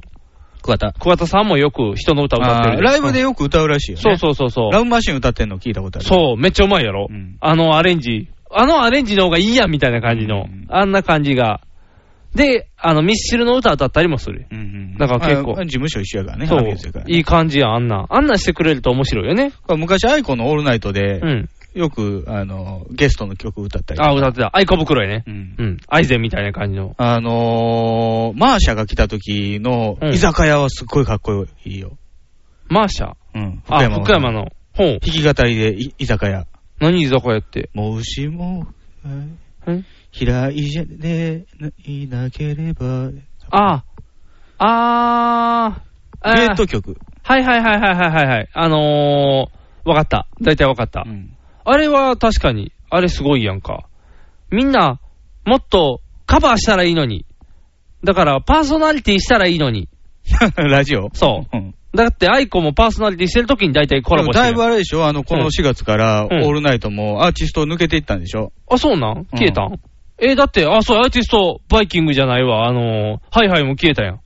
Speaker 2: 桑田。
Speaker 3: 桑田さんもよく人の歌歌っ
Speaker 2: あ
Speaker 3: てる
Speaker 2: ー
Speaker 3: で。
Speaker 2: ライブでよく歌うらしいよね。
Speaker 3: そうそうそうそう。
Speaker 2: ラブマシン歌ってんの聞いたことある。
Speaker 3: そう、めっちゃうまいやろ、あのアレンジ。あのアレンジの方がいいやんみたいな感じの、あんな感じが。で、あの、ミッシルの歌歌ったりもする。だから結構
Speaker 2: あ事務所一緒やからね、
Speaker 3: そう
Speaker 2: 花月やから、ね。
Speaker 3: いい感じやん、あんな。あんなんしてくれると面白いよね。
Speaker 2: 昔、アイコのオールナイトで、
Speaker 3: うん。
Speaker 2: よく、あの、ゲストの曲歌ったりとか
Speaker 3: あ、歌ってた。アイコ袋やね。
Speaker 2: う
Speaker 3: うんん。アイゼンみたいな感じの。
Speaker 2: あのー、マーシャが来た時の
Speaker 3: うん
Speaker 2: 居酒屋はすっごいかっこいいよ。
Speaker 3: マーシャ。
Speaker 2: うん。
Speaker 3: あ、福山。の。ほ
Speaker 2: 弾
Speaker 3: う。
Speaker 2: き語りでい居酒屋。
Speaker 3: 何居酒屋って。
Speaker 2: もしも、
Speaker 3: え
Speaker 2: 開いじゃでいなければ。
Speaker 3: あ、あー。
Speaker 2: デート曲。
Speaker 3: はいはいはいはいはいはいはい。あのー、わかった。大体わかった、あれは確かに、あれすごいやんか。みんな、もっとカバーしたらいいのに。だから、パーソナリティしたらいいのに。
Speaker 2: *laughs* ラジオ
Speaker 3: そ
Speaker 2: うん。
Speaker 3: う。だって、アイコもパーソナリティしてるときに大体コ
Speaker 2: で
Speaker 3: ラ
Speaker 2: も
Speaker 3: ボして
Speaker 2: だい
Speaker 3: る
Speaker 2: ぶ
Speaker 3: やん。
Speaker 2: あれでしょあの、この4月から、オ
Speaker 3: うん
Speaker 2: ールナイトもアーティストを抜けていったんでしょ
Speaker 3: あ、そうなん消えたん、えーだって、あ、そう、アーティスト、バイキングじゃないわ。あのー、ハイハイも消えたやん。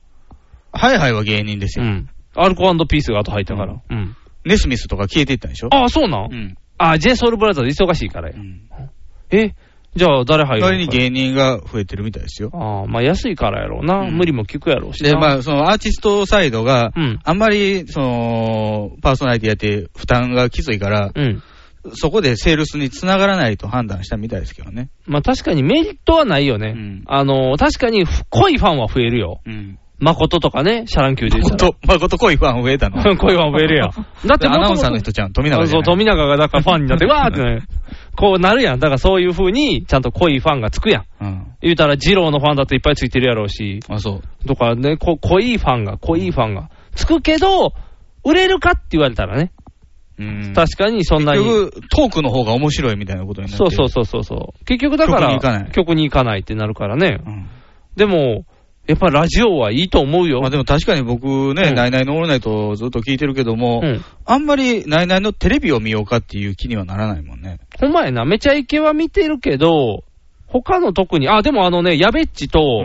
Speaker 2: はいはいは芸人ですよ。
Speaker 3: うん。アルコピースが後入ったから。うん。
Speaker 2: ネスミスとか消えていったんでしょ
Speaker 3: あ、そうなん、
Speaker 2: うん。
Speaker 3: あ、j ソ o u l b r o t h e 忙しいからや。え、じゃあ誰入る
Speaker 2: 代わりに芸人が増えてるみたいですよ。
Speaker 3: ああ、まあ安いからやろうな。
Speaker 2: うん
Speaker 3: 無理も聞くやろうしな。
Speaker 2: で、まあ、そのアーティストサイドが、
Speaker 3: うん
Speaker 2: あんまり、その、パーソナリティやって負担がきついから、
Speaker 3: うん。
Speaker 2: そこでセールスにつながらないと判断したみたいですけどね。
Speaker 3: まあ確かにメリットはないよね。あのー、確かに濃いファンは増えるよ。
Speaker 2: うん。
Speaker 3: 誠とかね、シャラン級で言ったら。
Speaker 2: と、誠恋ファン増えたの
Speaker 3: *laughs* 濃いファン増える
Speaker 2: *laughs*
Speaker 3: やん。だって
Speaker 2: アナウン
Speaker 3: 元
Speaker 2: サー
Speaker 3: 々
Speaker 2: の人ちゃん、富永じ
Speaker 3: そ
Speaker 2: ゃ
Speaker 3: う、
Speaker 2: ない
Speaker 3: 富永がだからファンに
Speaker 2: *laughs*
Speaker 3: なって、わーってなるこうなるやん。だからそういう風に、ちゃんと濃いファンがつくやん。
Speaker 2: うん。
Speaker 3: 言うたら、二郎のファンだっていっぱいついてるやろうし。
Speaker 2: あ、そう。
Speaker 3: とかね、こ濃いファンが、濃いファンが。つくけど、売れるかって言われたらね。
Speaker 2: うん。
Speaker 3: 確かにそんなに。
Speaker 2: 結局、トークの方が面白いみたいなことになって
Speaker 3: そうそうそうそうそう。結局だから、
Speaker 2: 曲に行かない
Speaker 3: に行かないってなるからね。
Speaker 2: ん
Speaker 3: でも、やっぱラジオはいいと思うよ。
Speaker 2: まあでも確かに僕ね、
Speaker 3: うん
Speaker 2: ナイナイのオールナイトをずっと聞いてるけども、
Speaker 3: うん
Speaker 2: あんまりナイナイのテレビを見ようかっていう気にはならないもんね。
Speaker 3: ほんまやな、めちゃイケは見てるけど、他の特に、あ、でもあのね、やべっちと、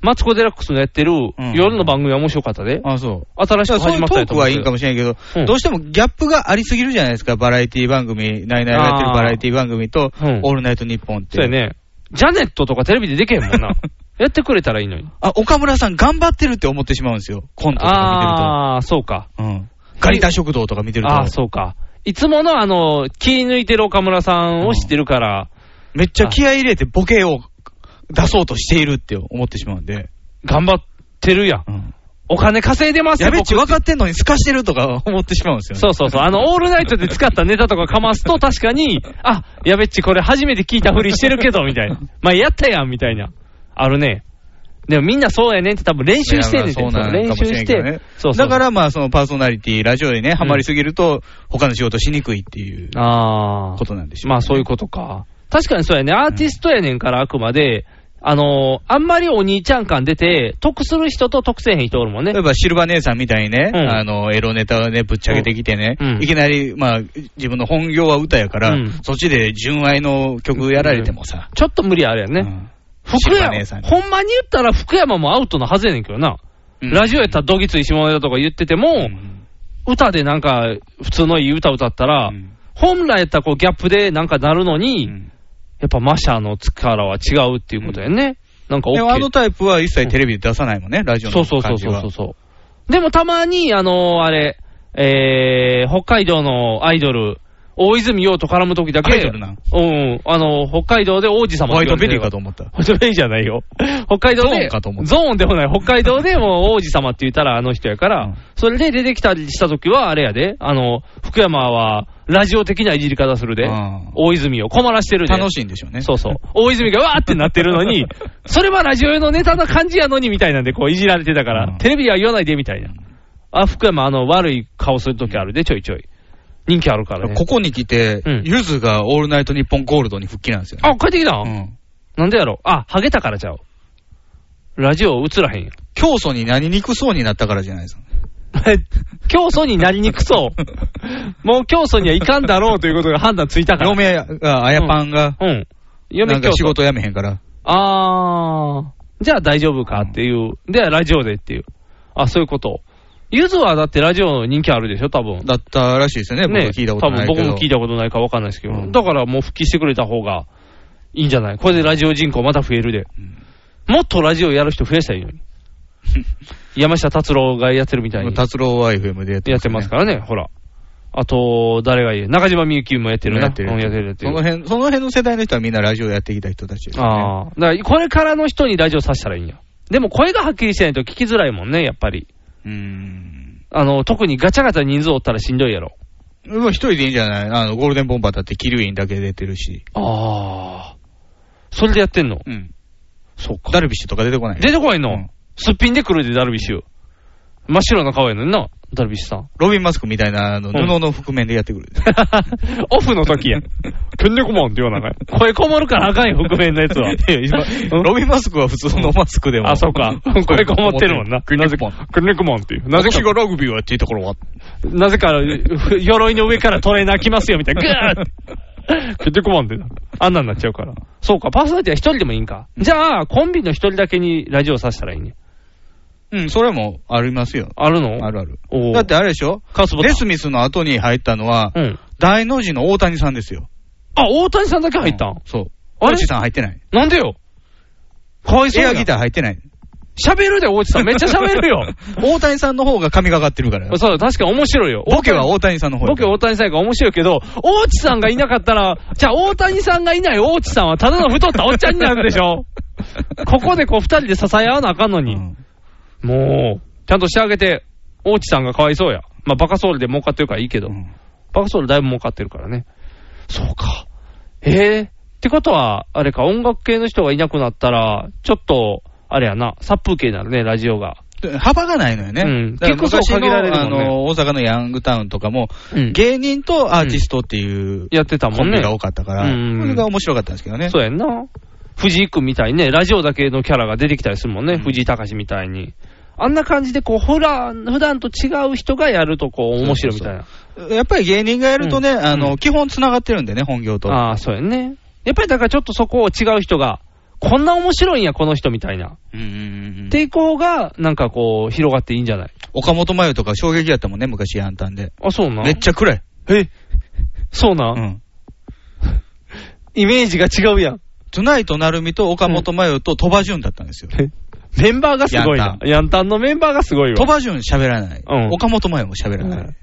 Speaker 3: マツコ・デラックスのやってる
Speaker 2: ん
Speaker 3: 夜の番組は面白かったで。
Speaker 2: あ、そう。
Speaker 3: 新しく
Speaker 2: そうい
Speaker 3: 始
Speaker 2: う
Speaker 3: まっ
Speaker 2: ト
Speaker 3: たや
Speaker 2: ー
Speaker 3: つ
Speaker 2: クはいいんかもしれないけど、
Speaker 3: うん
Speaker 2: どうしてもギャップがありすぎるじゃないですか、バラエティ番組、ナイナイがやってるバラエティ番組と、
Speaker 3: うん
Speaker 2: オールナイトニッポンって。
Speaker 3: そうやね。ジャネットとかテレビででけへんもん
Speaker 2: *laughs*
Speaker 3: な。やってくれたらいいのに。
Speaker 2: あ、岡村さん頑張ってるって思ってしまうんですよ。コントとか
Speaker 3: ああー、そうか。
Speaker 2: 見てると。うん。ガリタ食堂とか見てると。
Speaker 3: ああ、そうか。いつものあの、気抜いてる岡村さんを知ってるから、
Speaker 2: めっちゃ気合い入れてボケを出そうとしているって思ってしまうんで。
Speaker 3: 頑張ってるやん。
Speaker 2: ん
Speaker 3: お金稼いでますよ
Speaker 2: やべっち
Speaker 3: 僕
Speaker 2: 分かってんのに透かしてるとか思ってしまうんですよね。
Speaker 3: そうそうそう。あの、オールナイトで使ったネタとかかます
Speaker 2: *laughs*
Speaker 3: と、確かに、あ、やべっちこれ初めて聞いたふりしてるけど、みた
Speaker 2: *laughs*
Speaker 3: いな。まあ、やったやん、みたいな。あるね。でもみんなそうやねんって多分練習してんねんて。
Speaker 2: いやまあそうなんか
Speaker 3: 練
Speaker 2: も
Speaker 3: 習
Speaker 2: しれん
Speaker 3: し
Speaker 2: けど
Speaker 3: て。
Speaker 2: ね
Speaker 3: そうそ
Speaker 2: だ
Speaker 3: う。
Speaker 2: からまあそのパーソナリティ、ラジオでね、ハマりすぎると、他の仕事しにくいっていう
Speaker 3: ああ
Speaker 2: こ。となんでしょうね、
Speaker 3: まあ、そういうことか。確かにそうやね。アーティストやねんから、あくまで、あのーあんまりお兄ちゃん感出て、得する人と得せへん人おるもんね
Speaker 2: 例え。ばシルバ姉さんみたいにね、
Speaker 3: うん
Speaker 2: あの、エロネタをね、ぶっちゃけてきてね、
Speaker 3: うん
Speaker 2: いきなり、まあ、自分の本業は歌やから、
Speaker 3: うん
Speaker 2: そっちで純愛の曲やられてもさ、
Speaker 3: ちょっと無理あるやんね。
Speaker 2: シ
Speaker 3: 福
Speaker 2: ルバ
Speaker 3: 山
Speaker 2: 姉さん、に。
Speaker 3: ほんまに言ったら福山もアウトのはずやねんけどな。
Speaker 2: うん
Speaker 3: ラジオやったらどぎつい下ネタとか言ってても、歌でなんか普通のいい歌歌ったら、本来やったらこうギャップでなんかなるのに、やっぱマシャの力は違うっていうことやね。なんか OK
Speaker 2: でもあのタイプは一切テレビで出さないもんね、ラジオ
Speaker 3: そう
Speaker 2: の
Speaker 3: そうそ
Speaker 2: 感
Speaker 3: う
Speaker 2: じ
Speaker 3: そう
Speaker 2: は。
Speaker 3: そうそう。でもたまに、あのーあれ、えー、北海道のアイドル、大泉洋と絡むときだけ、
Speaker 2: アイドルなん
Speaker 3: うん、あのー北海道で王子様
Speaker 2: ホワイトベリーかと思った。
Speaker 3: ホワイ *laughs* トベリーじゃないよ。北海道で、
Speaker 2: ゾーンかと思った
Speaker 3: ゾーンでもない。北海道でもう王子様って言ったらあの人やから、それで出てきたりした時は、あれやで、あの、福山は、ラジオ的ないじり方するで、
Speaker 2: うん
Speaker 3: 大泉を困らしてるで。
Speaker 2: 楽しいんでしょうね。
Speaker 3: そうそう。大泉がわーってなってるの
Speaker 2: *laughs*
Speaker 3: に、それはラジオ用のネタな感じやのにみたいなんで、こういじられてたから、テレビでは言わないでみたいな。あ、福山、あの、悪い顔する時あるで、ちょいちょい。人気あるからね。
Speaker 2: ここに来て
Speaker 3: うん、
Speaker 2: ゆずがオールナイトニッポンゴールドに復帰なんですよね。
Speaker 3: あ、帰ってきたん、
Speaker 2: うん
Speaker 3: なんでやろあ、ハゲたからちゃう。ラジオ映
Speaker 2: *laughs*
Speaker 3: らへんよ。
Speaker 2: 教祖になりにくそうになったからじゃないですか。
Speaker 3: 教祖になりに
Speaker 2: *laughs*
Speaker 3: くそう。もう教祖にはいかんだろうということが判断ついたから。
Speaker 2: 嫁が、あやぱんが、
Speaker 3: うん。嫁
Speaker 2: なん
Speaker 3: 教
Speaker 2: か
Speaker 3: 祖
Speaker 2: 仕事辞めへんから。
Speaker 3: あー、じゃあ大丈夫かっていう。で、ラジオでっていう。あ、そういうこと。ゆずはだってラジオの人気あるでしょ、多分。
Speaker 2: だったらしいですよね。僕は聞いたことないけど。
Speaker 3: 多分僕も聞いたことないか分かんないですけど。だからもう復帰してくれた方がいいんじゃないこれでラジオ人口また増えるで。もっとラジオやる人増やしたらいい
Speaker 2: *laughs*
Speaker 3: のに。山下達郎がやってるみたいに。達
Speaker 2: 郎は FM でやって
Speaker 3: ます、からね、ほら。あと、誰がいい中島みゆきもやってるな。
Speaker 2: やってる
Speaker 3: うんやってるやっ
Speaker 2: そ
Speaker 3: てる
Speaker 2: の辺、その辺の世代の人はみんなラジオやってきた人たちですよね。
Speaker 3: ああ。だから、これからの人にラジオさせたらいいんや。でも声がはっきりしてないと聞きづらいもんね、やっぱり。うん。あの、特にガチャガチャ人数おったらしんどいやろ。
Speaker 2: もう一人でいいんじゃないあの、ゴールデンボンバーだって、キルインだけ出てるし。
Speaker 3: ああ。それでやってんの
Speaker 2: うん。
Speaker 3: そうか。
Speaker 2: ダルビッシュとか出てこない。
Speaker 3: 出てこないの、すっぴんで来るで、ダルビッシュ。真っ白な顔やのにな、ダルビッシュさん。
Speaker 2: ロビンマスクみたいな、あの、
Speaker 3: うん
Speaker 2: 布の覆面でやってく
Speaker 3: *laughs*
Speaker 2: る。
Speaker 3: オフの時やん。けんでこまんって言わなあかん。声こもるからあかんよ、覆面のやつは。
Speaker 2: ロビンマスクは普通のマスクでも。
Speaker 3: あ、そうか。声こもってるもんな。
Speaker 2: クリックポン。
Speaker 3: くんねくもんっていう。なぜか
Speaker 2: 私がラグビーをやっていた頃は。
Speaker 3: なぜか、ふ鎧の上からトレーナー来ますよ、みたい
Speaker 2: *laughs*
Speaker 3: な。ぐーって。出てこまんでな。あんなになっちゃうから。そうか、パーソナリティは一人でもいいんか。じゃあ、コンビの一人だけにラジオさせたらいいね。
Speaker 2: うん、それもありますよ。
Speaker 3: あるの
Speaker 2: あるある。
Speaker 3: おー
Speaker 2: だってあれでしょ
Speaker 3: カスボタン
Speaker 2: レスミスの後に入ったのは、
Speaker 3: うん。
Speaker 2: 大の字の大谷さんですよ。
Speaker 3: あ、大谷さんだけ入ったん、
Speaker 2: そう。
Speaker 3: あ
Speaker 2: 大
Speaker 3: れ
Speaker 2: 地さん入ってない。
Speaker 3: なんでよかわいそう
Speaker 2: エ
Speaker 3: や
Speaker 2: ア
Speaker 3: ん
Speaker 2: ギター入ってない。
Speaker 3: 喋るで、大地さん。めっちゃ喋るよ。
Speaker 2: *laughs* 大谷さんの方が神がかってるから。
Speaker 3: そう、確かに面白いよ。
Speaker 2: ボケは大谷さんの方や
Speaker 3: ボケ大谷さんが面白いけど、大地さんがいなかったら、じゃあ大谷さんがいない大地さんはただの太ったおっちゃんになるで
Speaker 2: *laughs*
Speaker 3: しょ。ここでこう二人で支え合わなあかんのに。もう、ちゃんとしてあげて、大地さんがかわいそうや。まあバカソウルで儲かってるからいいけど、バカソウルだいぶ儲かってるからね。そうか。へえ。ってことは、あれか、音楽系の人がいなくなったら、ちょっと、あれやな、殺風景になるね、ラジオが。
Speaker 2: 幅がないのよね。
Speaker 3: うん
Speaker 2: だから
Speaker 3: 結構
Speaker 2: 昔
Speaker 3: そう
Speaker 2: の
Speaker 3: 限られるもん
Speaker 2: あ
Speaker 3: ね
Speaker 2: の、大阪のヤングタウンとかも、
Speaker 3: うん
Speaker 2: 芸人とアーティストっていう
Speaker 3: やってたも
Speaker 2: コ
Speaker 3: ん
Speaker 2: ン
Speaker 3: ね
Speaker 2: ビ。が多かったから、
Speaker 3: うん
Speaker 2: それが面白かったんですけどね。
Speaker 3: そうやんな。藤井君みたいにね、ラジオだけのキャラが出てきたりするもんね、藤井隆みたいに。あんな感じで、こう、ほら、普段と違う人がやると、こう、面白いみたいな。
Speaker 2: やっぱり芸人がやるとね、あの、基本繋がってるんでね、本業と。
Speaker 3: ああ、そうやんね。やっぱりだからちょっとそこを違う人が、こんな面白いんや、この人みたいな。っていく方が、なんかこう、広がっていいんじゃない
Speaker 2: 岡本真由とか衝撃やったもんね、昔ヤンタンで。
Speaker 3: あ、そうなん
Speaker 2: めっちゃ暗い。
Speaker 3: えそうなん
Speaker 2: ん
Speaker 3: イメージが違うやん。
Speaker 2: トゥナイトなるみと岡本真由と鳥羽潤だったんですよ。
Speaker 3: メンバーがすごい
Speaker 2: ヤン
Speaker 3: な。ヤンタンのメンバーがすごいわ。
Speaker 2: 鳥羽潤喋らない。
Speaker 3: うん
Speaker 2: 岡本真由も喋らない。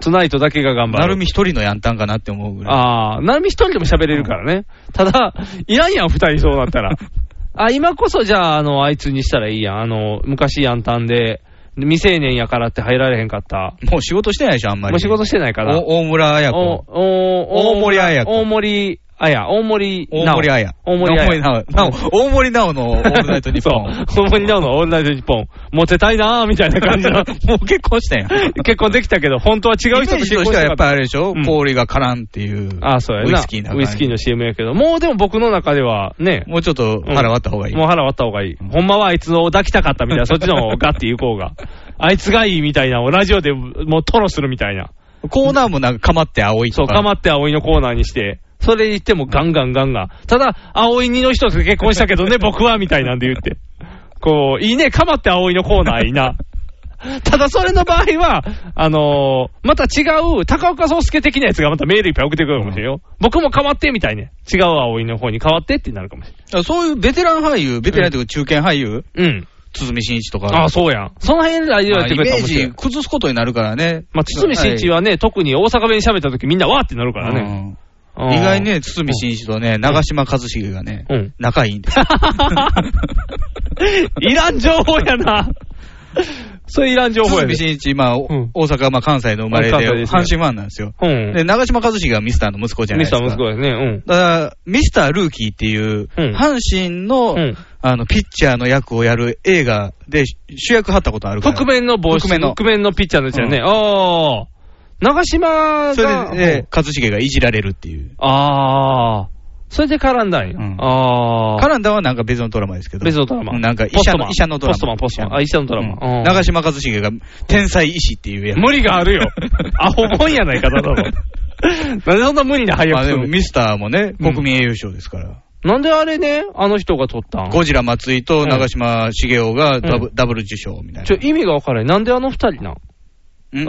Speaker 3: トゥナイトだけが頑張る。
Speaker 2: なるみ一人のヤンタンかなって思うぐらい。
Speaker 3: ああ、なるみ一人でも喋れるからね。ただ、いらんやん、二人そうなったら。あ、今こそじゃあ、あの、あいつにしたらいいやん。あの、昔ヤンタンで、未成年やからって入られへんかった。
Speaker 2: もう仕事してないでしょ、あんまり。
Speaker 3: もう仕事してないから
Speaker 2: お大村
Speaker 3: お
Speaker 2: 彩子。
Speaker 3: お
Speaker 2: 大森彩子
Speaker 3: 大森彩、大森
Speaker 2: 大森彩。
Speaker 3: 大森
Speaker 2: 大森。
Speaker 3: 彩
Speaker 2: なお。なお、大森なお
Speaker 3: *laughs*
Speaker 2: のオールナイトニッポン。
Speaker 3: そう。大森なおのオールナイトニッポン。モテたいなーみたいな感
Speaker 2: *laughs*
Speaker 3: じの。
Speaker 2: もう結婚したんや。
Speaker 3: 結婚できたけど、本当は違う
Speaker 2: イメー
Speaker 3: 人と
Speaker 2: ジと
Speaker 3: 結婚
Speaker 2: してはやっぱりあれで
Speaker 3: り
Speaker 2: しょ、
Speaker 3: うん
Speaker 2: 氷が絡んっていう。
Speaker 3: ああ、そうやな。
Speaker 2: ウイスキーな感
Speaker 3: ウ
Speaker 2: じ
Speaker 3: イスキーの CM やけど、もうでも僕の中ではね、
Speaker 2: もうちょっと腹割った方がいい。
Speaker 3: もう腹割った方がいい。ほんまはあいつを抱きたかったみたいな、そっちの方をガッて行こうが。あいつがいいみたいな、ラジオでもうトロするみたいな。
Speaker 2: コーナーもなんか、かまって青い
Speaker 3: そ
Speaker 2: と
Speaker 3: う、
Speaker 2: か。
Speaker 3: かまって葵のコーナーにして、それ言ってもガンガンガンガン。ただ、葵にの人と結婚したけど
Speaker 2: *laughs*
Speaker 3: ね、僕は、みたいなんで言って。こう、いいね、かまって葵のコーナーい
Speaker 2: *laughs*
Speaker 3: いな。ただ、それの場合は、あのーまた違う、高岡壮介的なやつがまたメールいっぱい送ってくるかもしれんよ。僕も変わって、みたいね。違う葵の方に変わってってなるかもしれん。
Speaker 2: あそういうベテラン俳優、ベテランというか中堅俳優、
Speaker 3: うん。
Speaker 2: 堤真一とか。
Speaker 3: ああ、そうやん。その辺ラジオやってくれた
Speaker 2: まあ
Speaker 3: ら
Speaker 2: イメ
Speaker 3: 面白い
Speaker 2: ージ崩すことになるからね。
Speaker 3: まあ、堤真一はね、特に大阪弁喋った時みんなわーってなるからね。
Speaker 2: はい、意外にね、堤真一とね、長嶋一茂がね、
Speaker 3: うん
Speaker 2: 仲いいん
Speaker 3: *laughs*
Speaker 2: ですよ。
Speaker 3: いらん情報やな。それいらん情報やで
Speaker 2: 堤。真一、まあ、お大阪、まあ関西の生まれで、
Speaker 3: 関西ですね
Speaker 2: 阪神ファンなんですよ。
Speaker 3: うん。
Speaker 2: で、長嶋一茂がミスターの息子じゃない
Speaker 3: ミ
Speaker 2: で
Speaker 3: ス
Speaker 2: すか
Speaker 3: タ。ー息子ですね。うん。
Speaker 2: だから、ミスタールーキーっていう、
Speaker 3: うん
Speaker 2: 阪神の、
Speaker 3: ん
Speaker 2: あの、ピッチャーの役をやる映画で主役張ったことあるから。
Speaker 3: 覆面の帽子、
Speaker 2: 覆面の
Speaker 3: 覆面のピッチャーの人やね。ああ。長島が。
Speaker 2: それで、で一茂がいじられるっていう。
Speaker 3: ああ。それで絡んだんや。ああ。
Speaker 2: カランダはなんか別のドラマですけど。
Speaker 3: 別のドラマ
Speaker 2: うんなんか医
Speaker 3: ポス
Speaker 2: 者
Speaker 3: トマ
Speaker 2: の
Speaker 3: ン
Speaker 2: 医者のドラマ。
Speaker 3: ポストマン、ポストマン。あ、医者のドラマ。うん
Speaker 2: 長嶋一茂が天才医師っていうやつ。
Speaker 3: 無理があ
Speaker 2: *laughs*
Speaker 3: るよ。アホもんやないか、ただの。なんでそんな無理な配役
Speaker 2: まあ
Speaker 3: す
Speaker 2: で
Speaker 3: る
Speaker 2: も
Speaker 3: の
Speaker 2: ミスターもね、国民栄誉賞ですから。
Speaker 3: なんであれね、あの人が撮ったん
Speaker 2: ゴジラ松井と長嶋茂雄がダブ,、
Speaker 3: う
Speaker 2: ダブル受賞みたい
Speaker 3: ちょ、意味がわからない。なんであの二人なん
Speaker 2: な。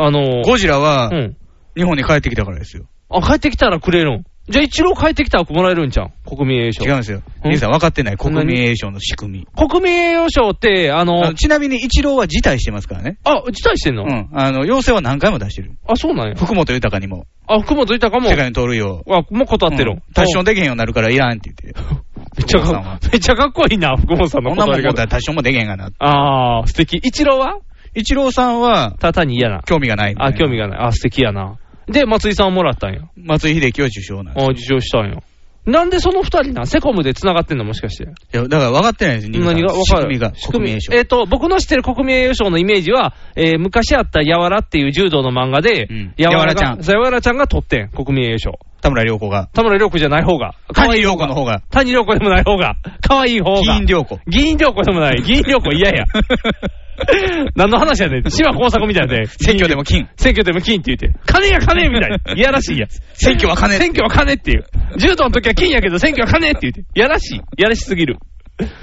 Speaker 3: あのー
Speaker 2: ゴジラは
Speaker 3: うん。
Speaker 2: 日本に帰ってきたからですよ。
Speaker 3: あ、帰ってきたらくれるん。じゃあ一郎帰ってきたらもらえるんじゃん。国民栄誉賞。
Speaker 2: 違うんですよ。
Speaker 3: うん
Speaker 2: 皆さん分かってない。国
Speaker 3: 何
Speaker 2: 民栄誉賞の仕組み。
Speaker 3: 国民栄誉賞って、あ
Speaker 2: あ
Speaker 3: の
Speaker 2: の、ちなみに一郎は辞退してますからね。
Speaker 3: あ、辞退してんの
Speaker 2: うん。あの、要請は何回も出してる。
Speaker 3: あ、そうなんや。
Speaker 2: 福本豊にも。
Speaker 3: あ、福本豊も
Speaker 2: 世、界に取るよ。
Speaker 3: あ、もう断ってる
Speaker 2: うん
Speaker 3: ん。
Speaker 2: タッションできへんようになるからいらんって言
Speaker 3: *laughs*
Speaker 2: って。
Speaker 3: めっちゃ
Speaker 2: 福本さん
Speaker 3: か
Speaker 2: は
Speaker 3: めっちゃかっこいいな、福本さんの
Speaker 2: こんなも
Speaker 3: 断
Speaker 2: ん
Speaker 3: り
Speaker 2: 持った
Speaker 3: 方
Speaker 2: ら。多少もできへんがな。
Speaker 3: あー、素敵。一郎は
Speaker 2: 一郎さんは
Speaker 3: ただ単に嫌な。
Speaker 2: 興味がないみたい
Speaker 3: あ、
Speaker 2: な
Speaker 3: 興味がない。あ、素敵やな。で、松井さんをもらったんや。
Speaker 2: 松井秀喜は受賞なんで
Speaker 3: あ受賞したんや。なんでその二人なんセコムで繋がってんのもしかして。
Speaker 2: すよ。いや、だから分かってないです、
Speaker 3: 何が分
Speaker 2: 仕
Speaker 3: か
Speaker 2: 組み
Speaker 3: る
Speaker 2: が。国民栄
Speaker 3: え
Speaker 2: 誉
Speaker 3: っ、と、僕の知ってる国民栄誉賞のイメージは、えー昔あったやわらっていう柔道の漫画で、
Speaker 2: ん
Speaker 3: やわら
Speaker 2: やわらちゃん
Speaker 3: やわらちゃんが取ってん、国民栄誉賞。
Speaker 2: 田村良子が。
Speaker 3: 田村良子じゃない方が。
Speaker 2: 谷良子の方が。
Speaker 3: 谷良子でもない方が。可愛い方が。
Speaker 2: 議員良子。
Speaker 3: 議員良子で
Speaker 2: *laughs*
Speaker 3: もない。議員良子嫌や。何の話やねん。島工作みた
Speaker 2: *laughs*
Speaker 3: いで。
Speaker 2: 選挙でも金。
Speaker 3: 選挙でも金って言って。金や金みたいな。いやらしいやつ。
Speaker 2: 選挙は金って
Speaker 3: 選挙は金っていう。柔道の時は金やけど選挙は金って言って。やらしい。やらしすぎる。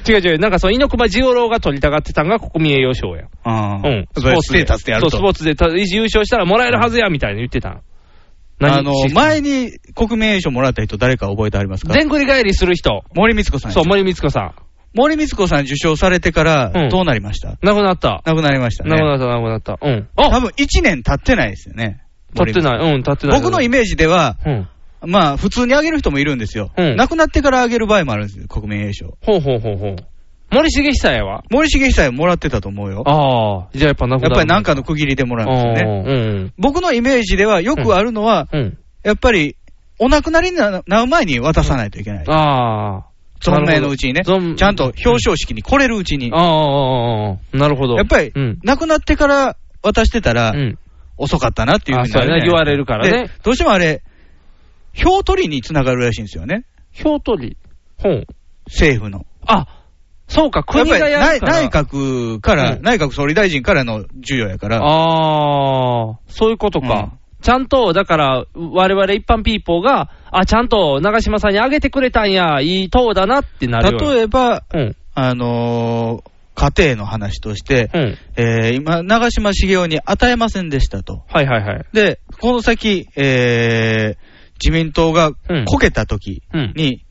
Speaker 3: 違う違う。なんかその猪熊十郎が取りたがってたんが国民栄誉賞や。
Speaker 2: ああ。
Speaker 3: うん。
Speaker 2: それステータスでやると。
Speaker 3: そう、スポーツでた優勝したらもらえるはずや、みたいな言ってたん。何
Speaker 2: あの、前に国民栄誉賞もらった人誰か覚えてありますか
Speaker 3: 全繰り返りする人。
Speaker 2: 森光子さんです。
Speaker 3: そう、森光子さん。
Speaker 2: 森光子さん受賞されてか
Speaker 3: うん
Speaker 2: ら、どうなりました、
Speaker 3: 亡くなった。
Speaker 2: 亡くなりました
Speaker 3: 亡くな
Speaker 2: ね。
Speaker 3: った、亡くなった。うん。
Speaker 2: 多
Speaker 3: あ
Speaker 2: 分1年経ってないですよね。
Speaker 3: 立ってない。うん、立ってない。
Speaker 2: 僕のイ
Speaker 3: メ
Speaker 2: メージでは、
Speaker 3: ージ。うん。
Speaker 2: まあ、普通にあげる人もいるんですよ。
Speaker 3: うん
Speaker 2: 亡くなってからあげる場合もあるんですよ、国民栄誉賞。
Speaker 3: ほうほうほうほう。森重久やわ。
Speaker 2: 森重久也もらってたと思うよ。
Speaker 3: ああ、じゃあやっぱ亡くな
Speaker 2: やっ
Speaker 3: る。
Speaker 2: ぱりなんかの区切りでもらうんですよね。
Speaker 3: ね。
Speaker 2: 僕のイメージでは、よくあるのは、
Speaker 3: うん。うん。
Speaker 2: やっぱり、お亡くなりにななる前に渡さないといけない。
Speaker 3: ああ。
Speaker 2: 存命のうちにね。ちゃ
Speaker 3: 存命
Speaker 2: んと表彰式に来れるうちに
Speaker 3: あ。あああ、なるほど。
Speaker 2: やっぱり
Speaker 3: うん、。
Speaker 2: 亡くなってから渡してたら
Speaker 3: う、ん。
Speaker 2: 遅かったなっていうふうに
Speaker 3: あそうやね
Speaker 2: なるじゃない
Speaker 3: 言われるからね
Speaker 2: でどうしてもあれ、票取りにつながるらしいんですよね。
Speaker 3: 票取り。ほう。
Speaker 2: 政府の。
Speaker 3: あ、そうか、国がや
Speaker 2: や
Speaker 3: る
Speaker 2: っ
Speaker 3: か
Speaker 2: ぱ
Speaker 3: ら。
Speaker 2: り内内閣から、
Speaker 3: うん
Speaker 2: 内閣総理大臣からの授与やから、
Speaker 3: ああ、そういうことか。ちゃんと、だから、我々一般ピーポーが、あ、ちゃんと長嶋さんにあげてくれたんや、いい党だなってなるよ。
Speaker 2: 例えば、
Speaker 3: うん。
Speaker 2: あのー家庭の話として、
Speaker 3: うん。
Speaker 2: えー今、長嶋茂雄に与えませんでしたと。
Speaker 3: はいはいはい。
Speaker 2: で、この先、えー自民党が
Speaker 3: うん
Speaker 2: こけた時
Speaker 3: うん
Speaker 2: に、い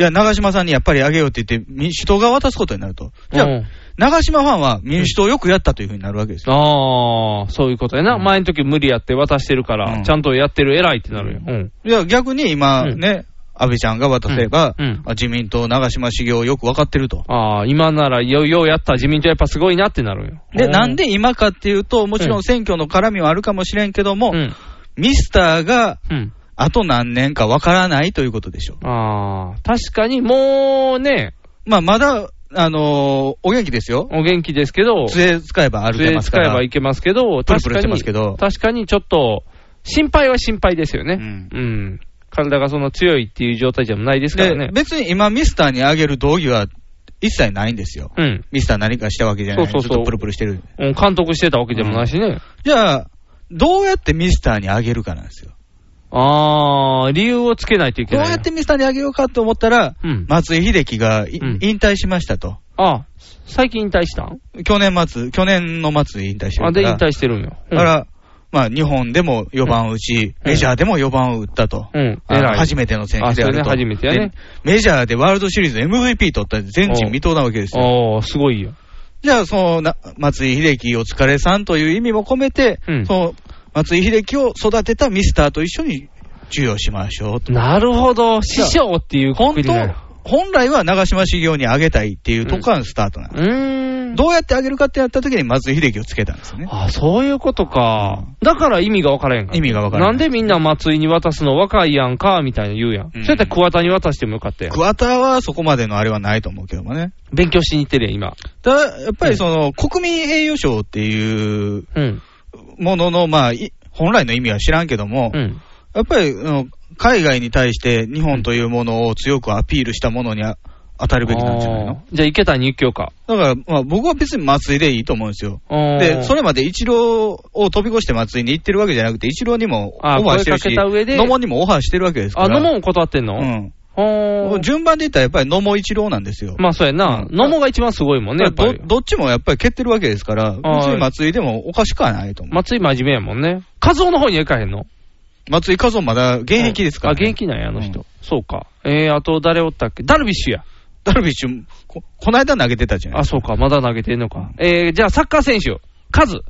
Speaker 2: や、長嶋さんにやっぱりあげようって言って、民主党が渡すことになると。じゃあ、
Speaker 3: うん
Speaker 2: 長嶋ファンは民主党よくやったというふうになるわけですよ。
Speaker 3: ああ、そういうことやな。前の時無理やって渡してるから、
Speaker 2: うん
Speaker 3: ちゃんとやってる偉いってなるよ。うん。
Speaker 2: いや、逆に今ね、安倍ちゃんが渡せば、
Speaker 3: うんうん
Speaker 2: あ自民党、長嶋茂雄よく分かってると。
Speaker 3: ああ、今ならよ、ようやった自民党やっぱすごいなってなるよ。
Speaker 2: で、
Speaker 3: うん
Speaker 2: なんで今かっていうと、もちろ
Speaker 3: うん
Speaker 2: ん選挙の絡みはあるかもしれんけども、
Speaker 3: うん。
Speaker 2: ミスターが
Speaker 3: うん。
Speaker 2: あと何年か分からないということでしょう。
Speaker 3: ああ、確かにもうね、
Speaker 2: まあ、まだ、あのーお元気ですよ。
Speaker 3: お元気ですけど、
Speaker 2: 杖使えば歩け
Speaker 3: 杖
Speaker 2: ます
Speaker 3: 使
Speaker 2: か
Speaker 3: え
Speaker 2: ら。
Speaker 3: ばいけますけど、
Speaker 2: プルプ
Speaker 3: 確
Speaker 2: ル
Speaker 3: か
Speaker 2: してま
Speaker 3: に、
Speaker 2: すけど
Speaker 3: 確かにちょっと、心配は心配ですよね。うん。体がそんな強いっていう状態じゃないですから
Speaker 2: で
Speaker 3: ね、。
Speaker 2: 別に今ミスターにあげる道義は一切ないんですよ。
Speaker 3: うん。
Speaker 2: ミスター何かしたわけじゃない。
Speaker 3: そうそうそう
Speaker 2: ずっとプルプルしてる。
Speaker 3: うん監督してたわけでもないしね。
Speaker 2: じゃあ、どうやってミスターにあげるかなんですよ。
Speaker 3: ああ、理由をつけないといけ
Speaker 2: どう
Speaker 3: ない。
Speaker 2: やってミスターにあげようかと思ったら、
Speaker 3: うん
Speaker 2: 松井秀喜がい、
Speaker 3: うん
Speaker 2: 引退しましたと。
Speaker 3: あ、最近引退したん
Speaker 2: 去年末、去年の末に引退して
Speaker 3: あ、
Speaker 2: るか
Speaker 3: で
Speaker 2: ら。
Speaker 3: 引退してるんよ。うん
Speaker 2: だから、まあ、日本でも4番を打ち、
Speaker 3: うん
Speaker 2: メジャーでも4番を打ったと。
Speaker 3: うん
Speaker 2: あの
Speaker 3: 偉い
Speaker 2: 初めての選手であると。
Speaker 3: あそうね初めてやね
Speaker 2: でメジャーでワールドシリーズ MVP 取った全人未到なわけですよ。
Speaker 3: ああ、すごいよ。
Speaker 2: じゃあ、そのな、松井秀喜お疲れさんという意味も込めて、
Speaker 3: うん
Speaker 2: その、松井秀喜を育てたミスターと一緒に授与しましょうと。
Speaker 3: なるほど、師匠っていう
Speaker 2: 本
Speaker 3: くくり
Speaker 2: 当
Speaker 3: なの、
Speaker 2: 本来は長嶋茂雄にあげたいっていうとこからのスタートなんです。
Speaker 3: うーん。
Speaker 2: どうやってあげるかってやった時に松井秀喜をつけたんですよね。
Speaker 3: あ、そういうことか。だから意味が分からへんか
Speaker 2: 意味がわからな
Speaker 3: な
Speaker 2: い。
Speaker 3: んでみんな松井に渡すの若いやんか、みたいな言うやん。
Speaker 2: うん
Speaker 3: そうやったら桑田に渡してもよかったやん。
Speaker 2: 桑田はそこまでのあれはないと思うけどもね。
Speaker 3: 勉強しに行ってるやん、今。
Speaker 2: ただ、やっぱりその、国民栄誉賞っていう
Speaker 3: うん。
Speaker 2: ものの、まあ、い本来の意味は知らんけども、
Speaker 3: うん。
Speaker 2: やっぱりあの海外に対して日本というものを強くアピールしたものにあ当たるべきなんじゃないの
Speaker 3: じゃあ池谷一強か。
Speaker 2: だから、まあ、僕は別に松井でいいと思うんですよ。で、それまで一郎を飛び越して松井に行ってるわけじゃなくて、一郎にもオフ
Speaker 3: あ
Speaker 2: ァーしてる
Speaker 3: 声
Speaker 2: し、
Speaker 3: かけた上で
Speaker 2: 野茂にもオファーしてるわけですから。
Speaker 3: あ、野茂も断ってんの
Speaker 2: うん。
Speaker 3: うん。
Speaker 2: 順番で言ったらやっぱり野茂一郎なんですよ。
Speaker 3: まあそうやな。野茂が一番すごいもんね、やっぱ
Speaker 2: ど
Speaker 3: り。
Speaker 2: どっちもやっぱり蹴ってるわけですから、別
Speaker 3: あー
Speaker 2: に松井でもおかしくはないと思う。
Speaker 3: 松井真面目やもんね。和夫の方には行かへんの
Speaker 2: 松井和夫まだ現役ですから、ね
Speaker 3: あ、現役なんや、あの人。そうか。えー、あと誰おったっけダルビッシュや。
Speaker 2: ダルビッシュ、こ、この間投げてたじゃない
Speaker 3: あ、そうか。まだ投げてんのか。えー、じゃあサッカー選手。カズ。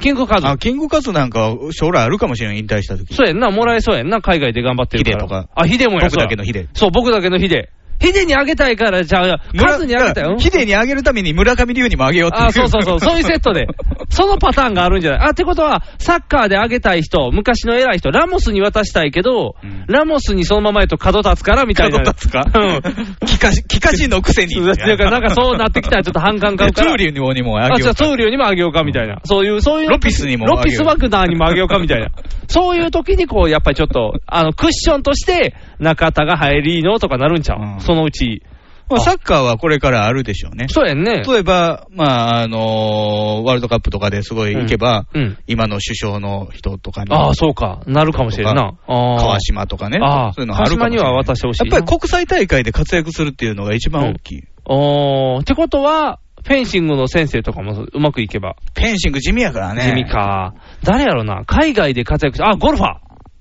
Speaker 3: キングカズ。
Speaker 2: あ、キングカズなんか将来あるかもしれん、引退した時。
Speaker 3: そうやんな、もらえそうやんな、海外で頑張ってるから。
Speaker 2: ヒデとか
Speaker 3: あ、ヒデもや
Speaker 2: 僕だけのヒデ。
Speaker 3: そう、僕だけのヒデ。ヒデにあげたいから、じゃあ、カズにあげたい。うん
Speaker 2: ヒデにあげるために村上龍にもあげようっていう。
Speaker 3: あそうそうそう、そういうセット
Speaker 2: *laughs*
Speaker 3: で、そのパターンがあるんじゃないあってことは、サッカーで上げたい人、昔の偉い人、ラモスに渡したいけど、ラモスにそのままやと角立つからみたいな。
Speaker 2: 角立つか *laughs*
Speaker 3: うん。
Speaker 2: キカシ、キカシのくせに。
Speaker 3: だからなんかそうなってきたら、ちょっと反感買う
Speaker 2: ト
Speaker 3: か
Speaker 2: ゥー
Speaker 3: ら。
Speaker 2: リュにもあ
Speaker 3: あ、
Speaker 2: げ
Speaker 3: じ
Speaker 2: よ
Speaker 3: ゃ
Speaker 2: う
Speaker 3: あ、。ソウリュにもあげようかみたいな。そういう、そういう。
Speaker 2: ロピスにもあげよう
Speaker 3: ロピスワグナーにもあげようかみたいな。そういう時に、こう、やっぱりちょっと、あの、クッションとして、中田が入りのとかなるんちゃう、そのうち。
Speaker 2: まあサッカーはこれからあるでしょうね。
Speaker 3: そうやんね。
Speaker 2: 例えば、まあ、あのーワールドカップとかですごい行けば、
Speaker 3: うんうん
Speaker 2: 今の首相の人とかに。
Speaker 3: ああ、そうか。なるかもしれんな
Speaker 2: と。
Speaker 3: あー
Speaker 2: 川島とかね。
Speaker 3: ああ
Speaker 2: そういうのあるかもしれない
Speaker 3: 川島には渡してほしいな
Speaker 2: やっぱり国際大会で活躍するっていうのが一番大きい。
Speaker 3: おー、ってことは、フェンシングの先生とかもうまくいけば。
Speaker 2: フェンシング地味やからね。
Speaker 3: 地味か。誰やろな。海外で活躍して、あ、ゴルファー。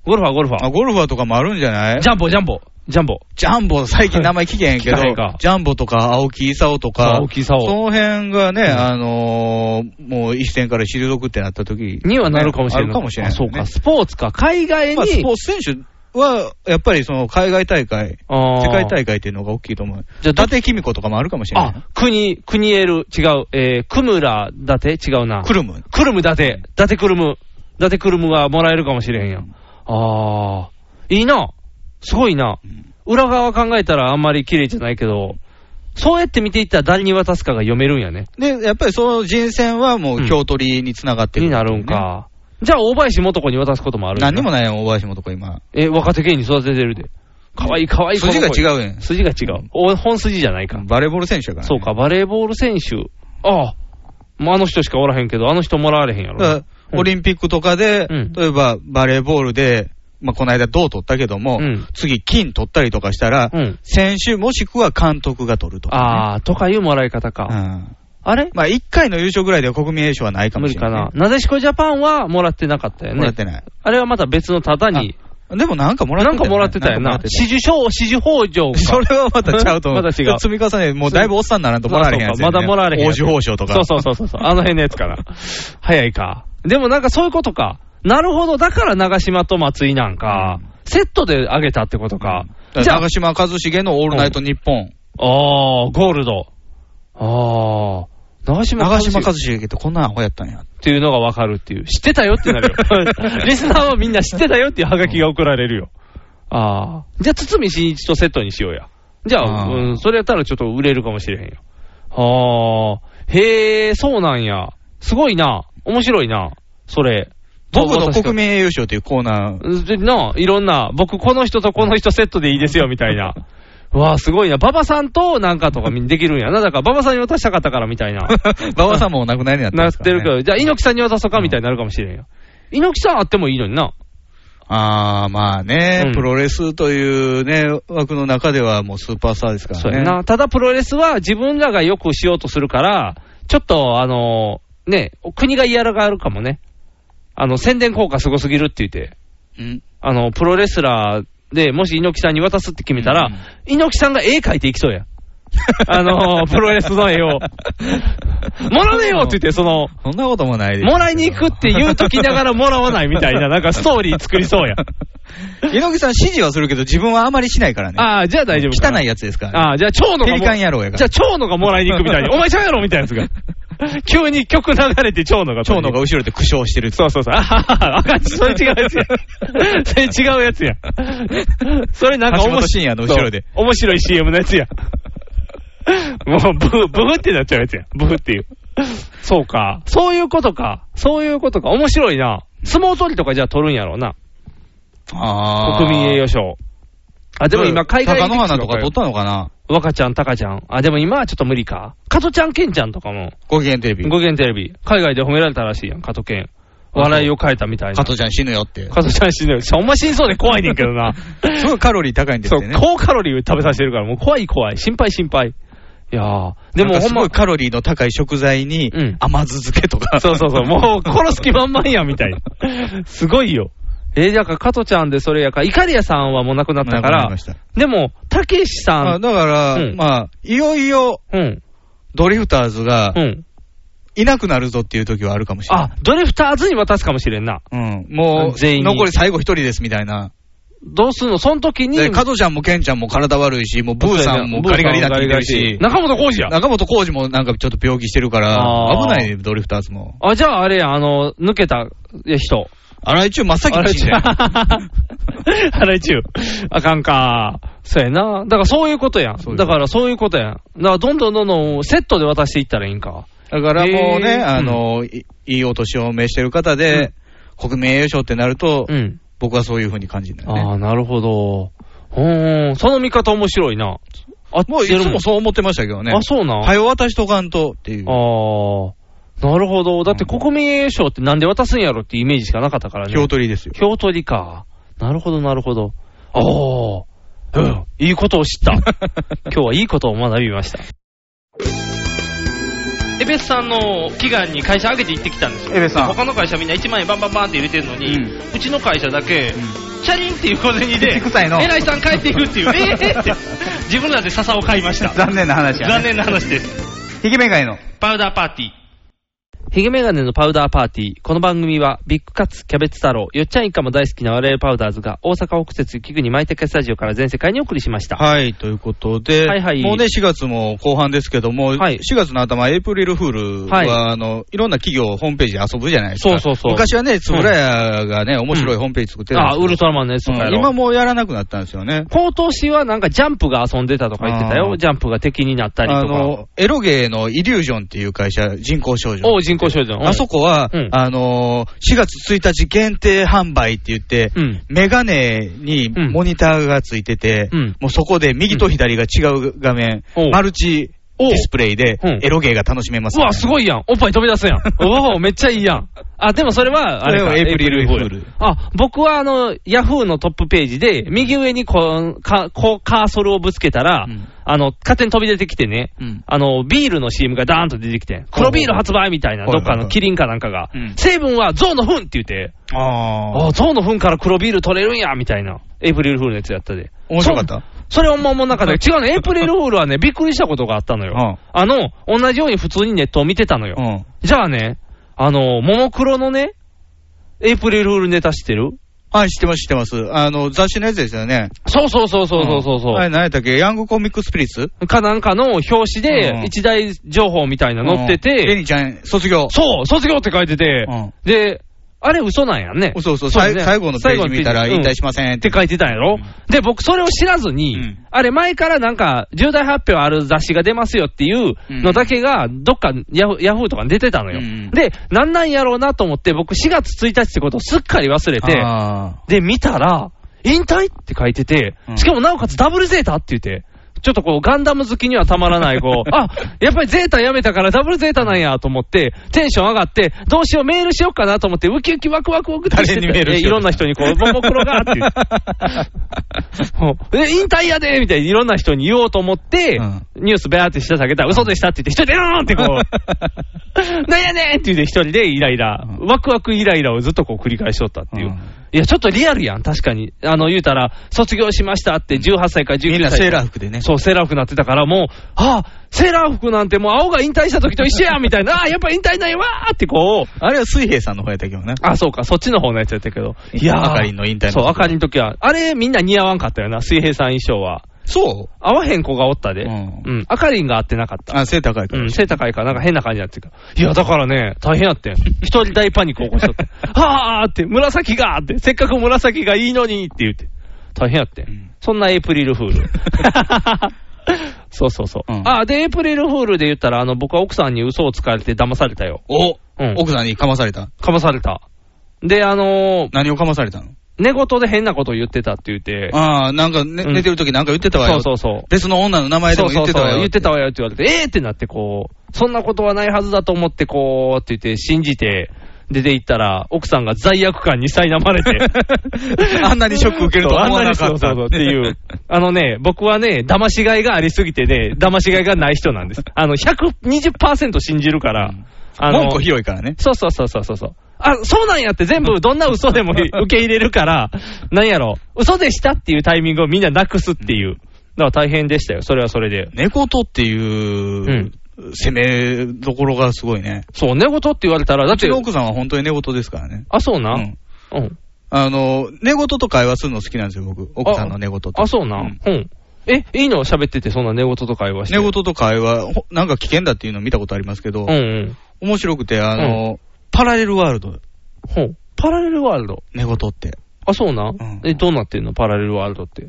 Speaker 3: ゴルファー、ゴルファ
Speaker 2: あ、
Speaker 3: ー。
Speaker 2: ゴルファーとかもあるんじゃない
Speaker 3: ジャンボ、ジャンボ。ジャンボ。
Speaker 2: ジャンボ、最近名前聞けへん
Speaker 3: *laughs*
Speaker 2: けど
Speaker 3: 聞かへんか、
Speaker 2: ジャンボとか青木功とか、
Speaker 3: 青木功
Speaker 2: その辺がね、あのーもう一戦から退くってなった時
Speaker 3: にはなるかもしれない。
Speaker 2: あるかもしれ
Speaker 3: あ
Speaker 2: ない、
Speaker 3: そうか。スポーツか。海外に。
Speaker 2: まあスポーツ選手は、やっぱりその海外大会、
Speaker 3: あー
Speaker 2: 世界大会っていうのが大きいと思う。
Speaker 3: じゃあ
Speaker 2: 伊達公子とかもあるかもしれない。
Speaker 3: あ、国、国エル、違う。えー、クムラだて違うな。
Speaker 2: クルム。
Speaker 3: クルム伊達。伊達クルム。伊達クルムがもらえるかもしれへんやん。あー。いいな。すごいな。裏側考えたらあんまり綺麗じゃないけど、そうやって見ていったら誰に渡すかが読めるんやね。
Speaker 2: で、やっぱりその人選はもう京都りにつながってくる、
Speaker 3: になるん。か。じゃあ、大林素子に渡すこともあるんだ
Speaker 2: 何にもないやん、大林もとか今。
Speaker 3: え、若手芸人育ててるで。かわいい、かわいい。
Speaker 2: 筋が違う
Speaker 3: ね
Speaker 2: やん。
Speaker 3: 筋が違う。お本筋じゃないか。
Speaker 2: バレーボール選手やから、ね。
Speaker 3: そうか、バレーボール選手。ああ。もうあの人しかおらへんけど、あの人もらわれへんやろ
Speaker 2: だ
Speaker 3: な。
Speaker 2: からオリンピックとかで、
Speaker 3: うん
Speaker 2: 例えばバレーボールで、まあ、この間銅取ったけども、
Speaker 3: うん
Speaker 2: 次金取ったりとかしたら、
Speaker 3: うん
Speaker 2: 選手もしくは監督が取るとか、
Speaker 3: ああ、とかいうもらい方か。
Speaker 2: うん
Speaker 3: あれ
Speaker 2: まあ、1回の優勝ぐらいでは国民栄誉はないかも
Speaker 3: 無
Speaker 2: し
Speaker 3: 理
Speaker 2: れな
Speaker 3: か
Speaker 2: い、
Speaker 3: な。なでしこジャパンはもらってなかったよね。
Speaker 2: もらってない。
Speaker 3: あれはまた別のただに。
Speaker 2: でもなんかもらって
Speaker 3: な
Speaker 2: た
Speaker 3: ん
Speaker 2: よね
Speaker 3: かもらってたよ
Speaker 2: ん
Speaker 3: な
Speaker 2: かもらっ。て
Speaker 3: 四十賞、四十法上か。
Speaker 2: それはまたちゃうと思う。
Speaker 3: *laughs* また違う。
Speaker 2: 積み重ね、もうだいぶおっさんにならんともらえへんやつ、ね。
Speaker 3: まだもらわれへんや
Speaker 2: 王
Speaker 3: つ。
Speaker 2: 子報奨とか。
Speaker 3: そうそうそうそう。あの辺のやつかな。早いか。でもなんかそういうことか。なるほど。だから長島と松井なんか、セットで上げたってことか。
Speaker 2: だ
Speaker 3: じ
Speaker 2: か
Speaker 3: ゃ
Speaker 2: ら
Speaker 3: あ
Speaker 2: 長、嶋一茂のオールナイト日本。
Speaker 3: あー、ゴールド。あー。長島
Speaker 2: 長嶋
Speaker 3: 和
Speaker 2: 一茂ってこんなアホやったんや。
Speaker 3: っていうのがわかるっていう。知ってたよってな *laughs* るよ。リスナーはみんな知ってたよっていうハガキが送られるよ。ああ。じゃあ、堤真一とセットにしようや。じゃあ、
Speaker 2: あー
Speaker 3: うん、それやったらちょっと売れるかもしれへんよ。ああ。へえ、そうなんや。すごいな。面白いな。それ。
Speaker 2: 僕の国
Speaker 3: 民
Speaker 2: 民栄誉賞というコーナー。
Speaker 3: の、いろんな、僕この人とこの人セットでいいですよ、みたい *laughs* な。わあ、すごいな。馬場さんとなんかとかみんできるんやな。だから、馬場さんに渡したかったから、みたいな。
Speaker 2: *laughs* 馬場さんもお亡くなりになって
Speaker 3: な
Speaker 2: ま
Speaker 3: っ
Speaker 2: すか
Speaker 3: て
Speaker 2: ら
Speaker 3: る
Speaker 2: ね
Speaker 3: けど、じゃあ、猪木さんに渡そうかみたいになるかもしれんよ。猪木さんあってもいいのにな。
Speaker 2: あー、まあね、
Speaker 3: うん
Speaker 2: プロレスというね、枠の中ではもうスーパースターですからね。
Speaker 3: そうやな。ただ、プロレスは自分らがよくしようとするから、ちょっと、あのーね、国が嫌らがあるかもね。あの、宣伝効果すごすぎるって言って、
Speaker 2: うん
Speaker 3: あの、プロレスラーでもし猪木さんに渡すって決めたら、猪木さんが絵描いていきそうや。 *laughs* あ
Speaker 2: *laughs*
Speaker 3: のープロレスの絵を。もらうよって言って、
Speaker 2: *laughs*
Speaker 3: その、
Speaker 2: そんなこともないです
Speaker 3: もらいに行くって言うときながらもらわないみたいな、なんかストーリー作りそうや。
Speaker 2: *laughs* 猪木さん指示はするけど、自分はあまりしないからね。
Speaker 3: ああ、じゃあ大丈夫かな
Speaker 2: 汚いやつですからね。
Speaker 3: ああ、じゃあ、蝶野がも。
Speaker 2: ペリカン野郎やから
Speaker 3: じゃあ、蝶野がもらいに行くみたいに。お前ちゃうやろみたいなやつが。 *laughs* 急に曲流れて蝶野が。
Speaker 2: 蝶野が後ろで苦笑してる。
Speaker 3: そうそうそう。あはは、あかん、それ違うや
Speaker 2: *laughs*
Speaker 3: つや。それ違うやつや。それなんか
Speaker 2: 橋
Speaker 3: 面
Speaker 2: 本
Speaker 3: 白
Speaker 2: 真
Speaker 3: い。
Speaker 2: 也の後ろで
Speaker 3: そう。面白い CM のやつや。もう、ブフ、ブフってなっちゃうやつや。ブフっていう。そうか。そういうことか。そういうことか。面白いな。相撲取りとかじゃあ取るんやろうな。
Speaker 2: あー
Speaker 3: 国民栄誉賞。あ、でも今、海外
Speaker 2: 貴乃花
Speaker 3: 力士
Speaker 2: とか取ったのかな
Speaker 3: 若ちゃん、タカちゃん。あ、でも今はちょっと無理か。加トちゃん、ケンちゃんとかも。
Speaker 2: ご機嫌テレビ。
Speaker 3: ご機嫌テレビ。海外で褒められたらしいやん、加トケン。笑いを変えたみたいな。
Speaker 2: 加藤ちゃん死ぬよって。
Speaker 3: *laughs* 加トちゃん死ぬよ。ほんま死にそうで怖いねんけどな。
Speaker 2: すごいカロリー高いん *laughs* です
Speaker 3: そ
Speaker 2: よ
Speaker 3: う、
Speaker 2: ね。
Speaker 3: 高カロリーを食べさせてるから、もう怖い怖い。心配心配。いやー。でも
Speaker 2: なんか
Speaker 3: ほん
Speaker 2: すご
Speaker 3: ま
Speaker 2: い、カロリーの高い食材に
Speaker 3: うん
Speaker 2: 甘酢漬けとか。
Speaker 3: そうそうそう、
Speaker 2: *laughs*
Speaker 3: もう殺す気満々やんみたいな。 *laughs* すごいよ。えー、だから、加トちゃんでそれやから、イカリアさんはもう亡くなったか
Speaker 2: 亡くなり
Speaker 3: ら
Speaker 2: ました、
Speaker 3: でも、たけし
Speaker 2: ま
Speaker 3: さ
Speaker 2: あ
Speaker 3: ん、
Speaker 2: だから、
Speaker 3: うん
Speaker 2: まあ、いよいよ、
Speaker 3: うん、
Speaker 2: ドリフターズが
Speaker 3: うん。
Speaker 2: いなくなるぞっていう時はあるかもしれない。
Speaker 3: あ、ドリフターズに渡すかもしれんな。
Speaker 2: うん。もう、
Speaker 3: 全員に
Speaker 2: 残り最後一人ですみたいな。
Speaker 3: どうすんのその時に、
Speaker 2: で、加藤ちゃんもケンちゃんも体悪いし、もうブーさんもガリガリになってきてるし、
Speaker 3: 中本浩二や。
Speaker 2: 中本浩二もなんかちょっと病気してるから、
Speaker 3: あー
Speaker 2: 危ないね、ドリフターズも。
Speaker 3: あ、じゃああれや、あの、抜けた人。
Speaker 2: 荒井中真っ先
Speaker 3: あ
Speaker 2: に
Speaker 3: れ
Speaker 2: 死ん
Speaker 3: *laughs*
Speaker 2: だよ。
Speaker 3: 腹いちゅう。あかんか。そうやな。だからそういうことやん。だからそういうことやん。だからどんどんどんどんセットで渡していったらいいんか。
Speaker 2: だからもう
Speaker 3: *laughs* へ
Speaker 2: ね、
Speaker 3: ー
Speaker 2: あの、いいいお年を召してる方で、国民栄誉賞ってなると、
Speaker 3: うん。
Speaker 2: 僕はそういうふうに感じるんだよね。
Speaker 3: ああ、なるほど。うーん。その見方面白いな。あ
Speaker 2: もういつもそう思ってましたけどね。
Speaker 3: あ、そうなん。
Speaker 2: はよ渡しとかんとっていう。
Speaker 3: ああ。なるほど。だって国民栄誉賞ってなんで渡すんやろってイメージしかなかったからね。
Speaker 2: 票取りですよ。
Speaker 3: 京都理か。なるほど、なるほど。ああ、うん、いいことを *laughs* 知った。今日はいいことを学びました。エベスさんの祈願に会社上げて行ってきたんですよ。
Speaker 2: エベスさん
Speaker 3: 他の会社みんな1万円バンバンバンって入れてるのに、うちの会社だけ、チャリンっていう小銭で、
Speaker 2: 口臭いの
Speaker 3: 偉いさん帰っていくっていう、ええって、自分らで笹を買いました。
Speaker 2: 残念な話やね
Speaker 3: *laughs* 残念な話です。
Speaker 2: ひげめがいの。
Speaker 3: パウダーパーティー。ヒゲメガネのパウダーパーティー。この番組は、ビッグカツ、キャベツ太郎、よっちゃん一家も大好きな我々パウダーズが、大阪北節木国舞竹スタジオから全世界にお送りしました。
Speaker 2: はい、ということで、
Speaker 3: はいはい
Speaker 2: もうね、4月も後半ですけども、
Speaker 3: はい
Speaker 2: 4月の頭、エイプリルフールは、
Speaker 3: はい
Speaker 2: い、あの、いろんな企業、ホームページで遊ぶじゃないですか。
Speaker 3: そうそうそう
Speaker 2: 昔はね、つぶらやがね、面白いホームページ作ってたんで
Speaker 3: あ、
Speaker 2: す
Speaker 3: ウ
Speaker 2: け
Speaker 3: ルトラマンのやつと
Speaker 2: ど
Speaker 3: かや
Speaker 2: うん
Speaker 3: ろ。
Speaker 2: 今もうやらなくなったんですよね。
Speaker 3: 今年はなんかジャンプが遊んでたとか言って
Speaker 2: あ
Speaker 3: たよ。
Speaker 2: ー
Speaker 3: ジャンプが敵になったり
Speaker 2: あ
Speaker 3: とか。
Speaker 2: の、エロゲーのイリュージョンっていう会社、人工少女。
Speaker 3: おう人工少女。
Speaker 2: あそ
Speaker 3: こ。
Speaker 2: こは、
Speaker 3: うん
Speaker 2: あのー4月1日限定販売って言って、
Speaker 3: うん
Speaker 2: メガネに
Speaker 3: うん
Speaker 2: モニターがついてて、
Speaker 3: うん
Speaker 2: もうそこで右と左が違う画面、
Speaker 3: おう
Speaker 2: マルチディスプレイで
Speaker 3: うん
Speaker 2: エロゲーが楽しめます、
Speaker 3: うわ、すごいやん。おっぱい飛び出すやん。おお、めっちゃいいやん。あ、でもそれは、あれ
Speaker 2: そ
Speaker 3: か
Speaker 2: れはエイプリルフール
Speaker 3: あ、僕はあの、ヤフーのトップページで、右上にこう、かこうカーソルをぶつけたら、
Speaker 2: うん
Speaker 3: あの、勝手に飛び出てきてね、
Speaker 2: うん
Speaker 3: あの、ビールの CM がダーンと出てきて、黒ビール発売みたいな、
Speaker 2: はい
Speaker 3: ど
Speaker 2: は
Speaker 3: っ
Speaker 2: い
Speaker 3: かのキリンかなんかが、
Speaker 2: うん
Speaker 3: 成分は象の糞って言って、
Speaker 2: あ
Speaker 3: あ
Speaker 2: あ。
Speaker 3: 象の糞から黒ビール取れるんや、みたいな。エイプリルフールのやつやったで。
Speaker 2: 面白かった
Speaker 3: そそれ思もんなかったけど違うの、エイプリルフールはね、びっくりしたことがあったのよ。あの、同じように普通にネットを見てたのよ。
Speaker 2: うん。
Speaker 3: じゃあね、あの、ももクロのね、エイプリルフールネタ知ってる
Speaker 2: はい、知ってます、知ってます。あの、雑誌のやつですよね。
Speaker 3: そうそうそうそうそうそうそう。
Speaker 2: んあれ、何やったっけヤングコミックスピリッツ
Speaker 3: かなんかの表紙
Speaker 2: うん
Speaker 3: で、一大情報みたいなの載って
Speaker 2: うんレ
Speaker 3: て、
Speaker 2: ニちゃん、卒業。
Speaker 3: そう、卒業って書いてて
Speaker 2: うん、
Speaker 3: で、あれ嘘なんやんね。
Speaker 2: そうそう
Speaker 3: そう
Speaker 2: さ
Speaker 3: で
Speaker 2: い
Speaker 3: すね
Speaker 2: 最後のページ見たら
Speaker 3: 最後
Speaker 2: 引
Speaker 3: のページ
Speaker 2: 退しませんっ
Speaker 3: って
Speaker 2: て。
Speaker 3: 書いてたんやろ、で、僕それを知らずに、
Speaker 2: うん
Speaker 3: あれ前からなんか、重大発表ある雑誌が出ますよっていうのだけが、どっかヤフヤフーとかに出てたのよ。
Speaker 2: うん
Speaker 3: で、なんなんやろうなと思って、僕4月1日ってことをすっかり忘れて、
Speaker 2: あ
Speaker 3: で、見たら、引退って書いてて
Speaker 2: う、ん
Speaker 3: しかもなおかつダブルゼータって言って、ちょっとこう、ガンダム好きにはたまらない、こ
Speaker 2: *laughs*
Speaker 3: う、あ、やっぱりゼータやめたからダブルゼータなんやと思って、テンション上がって、どうしようメールしようかなと思って、ウキウキワクワクワクってして
Speaker 2: 誰にメール
Speaker 3: え
Speaker 2: し
Speaker 3: い
Speaker 2: よう
Speaker 3: ろんな人にこう、ももクロがって言
Speaker 2: *laughs*
Speaker 3: って。もうえ、引退やでみたいにいろんな人に言おうと思って、
Speaker 2: うん
Speaker 3: ニュースベアーってして下げたら、嘘でしたって言って、一人でローンってこう、
Speaker 2: *laughs*
Speaker 3: なんやねんって言って一人でイライラ、
Speaker 2: うん
Speaker 3: ワクワクイライラをずっとこう繰り返しとったっていう。
Speaker 2: うん
Speaker 3: いや、ちょっとリアルやん、確かに。あの、言うたら、卒業しましたって、18歳から19歳。
Speaker 2: みんなセーラー服でね
Speaker 3: そう、セーラー服なってたから、もう、ああ、セーラー服なんてもう青が引退した時と一緒やみたいな、ああ、やっぱ引退ないわーってこう、
Speaker 2: あ。あれは水平さんの方やったけどね。
Speaker 3: あ、そうか、そっちの方のやつやったけど。いやー
Speaker 2: あかりんの引退の
Speaker 3: そう、あかりんの時は。あれ、みんな似合わんかったよな、水平さん衣装は。
Speaker 2: そう
Speaker 3: 合わへん子がおったで。う
Speaker 2: うんん。
Speaker 3: あかりんが合ってなかった。
Speaker 2: あ、背高いか
Speaker 3: う
Speaker 2: ら
Speaker 3: ん、。背高いから、なんか変な感じになってるから。いや、だからね、大変やってん。一人大パニック起こしとって。はぁーって、紫がーって、せっかく紫がいいのにって言って。大変やってん。
Speaker 2: ん
Speaker 3: そんなエイプリルフール。そうそうそう。
Speaker 2: うん
Speaker 3: あ、で、エイプリルフールで言ったら、あの、僕は奥さんに嘘をつかれて騙されたよ。
Speaker 2: お、
Speaker 3: うん
Speaker 2: 奥さんにかまされた
Speaker 3: かまされた。で、あのー
Speaker 2: 何をかまされたの
Speaker 3: な寝言で変なこと言ってたって言って。
Speaker 2: ああ、なんか、ね
Speaker 3: うん
Speaker 2: 寝てる時なんか言ってたわよ。
Speaker 3: そうそうそう。
Speaker 2: 別の女の名前でも言ってたわよ。
Speaker 3: そうそうそう言ってたわよって言われて、えーってなって、こう、そんなことはないはずだと思って、こう、って言って、信じて、出て行ったら、奥さんが罪悪感に苛まれて。
Speaker 2: *laughs* あんなにショック受けるとは思わなかった
Speaker 3: そうあんなにそうそうそうっていう。あのね、僕はね、騙しがいがありすぎてね、騙しがいがない人なんです。あの、120%信じるから。あの
Speaker 2: 文句広いからね。
Speaker 3: そうそうそうそうそう。あ、そうなんやって全部どんな嘘でも *laughs* 受け入れるから、なんやろ、嘘でしたっていうタイミングをみんななくすっていう。だから大変でしたよ、それはそれで。
Speaker 2: 寝言っていう、攻めどころがすごいね。
Speaker 3: そう、寝言って言われたら、だって
Speaker 2: うちの奥さんは本当に寝言ですからね。
Speaker 3: あ、そうな。
Speaker 2: うん。
Speaker 3: うん。
Speaker 2: あの、寝言と会話するの好きなんですよ、僕。奥さんの寝言と。
Speaker 3: あ、そうな。うん。え、いいの喋ってて、そんな寝言と会話して。
Speaker 2: 寝言と会話、ほなんか危険だっていうの見たことありますけど、
Speaker 3: うんうん。
Speaker 2: 面白くて、あの、パラレルワールド、
Speaker 3: ほう。パラレルワールド。
Speaker 2: 寝言って。
Speaker 3: あ、そうな。え、どうなってんのパラレルワールドって。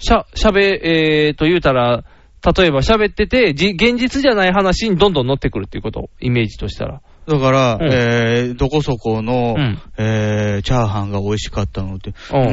Speaker 3: しゃ、喋えーと言うたら、例えば喋ってて、じ、現実じゃない話にどんどん乗ってくるっていうことイメージとしたら。
Speaker 2: だから、
Speaker 3: うん
Speaker 2: えーどこそこの、
Speaker 3: うん
Speaker 2: えーチャーハンが美味しかったのって、う
Speaker 3: おう
Speaker 2: ー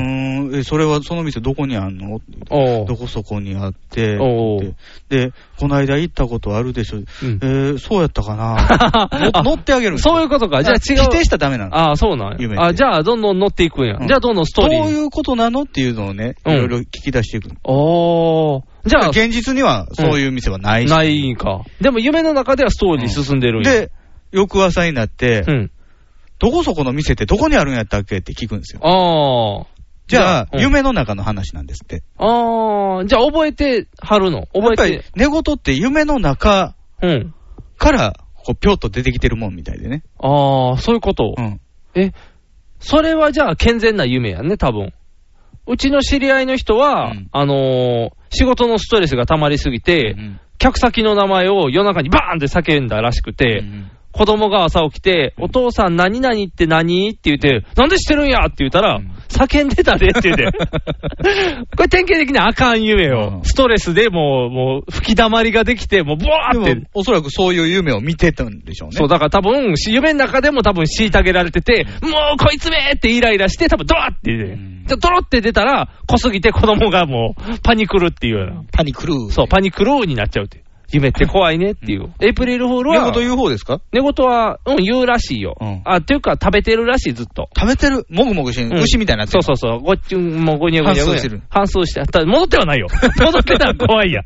Speaker 2: ん、えそれはその店どこにあんのって
Speaker 3: おう
Speaker 2: どこそこにあって
Speaker 3: おう
Speaker 2: ってで、この間行ったことあるでしょ、えーそうやったか
Speaker 3: *laughs*
Speaker 2: なの乗ってあげるんです
Speaker 3: そういうことか。じゃあ違う。
Speaker 2: 否定したらダメなの。
Speaker 3: ああ、そうなん
Speaker 2: 夢っ
Speaker 3: や。
Speaker 2: て
Speaker 3: あじゃあ、どんどん乗っていくんや。
Speaker 2: うん
Speaker 3: じゃあ、どんどんストーリー
Speaker 2: どう
Speaker 3: に。
Speaker 2: いうことなのっていうのをね、い
Speaker 3: うん
Speaker 2: ろいろ聞き出していくの。
Speaker 3: おー。じゃあ、
Speaker 2: 現実にはそういう店はないし、
Speaker 3: ないんか。でも、夢の中ではストーリー進んでるんや。
Speaker 2: で、翌朝になって、
Speaker 3: うん。
Speaker 2: どこそこの店ってどこにあるんやったっけって聞くんですよ。
Speaker 3: ああ。
Speaker 2: じゃあ、
Speaker 3: うん
Speaker 2: 夢の中の話なんですって。
Speaker 3: ああ、じゃあ、覚えてはるの。
Speaker 2: やっ
Speaker 3: 覚
Speaker 2: ぱ
Speaker 3: え
Speaker 2: り
Speaker 3: て。
Speaker 2: 寝言って夢の中
Speaker 3: うん。
Speaker 2: から、こう、ぴょっと出てきてるもんみたいでね。
Speaker 3: ああ、そういうこと。
Speaker 2: うん。
Speaker 3: え、それはじゃあ健全な夢やんね、多分。うちの知り合いの人は、あのー仕事のストレスが溜まりすぎて、客先の名前を夜中にバーンって叫んだらしくて、子供が朝起きて、お父さん何々って何って言って、なんでしてるんやって言ったら、叫んでたでって *laughs* 言って。これ典型的にあかん夢よ。ストレスでもう、もう吹き溜まりができて、もうブワーって
Speaker 2: で。も、おそらくそういう夢を見てたんでしょうね。
Speaker 3: そう、だから多分、し夢の中でも多分虐げられてて、もうこいつめーってイライラして、多分ドワって出て、でドロって出たら、濃すぎて子供がもうパニクるっていうような。
Speaker 2: パニクルー。
Speaker 3: そう、パニクルーになっちゃうっていう。夢って怖いねっていう。エイプリルフールは。
Speaker 2: 寝言言う方ですか
Speaker 3: 寝言は、うん、言うらしいよ。あ、っていうか、食べてるらしい、ずっと。
Speaker 2: 食べてるもぐもぐしてる。牛みたいになって
Speaker 3: そう
Speaker 2: る。
Speaker 3: そうそう。ごっちゅん、もうごにゃごにゃご
Speaker 2: 反
Speaker 3: にゃ
Speaker 2: 芻してる。
Speaker 3: 反芻して。ただ戻っては
Speaker 2: *laughs*
Speaker 3: ないよ。戻ってたら怖いや。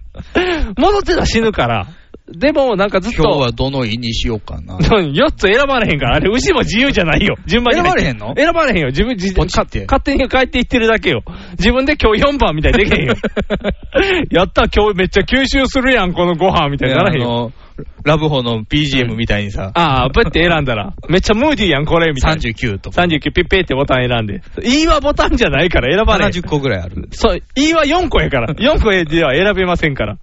Speaker 3: 戻ってたら死ぬから。でも、なんかずっと。
Speaker 2: 今日はどの胃にしようかな。
Speaker 3: 4つ選ばれへんから、あれ、牛も自由じゃないよ。順番に入って。
Speaker 2: 選ばれへんの
Speaker 3: 選ばれへんよ。自分自か勝手に帰っていってるだけよ。自分で今日4番みたいにで
Speaker 2: *laughs*
Speaker 3: きへんよ。やった、今日めっちゃ吸収するやん、このご飯みたいにならへん
Speaker 2: いやあ
Speaker 3: よ。
Speaker 2: のラブホの BGM みたいにさ、
Speaker 3: ああ、ぶって選んだら。めっちゃムーディーやん、これ、みたいな。
Speaker 2: 39とか。
Speaker 3: 39、ピッペーってボタン選んで。いいわボタンじゃないから選ばれへん。
Speaker 2: 70個ぐらいある。
Speaker 3: そう、いいわ4個やから。4個では選べませんから。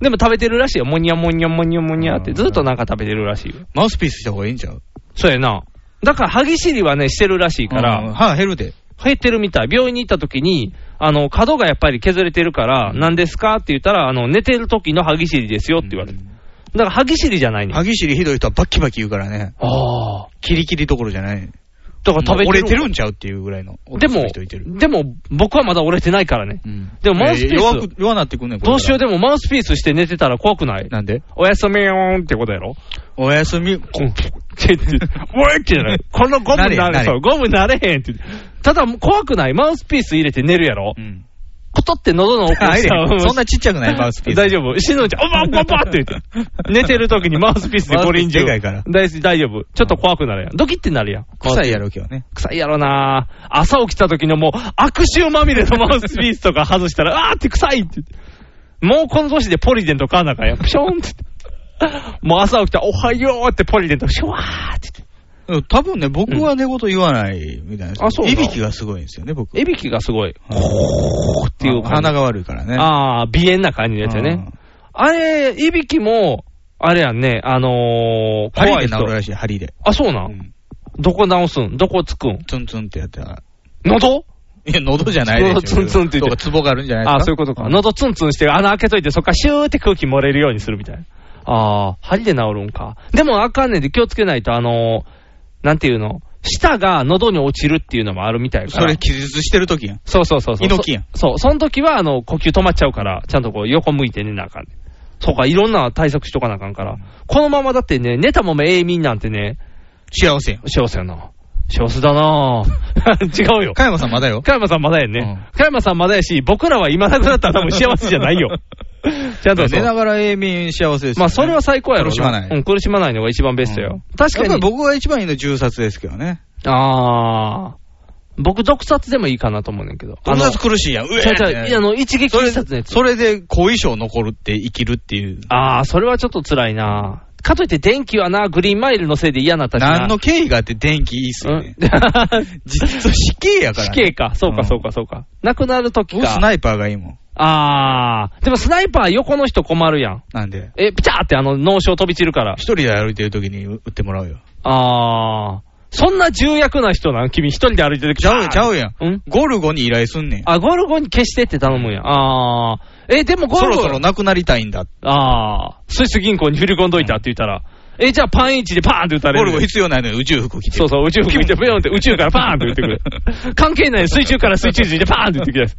Speaker 3: でも食べてるらしいよ。もにゃもにゃもにゃもにゃって、ずっとなんか食べてるらしいよ。
Speaker 2: マウスピースした方がいいんちゃう
Speaker 3: そうやな。だから、歯ぎしりはね、してるらしいか
Speaker 2: うん
Speaker 3: ら、
Speaker 2: 歯減るで。
Speaker 3: 減ってるみたい。病院に行った時に、あの、角がやっぱり削れてるから、何ですかって言ったら、あの、寝てる時の歯ぎしりですよって言われて。だから、歯ぎしりじゃないねん。
Speaker 2: 歯ぎしりひどい人はバッキバキ言うからね。
Speaker 3: ああ。
Speaker 2: キリキリどころじゃない。
Speaker 3: だから食
Speaker 2: も
Speaker 3: べてる
Speaker 2: う折れてるんちゃうっていうぐらいの。
Speaker 3: でも
Speaker 2: 人いてる、
Speaker 3: でも、僕はまだ折れてないからね。でも、マウスピ
Speaker 2: えー
Speaker 3: ー
Speaker 2: 弱
Speaker 3: ス
Speaker 2: く、、弱なってくんねん、これ
Speaker 3: どうしようでもマウスピースして寝てたら怖くない
Speaker 2: なんで
Speaker 3: おやすみよーんってことやろ
Speaker 2: おやす *laughs* み、
Speaker 3: うんちょちょおいってじ
Speaker 2: *laughs*
Speaker 3: ゃない。このゴム
Speaker 2: なれへん
Speaker 3: な
Speaker 2: な
Speaker 3: れ、
Speaker 2: れ
Speaker 3: そう、ゴムなれへんって。ただ、怖くないマウスピース入れて寝るやろコトって喉の奥にさ *laughs*
Speaker 2: あ入れへん *laughs* そんなちっちゃくないマウスピース
Speaker 3: 大丈夫。死ぬんちゃう、おばおばおばって言って。寝てる時にマウスピースで五輪中。
Speaker 2: *laughs* マウスピースでかいから
Speaker 3: 大丈夫大丈夫。ちょっと怖くなるやん。ドキってなるやん。
Speaker 2: 臭いやろ、今日ね。
Speaker 3: 臭いやろなぁ朝起きた時のもう悪臭まみれのマウスピースとか外したら、あ *laughs* ーって臭いって言って。もうこの年でポリデント買わなあかんやん。プショーンって言って。もう朝起きたらおはようってポリデント、シュワーって言って。
Speaker 2: うん多分ね、僕は寝言言わないみたいな。
Speaker 3: あそうない
Speaker 2: びきがすごいんですよね、僕。
Speaker 3: えびきがすごい。こーっていう感じ
Speaker 2: 鼻が悪いからね。
Speaker 3: ああ、鼻炎な感じのやつよね。あれ、いびきも、あれやんね、あのー、怖
Speaker 2: 針
Speaker 3: い
Speaker 2: で治
Speaker 3: 人
Speaker 2: る。らしい、針で。
Speaker 3: あ、そうなん、どこ直すんどこつくん
Speaker 2: ツンツンってやったら。
Speaker 3: 喉
Speaker 2: いや、喉じゃないでしょ。
Speaker 3: 喉ツンツンって
Speaker 2: と
Speaker 3: 言って
Speaker 2: か、ツボがあるんじゃないですか。
Speaker 3: ああ、そういうことか。喉ツンツンして穴開けといて、そっからシューって空気漏れるようにするみたいな。ああ、針で治るんか。でもあかんねんで気をつけないと、あのー、なんていうの舌が喉に落ちるっていうのもあるみたいから。
Speaker 2: それ気絶してる時やん。
Speaker 3: そうそうそうそう。
Speaker 2: 猪木やん
Speaker 3: そそう、その時は、あの、呼吸止まっちゃうから、ちゃんとこう、横向いて寝なあかん、ね。そうか、いろんな対策しとかなあかんから。このままだってね、寝たまま永眠なんてね。
Speaker 2: 幸せやん。
Speaker 3: 幸せやな。幸せだな *laughs* ぁ。違うよ。
Speaker 2: 加山さんまだよ。
Speaker 3: *laughs* 加山さんまだやね。加、山さんまだやし、僕らは今なくなったら多分幸せじゃな
Speaker 2: *laughs*
Speaker 3: いよ。ちゃんとそう
Speaker 2: 寝ながら永眠幸せですよね、
Speaker 3: まあ、それは最高やろ
Speaker 2: 苦しまない。
Speaker 3: うん、苦しまないのが一番ベストよ。確
Speaker 2: や
Speaker 3: か
Speaker 2: っぱり
Speaker 3: に。
Speaker 2: 僕が一番いいのは銃殺ですけどね。
Speaker 3: ああ。僕、毒殺でもいいかなと思うねんけど。
Speaker 2: 毒殺苦しいやん。うえーって
Speaker 3: ちゃうちゃういやあの一撃必殺のや
Speaker 2: *laughs*
Speaker 3: つ
Speaker 2: それで、それで後遺症残るって生きるっていう。
Speaker 3: ああ、それはちょっと辛いな。かといって電気はな、グリーンマイルのせいで嫌なったしな。
Speaker 2: 何の経緯があって電気いいっすよね。実質死刑やから、
Speaker 3: *laughs* 死刑か。そうか、そうか、そうか。亡くなるとき
Speaker 2: 僕
Speaker 3: か。
Speaker 2: スナイパーがいいもん。
Speaker 3: ああ。でもスナイパー横の人困るやん。
Speaker 2: なんで。
Speaker 3: え、ピチャーってあの、脳症飛び散るから。
Speaker 2: 一人で歩いてる時に打ってもらうよ。
Speaker 3: ああ。そんな重役な人なん君一人で歩いてる
Speaker 2: ちゃうやん、ちゃうやん。
Speaker 3: うん
Speaker 2: ゴルゴに依頼すんねん。
Speaker 3: あ、ゴルゴに消してって頼むんや。ああ。え、でもゴ
Speaker 2: そ
Speaker 3: ル
Speaker 2: ろ
Speaker 3: ゴ。
Speaker 2: そろなくなりたいんだ。
Speaker 3: ああ。スイス銀行に振り込んどいたって言ったら。え、じゃあパンイチでパーンって打たれ
Speaker 2: ゴ
Speaker 3: る。
Speaker 2: ルゴ必要ないのに宇宙服着て。
Speaker 3: そうそう、宇宙服見て、ブヨンって宇宙からパーンって打っ
Speaker 2: *laughs*
Speaker 3: てくる。関係ない、水中から水中人でパーンって打ってきます。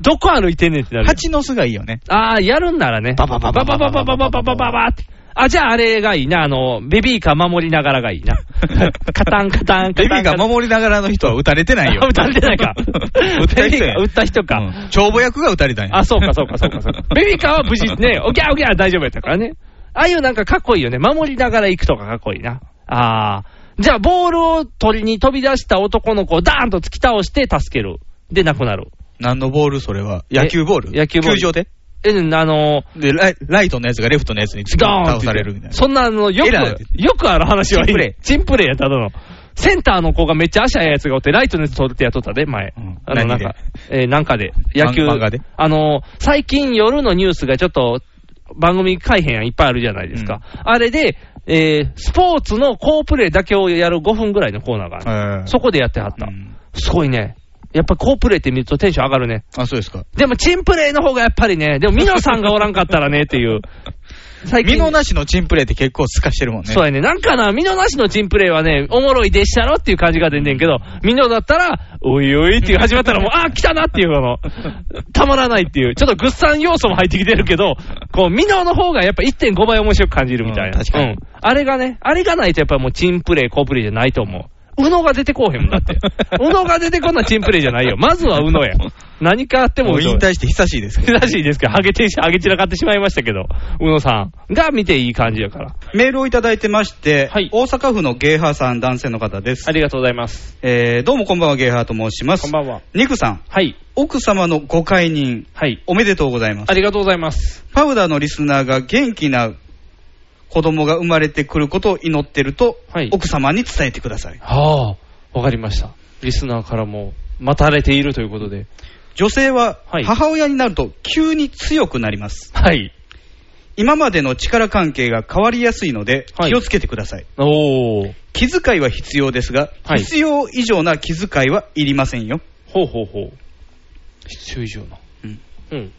Speaker 3: どこ歩いてんねんってなる。
Speaker 2: 蜂の巣がいいよね。
Speaker 3: あー、やるんならね。バババババババババババババって。あ、じゃああれがいいな、あの、ベビーカー守りながらがいいな。 *laughs* カタンカタンカタン。
Speaker 2: ベビーが
Speaker 3: カタン
Speaker 2: 守りながらの人は撃たれてないよ
Speaker 3: あ。撃たれてないか
Speaker 2: 撃たれてない
Speaker 3: 撃った人か。
Speaker 2: 帳簿役が撃たれたんや。
Speaker 3: あ、そうか、そうか、そうか、そうか。ベビーカーは無事ね、おぎゃおぎゃ大丈夫やったからね。ああいうなんかかっこいいよね。守りながら行くとかかっこいいな。ああ。じゃあ、ボールを取りに飛び出した男の子をダーンと突き倒して助ける。で、亡くなる。
Speaker 2: 何のボールそれは。野球ボール
Speaker 3: 野球ボール
Speaker 2: 球場で
Speaker 3: え、あの
Speaker 2: でライ、ライトのやつがレフトのやつに突き
Speaker 3: ドーンって
Speaker 2: 倒されるみたいな。
Speaker 3: そんな、あの、よ
Speaker 2: エラー
Speaker 3: く、よくある話はい
Speaker 2: チン
Speaker 3: い。
Speaker 2: プレ
Speaker 3: ー。チンプレーやっただの。センターの子がめっちゃ足速いやつがおって、ライトのやつ取ってやっとったで、前。
Speaker 2: ん
Speaker 3: あの、なん
Speaker 2: 何で
Speaker 3: か、えーなんかで、野球。
Speaker 2: 漫漫画で
Speaker 3: あの、最近夜のニュースがちょっと、番組改編いっぱいあるじゃないですか。あれで、えースポーツの好プレーだけをやる5分ぐらいのコーナーがある。
Speaker 2: えー
Speaker 3: そこでやってはった。
Speaker 2: うん
Speaker 3: すごいね。やっぱ好プレーって見るとテンション上がるね。
Speaker 2: あ、そうですか。
Speaker 3: でも、チンプレーの方がやっぱりね、でも、ミノさんがおらんかったらね、っていう。最
Speaker 2: 身のなしのチンプレーって結構透かしてるもんね。
Speaker 3: そうやね。なんかな、ミノなしのチンプレイはね、おもろいでしたろっていう感じが出んねんけど、ミノだったら、おいおいっていう始ま *laughs* ったらもう、あー来たなっていう、この、たまらないっていう、ちょっとグッサン要素も入ってきてるけど、こう、ミノの方がやっぱ1.5倍面白く感じるみたいな。
Speaker 2: うん確かに
Speaker 3: うん。あれがね、あれがないとやっぱもうチンプレイ、コプレイじゃないと思う。うのが出てこうへんもんだ *laughs* って。うのが出てこんなチンプレイじゃないよ。まずはうのや。何かあっても
Speaker 2: も
Speaker 3: う
Speaker 2: う
Speaker 3: の
Speaker 2: 引退して久しいですけど。
Speaker 3: らしいですけど、ハゲてし、ハゲ散らかってしまいましたけど、うのさんが見ていい感じやから。
Speaker 2: メールをいただいてまして、
Speaker 3: はい
Speaker 2: 大阪府のゲーハーさん男性の方です
Speaker 3: あ。りがとうございます。
Speaker 2: えー、どうもこんばんは、ゲーハーと申します。
Speaker 3: こんばんは。
Speaker 2: ニクさん、
Speaker 3: はい。
Speaker 2: 奥様のご解任、
Speaker 3: はい。
Speaker 2: おめでとうございます。
Speaker 3: ありがとうございます。
Speaker 2: パウダーのリスナーが元気な子供が生まれてくることを祈ってると、
Speaker 3: はい
Speaker 2: 奥様に伝えてください。
Speaker 3: はあ、わかりました。リスナーからも待たれているということで。
Speaker 2: 女性は
Speaker 3: はい
Speaker 2: 母親になると急に強くなります。
Speaker 3: はい。
Speaker 2: 今までの力関係が変わりやすいので
Speaker 3: はい
Speaker 2: 気をつけてください。
Speaker 3: おー。
Speaker 2: 気遣いは必要ですが、
Speaker 3: はい
Speaker 2: 必要以上な気遣いはいりませんよ。
Speaker 3: ほうほうほう。必要以上な。
Speaker 2: うん
Speaker 3: うん。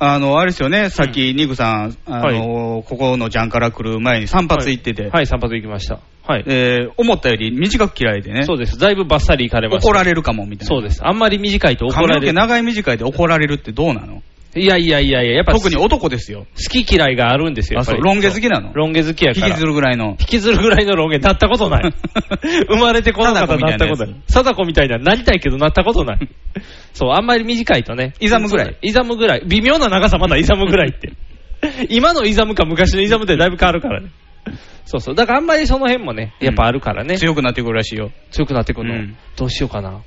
Speaker 2: あの、あれですよね、さっき、ニグさん、あ
Speaker 3: はい
Speaker 2: の、ここのジャンから来る前に散髪行ってて、
Speaker 3: はい、散髪行きました。はい。
Speaker 2: えー思ったより短く嫌いでね、
Speaker 3: そうです。だいぶバッサリ行かれました。
Speaker 2: 怒ら
Speaker 3: れ
Speaker 2: れるかもみたいな。
Speaker 3: そうです。あんまり短いと怒
Speaker 2: 髪
Speaker 3: ら
Speaker 2: の
Speaker 3: れ
Speaker 2: 毛
Speaker 3: る。
Speaker 2: 長い短いで怒られるってどうなの
Speaker 3: いやいやいやいや、やっぱ
Speaker 2: 特に男ですよ。
Speaker 3: 好き嫌いがあるんですよ。
Speaker 2: あ、そう、
Speaker 3: やっぱり
Speaker 2: ロン毛好きなの
Speaker 3: ロン毛好きや
Speaker 2: 引
Speaker 3: から。
Speaker 2: きずるぐらいの。
Speaker 3: 引きずるぐらいのロン毛なったこ
Speaker 2: *laughs*
Speaker 3: とない。生まれてこの方なったことない。貞子みたいな、なりたいけ
Speaker 2: *laughs*
Speaker 3: どなったことない。そう、あんまり短いとね。
Speaker 2: イザムぐらい。
Speaker 3: イザムぐらい。微妙な長さまだイザムぐらい
Speaker 2: *laughs*
Speaker 3: って。今のイザムか昔のイザムってだいぶ変わるからね。そうそう。だからあんまりその辺もね、やっぱあるからね。
Speaker 2: 強くなってくるらしいよ。
Speaker 3: 強くなってくるの。
Speaker 2: うん
Speaker 3: どうしようかな。